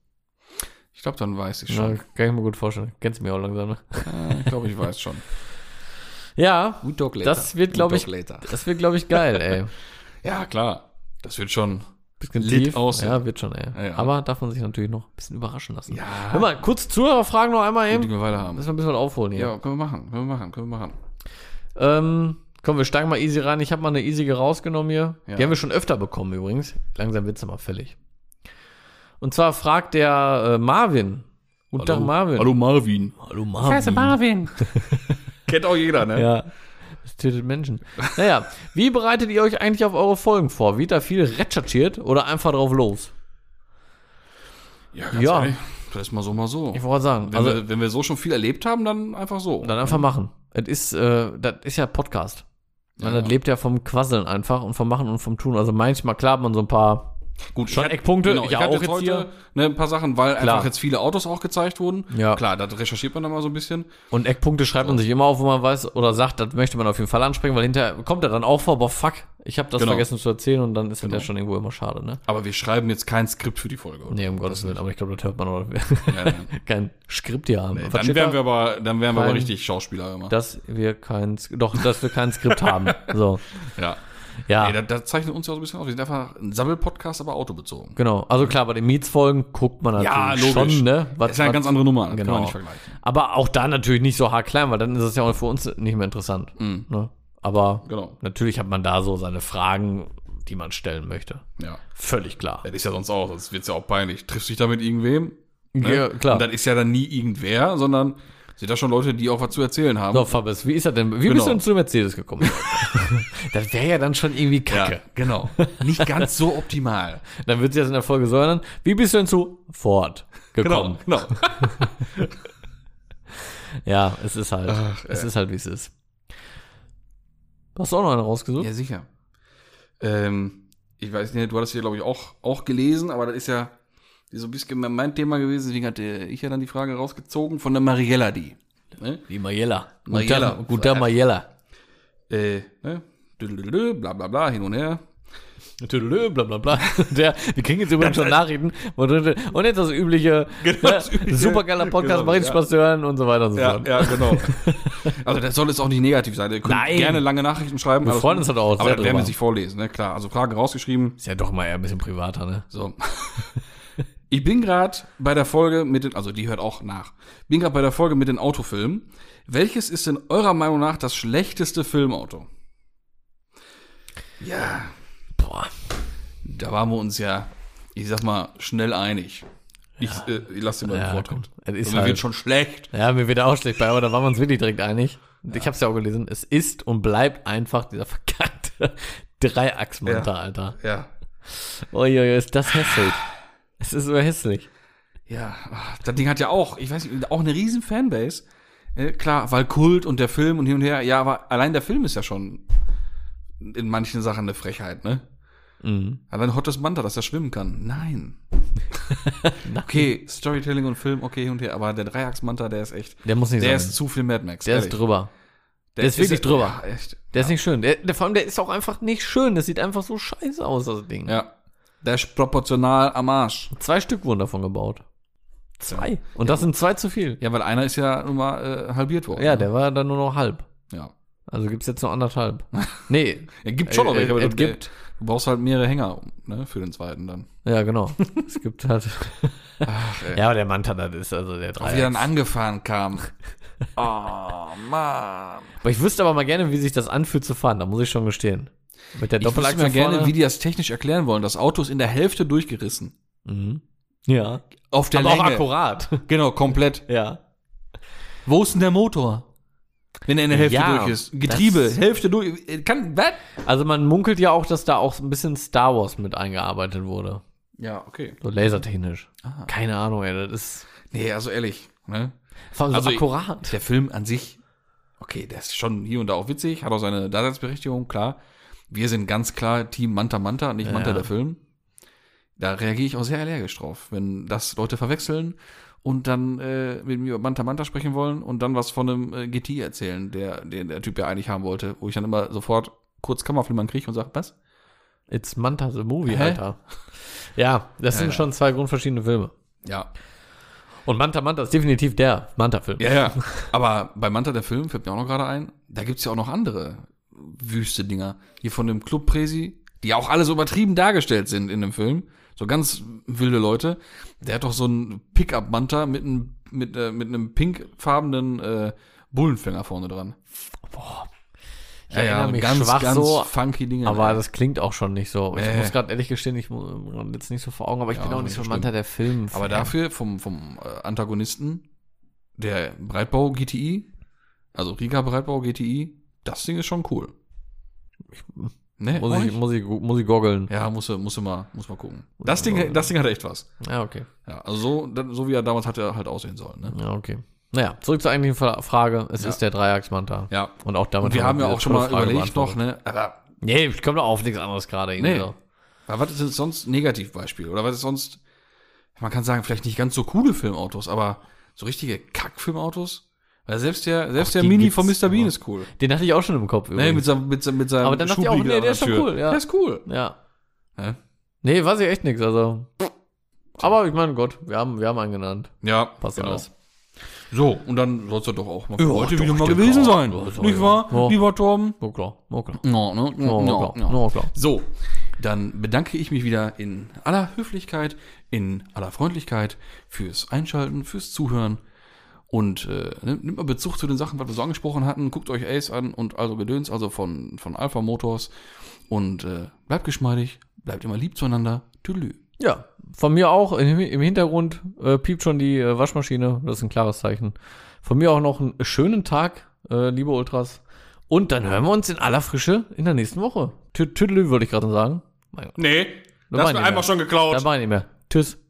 [SPEAKER 1] Ich glaube, dann weiß ich
[SPEAKER 2] Na,
[SPEAKER 1] schon.
[SPEAKER 2] kann ich mir gut vorstellen. Kennst du mich auch langsam, ne?
[SPEAKER 1] Ah, ich glaube, ich weiß
[SPEAKER 2] [LAUGHS]
[SPEAKER 1] schon.
[SPEAKER 2] Ja,
[SPEAKER 1] We talk
[SPEAKER 2] Das wird,
[SPEAKER 1] We
[SPEAKER 2] glaub
[SPEAKER 1] talk
[SPEAKER 2] ich-
[SPEAKER 1] later.
[SPEAKER 2] das wird, glaube ich, geil,
[SPEAKER 1] [LAUGHS]
[SPEAKER 2] ey.
[SPEAKER 1] Ja, klar. Das wird schon.
[SPEAKER 2] Bisschen
[SPEAKER 1] Lit
[SPEAKER 2] tief.
[SPEAKER 1] aussehen.
[SPEAKER 2] Ja, wird schon, ey.
[SPEAKER 1] Ja, ja.
[SPEAKER 2] Aber darf man sich natürlich noch ein bisschen überraschen lassen.
[SPEAKER 1] Ja.
[SPEAKER 2] Hör mal, kurz Zuhörerfragen noch einmal
[SPEAKER 1] Die
[SPEAKER 2] eben.
[SPEAKER 1] wir weiter haben.
[SPEAKER 2] Müssen wir ein bisschen was aufholen hier.
[SPEAKER 1] Ja, können wir machen, können wir machen, können wir machen.
[SPEAKER 2] Ähm, komm, wir steigen mal easy rein. Ich habe mal eine easige rausgenommen hier.
[SPEAKER 1] Ja.
[SPEAKER 2] Die haben wir schon öfter bekommen übrigens. Langsam wird's immer fällig. Und zwar fragt der äh, Marvin. Guten Tag, Marvin.
[SPEAKER 1] Hallo Marvin.
[SPEAKER 2] Hallo Marvin.
[SPEAKER 1] Marvin. [LAUGHS] Kennt auch jeder, ne?
[SPEAKER 2] Ja. Das tötet Menschen. Naja, wie bereitet ihr euch eigentlich auf eure Folgen vor? Wird da viel recherchiert oder einfach drauf los?
[SPEAKER 1] Ja, ganz
[SPEAKER 2] Ja.
[SPEAKER 1] ehrlich. Das ist mal so, mal so.
[SPEAKER 2] Ich wollte sagen,
[SPEAKER 1] Wenn,
[SPEAKER 2] also
[SPEAKER 1] wir, wenn wir so schon viel erlebt haben, dann einfach so.
[SPEAKER 2] dann einfach machen. Es ist, äh, das ist ja Podcast. Man,
[SPEAKER 1] Ja.
[SPEAKER 2] Das lebt ja vom Quasseln einfach und vom Machen und vom Tun. Also manchmal klar hat man so ein paar
[SPEAKER 1] Gut, ich
[SPEAKER 2] schon
[SPEAKER 1] hatte-
[SPEAKER 2] Eckpunkte,
[SPEAKER 1] Genau,
[SPEAKER 2] ich
[SPEAKER 1] ich hatte
[SPEAKER 2] auch
[SPEAKER 1] jetzt
[SPEAKER 2] jetzt
[SPEAKER 1] heute
[SPEAKER 2] hier.
[SPEAKER 1] Ne, ein paar Sachen, weil
[SPEAKER 2] Klar.
[SPEAKER 1] einfach jetzt viele Autos auch gezeigt wurden.
[SPEAKER 2] Ja.
[SPEAKER 1] Klar, da recherchiert man dann mal so ein bisschen.
[SPEAKER 2] Und Eckpunkte schreibt
[SPEAKER 1] Genau.
[SPEAKER 2] man sich immer auf, wo man weiß oder sagt, das möchte man auf jeden Fall ansprechen, weil hinterher kommt er dann auch vor, boah, fuck, ich habe das
[SPEAKER 1] Genau.
[SPEAKER 2] vergessen zu erzählen und dann ist das ja schon irgendwo immer schade, ne?
[SPEAKER 1] Aber wir schreiben jetzt kein Skript für die Folge. Oder?
[SPEAKER 2] Nee, um Gottes Willen, aber ich glaube, das hört man oder
[SPEAKER 1] Ja, nein.
[SPEAKER 2] [LAUGHS] kein Skript hier haben. Was
[SPEAKER 1] Dann
[SPEAKER 2] steht
[SPEAKER 1] wären
[SPEAKER 2] da?
[SPEAKER 1] wir aber, dann wären wir aber
[SPEAKER 2] Kein-
[SPEAKER 1] richtig Schauspieler immer.
[SPEAKER 2] dass wir kein Sk- doch, dass wir kein Skript haben. So.
[SPEAKER 1] ja.
[SPEAKER 2] Ja.
[SPEAKER 1] [LAUGHS] Ey, das, das zeichnet uns ja auch so ein bisschen aus. Wir sind einfach ein Sabbel-Podcast, aber autobezogen.
[SPEAKER 2] genau. Also klar, bei den Mietsfolgen guckt man natürlich schon, ne?
[SPEAKER 1] das ist ja eine ganz andere Nummer. das Kann
[SPEAKER 2] Genau.
[SPEAKER 1] man nicht vergleichen.
[SPEAKER 2] aber auch da natürlich nicht so haarklein, weil dann ist es ja auch für uns nicht mehr interessant. Ne? Aber
[SPEAKER 1] Mhm. Genau.
[SPEAKER 2] natürlich hat man da so seine Fragen, die man stellen möchte.
[SPEAKER 1] Ja.
[SPEAKER 2] Völlig klar.
[SPEAKER 1] Das ist ja sonst auch, sonst wird's ja auch peinlich. Triffst dich da mit irgendwem? Ne?
[SPEAKER 2] Ja, klar.
[SPEAKER 1] Und dann ist ja dann nie irgendwer, sondern sind da schon Leute, die auch was zu erzählen haben.
[SPEAKER 2] So, Fabius, wie ist das denn? Wie
[SPEAKER 1] Genau.
[SPEAKER 2] bist du denn zu
[SPEAKER 1] [LAUGHS]
[SPEAKER 2] Mercedes gekommen? das wäre ja dann schon irgendwie kacke.
[SPEAKER 1] Ja,
[SPEAKER 2] [LAUGHS]
[SPEAKER 1] genau. Nicht ganz so optimal.
[SPEAKER 2] Dann wird sie das in der Folge so hören. Wie bist du denn zu Ford gekommen?
[SPEAKER 1] genau.
[SPEAKER 2] Ja, es ist halt.
[SPEAKER 1] Ach,
[SPEAKER 2] es ist halt, wie es ist. Hast du auch noch einen rausgesucht?
[SPEAKER 1] Ja, sicher. Ähm, ich weiß nicht, du hattest hier, glaube ich, auch, auch gelesen, aber das ist ja so ein bisschen mein Thema gewesen, deswegen hatte ich ja dann die Frage rausgezogen von der Mariella, die. Ne?
[SPEAKER 2] Die Mariella.
[SPEAKER 1] Mariella.
[SPEAKER 2] Guter, guter Mariella.
[SPEAKER 1] Äh, ne? Düdelüdelü, Bla bla bla, hin und her.
[SPEAKER 2] Tüdelö, bla bla [LAUGHS] bla. Der, wir kriegen jetzt
[SPEAKER 1] [LAUGHS]
[SPEAKER 2] übrigens schon Nachrichten. wo drin steht, Und jetzt das übliche.
[SPEAKER 1] Genau, das
[SPEAKER 2] ne,
[SPEAKER 1] übliche.
[SPEAKER 2] Supergeiler Podcast,
[SPEAKER 1] Genau,
[SPEAKER 2] macht richtig
[SPEAKER 1] ja.
[SPEAKER 2] Spaß zu hören und so weiter und so fort.
[SPEAKER 1] ja, genau. [LAUGHS] also das soll jetzt auch nicht negativ sein. Ihr könnt
[SPEAKER 2] Nein.
[SPEAKER 1] gerne lange Nachrichten schreiben.
[SPEAKER 2] Wir
[SPEAKER 1] alles
[SPEAKER 2] freuen
[SPEAKER 1] gut.
[SPEAKER 2] uns halt auch
[SPEAKER 1] Aber
[SPEAKER 2] sehr
[SPEAKER 1] das werden wir
[SPEAKER 2] drüber.
[SPEAKER 1] sich vorlesen, ne? Klar. Also Fragen rausgeschrieben.
[SPEAKER 2] Ist ja doch mal eher ein bisschen privater, ne?
[SPEAKER 1] So. Ich bin gerade bei der Folge mit den, also die hört auch nach. Bin gerade bei der Folge mit den Autofilmen. Welches ist denn eurer Meinung nach das schlechteste Filmauto? Ja,
[SPEAKER 2] Boah.
[SPEAKER 1] da waren wir uns ja, ich sag mal, schnell einig. Ich, äh, ich lasse dir mal den
[SPEAKER 2] Ja,
[SPEAKER 1] Vortritt.
[SPEAKER 2] komm. Es ist
[SPEAKER 1] Also, mir
[SPEAKER 2] halt-
[SPEAKER 1] wird schon schlecht.
[SPEAKER 2] Ja, mir wird auch schlecht bei, aber da waren wir uns wirklich direkt einig. Ich hab's ja auch gelesen. Es ist und bleibt einfach dieser verkackte [LAUGHS] Dreiachsmonter, Alter.
[SPEAKER 1] Ja.
[SPEAKER 2] Uiuiui, ist das hässlich. Es ist so hässlich.
[SPEAKER 1] Ja, ach, das Ding hat ja auch, ich weiß nicht, auch eine riesen Fanbase. Äh, klar, weil Kult und der Film und hin und her, ja, aber allein der Film ist ja schon in manchen Sachen eine Frechheit, ne? Allein Hottes Manta, dass er schwimmen kann. [LAUGHS] Nein. Okay, Storytelling und Film, okay, hin und her, aber der Dreiachs-Manta, der ist echt,
[SPEAKER 2] Der muss nicht
[SPEAKER 1] der
[SPEAKER 2] sein.
[SPEAKER 1] ist zu viel Mad Max.
[SPEAKER 2] Der ist
[SPEAKER 1] ehrlich.
[SPEAKER 2] drüber. der ist wirklich drüber.
[SPEAKER 1] Ja, echt.
[SPEAKER 2] Der ist nicht schön. Der, der, vor allem, der ist auch einfach nicht schön. Das sieht einfach so scheiße aus, das Ding.
[SPEAKER 1] Ja. Der ist proportional am Arsch.
[SPEAKER 2] Zwei Stück wurden davon gebaut. Zwei. Und das sind zwei zu viel.
[SPEAKER 1] Ja, weil einer ist ja nun mal äh, halbiert worden.
[SPEAKER 2] Ja,
[SPEAKER 1] ne?
[SPEAKER 2] der war dann nur noch halb.
[SPEAKER 1] Ja. [LAUGHS]
[SPEAKER 2] Also gibt's jetzt nur anderthalb. Nee.
[SPEAKER 1] Er gibt schon noch
[SPEAKER 2] Äh,
[SPEAKER 1] welche, aber
[SPEAKER 2] äh,
[SPEAKER 1] du-
[SPEAKER 2] es gibt.
[SPEAKER 1] Du Du brauchst halt mehrere Hänger ne, für den zweiten dann.
[SPEAKER 2] Ja, genau. es gibt halt.
[SPEAKER 1] [LAUGHS] Ach, ey.
[SPEAKER 2] Ja, aber der Manta, das ist also der
[SPEAKER 1] Wie er dann
[SPEAKER 2] Dreier.
[SPEAKER 1] angefahren [LAUGHS] kam. Oh, Mann.
[SPEAKER 2] Aber ich wüsste aber mal gerne, wie sich das anfühlt zu fahren. Da muss ich schon gestehen. Mit der
[SPEAKER 1] Ich wüsste
[SPEAKER 2] Doppelachse
[SPEAKER 1] mir gerne,
[SPEAKER 2] vorne.
[SPEAKER 1] wie die das technisch erklären wollen. Das Auto ist in der Hälfte durchgerissen.
[SPEAKER 2] mhm. Ja.
[SPEAKER 1] Auf der
[SPEAKER 2] aber auch
[SPEAKER 1] Länge.
[SPEAKER 2] akkurat.
[SPEAKER 1] [LAUGHS] genau, komplett.
[SPEAKER 2] ja.
[SPEAKER 1] Wo ist denn der Motor? Wenn er in der Hälfte
[SPEAKER 2] Ja,
[SPEAKER 1] durch ist. Getriebe,
[SPEAKER 2] das-
[SPEAKER 1] Hälfte durch. äh, Kann, was?
[SPEAKER 2] Also man munkelt ja auch, dass da auch ein bisschen Star Wars mit eingearbeitet wurde.
[SPEAKER 1] Ja, okay.
[SPEAKER 2] So lasertechnisch.
[SPEAKER 1] Ah.
[SPEAKER 2] Keine Ahnung, ey. Das ist
[SPEAKER 1] Nee, also ehrlich. Ne?
[SPEAKER 2] vor allem so
[SPEAKER 1] Also ich-
[SPEAKER 2] akkurat.
[SPEAKER 1] Der Film an sich, okay, der ist schon hier und da auch witzig, hat auch seine Daseinsberechtigung, klar. Wir sind ganz klar Team Manta Manta, nicht Manta
[SPEAKER 2] Ja.
[SPEAKER 1] der Film. Da reagiere ich auch sehr allergisch drauf, wenn das Leute verwechseln und dann äh, mit mir über Manta Manta sprechen wollen und dann was von einem äh, GT erzählen, der, den der Typ ja eigentlich haben wollte, wo ich dann immer sofort kurz Kammerflimmern kriege und sage, was?
[SPEAKER 2] It's Manta the Movie,
[SPEAKER 1] Hä?
[SPEAKER 2] Alter. Ja, das sind
[SPEAKER 1] ja.
[SPEAKER 2] schon zwei grundverschiedene Filme.
[SPEAKER 1] Ja.
[SPEAKER 2] Und Manta Manta ist definitiv der Manta-Film.
[SPEAKER 1] Ja, ja. Aber bei Manta der Film, fällt mir auch noch gerade ein, da gibt's ja auch noch andere wüste Dinger. Hier von dem Club Presi, die auch alle so übertrieben dargestellt sind in dem Film. So ganz wilde Leute. Der hat doch so einen Pickup-Manta mit einem, mit, äh, mit einem pinkfarbenen äh, Bullenfänger vorne dran.
[SPEAKER 2] Ich erinnere mich schwach so,
[SPEAKER 1] funky Dinger.
[SPEAKER 2] Aber das klingt auch schon nicht so. Ich
[SPEAKER 1] Nee.
[SPEAKER 2] muss gerade ehrlich gestehen, ich mu- jetzt nicht so vor Augen, aber ich
[SPEAKER 1] Ja,
[SPEAKER 2] bin auch nicht so
[SPEAKER 1] stimmt.
[SPEAKER 2] Manta der Film.
[SPEAKER 1] Aber dafür vom, vom äh, Antagonisten, der Breitbau GTI, also Riga Breitbau GTI, das Ding ist schon cool. Ne,
[SPEAKER 2] muss ich,
[SPEAKER 1] euch?
[SPEAKER 2] muss ich, muss ich goggeln.
[SPEAKER 1] ja, muss, er- muss er mal, muss mal gucken. Das Ding, das Ding hat echt was.
[SPEAKER 2] Ja, okay.
[SPEAKER 1] Ja, also so, dann- so wie er damals hat er halt aussehen sollen. Ne?
[SPEAKER 2] Ja, okay. Naja, zurück zur eigentlichen Fra- Frage. Es
[SPEAKER 1] Ja.
[SPEAKER 2] ist der Dreiachs-Manta.
[SPEAKER 1] Ja.
[SPEAKER 2] Und auch damit
[SPEAKER 1] Und wir haben ja
[SPEAKER 2] diese
[SPEAKER 1] auch schon mal
[SPEAKER 2] tolle Frage
[SPEAKER 1] überlegt noch,
[SPEAKER 2] beantwortet.
[SPEAKER 1] ne? Aber,
[SPEAKER 2] Nee, ich komme doch auf nichts anderes gerade. irgendwie
[SPEAKER 1] nee.
[SPEAKER 2] so.
[SPEAKER 1] aber was ist denn sonst ein Negativbeispiel? Oder was ist sonst, man kann sagen, vielleicht nicht ganz so coole Filmautos, aber so richtige Kackfilmautos? Weil selbst der, selbst der
[SPEAKER 2] die
[SPEAKER 1] Mini
[SPEAKER 2] gibt's,
[SPEAKER 1] von Mr. Bean
[SPEAKER 2] aber-
[SPEAKER 1] ist cool.
[SPEAKER 2] Den hatte ich auch schon im Kopf.
[SPEAKER 1] Nee,
[SPEAKER 2] übrigens.
[SPEAKER 1] mit seinem, mit seinem, mit seinem
[SPEAKER 2] Aber dann dachte ich auch,
[SPEAKER 1] Schubliegel
[SPEAKER 2] nee, der
[SPEAKER 1] an
[SPEAKER 2] ist schon
[SPEAKER 1] Tür.
[SPEAKER 2] cool, ja.
[SPEAKER 1] Der ist cool.
[SPEAKER 2] Ja.
[SPEAKER 1] Hä?
[SPEAKER 2] Nee, weiß ich echt nichts. Also. Aber ich meine, Gott, wir haben, wir haben einen genannt.
[SPEAKER 1] Ja,
[SPEAKER 2] Passt
[SPEAKER 1] genau.
[SPEAKER 2] alles.
[SPEAKER 1] So, und dann soll es doch auch mal für
[SPEAKER 2] Ja,
[SPEAKER 1] heute
[SPEAKER 2] doch,
[SPEAKER 1] wieder mal
[SPEAKER 2] ich denke
[SPEAKER 1] gewesen
[SPEAKER 2] auch.
[SPEAKER 1] sein.
[SPEAKER 2] Ja, sorry.
[SPEAKER 1] Nicht wahr,
[SPEAKER 2] Ja.
[SPEAKER 1] lieber ne? Torben?
[SPEAKER 2] Oh klar, oh klar.
[SPEAKER 1] No, no,
[SPEAKER 2] Oh,
[SPEAKER 1] no,
[SPEAKER 2] klar, oh, klar.
[SPEAKER 1] So, dann bedanke ich mich wieder in aller Höflichkeit, in aller Freundlichkeit fürs Einschalten, fürs Zuhören. Und äh, ne, nimmt mal Bezug zu den Sachen, was wir so angesprochen hatten. Guckt euch Ace an und also Gedöns, also von, von Alpha Motors. Und äh, bleibt geschmeidig, bleibt immer lieb zueinander. Tüdelü.
[SPEAKER 2] Ja, von mir auch. Im, im Hintergrund äh, piept schon die äh, Waschmaschine. Das ist ein klares Zeichen. Von mir auch noch einen schönen Tag, äh, liebe Ultras. Und dann hören wir uns in aller Frische in der nächsten Woche. Tü- Tüdelü würde ich gerade sagen. Mein Gott,
[SPEAKER 1] Nee,
[SPEAKER 2] das war einmal
[SPEAKER 1] schon geklaut.
[SPEAKER 2] da war ich nicht mehr. Tschüss.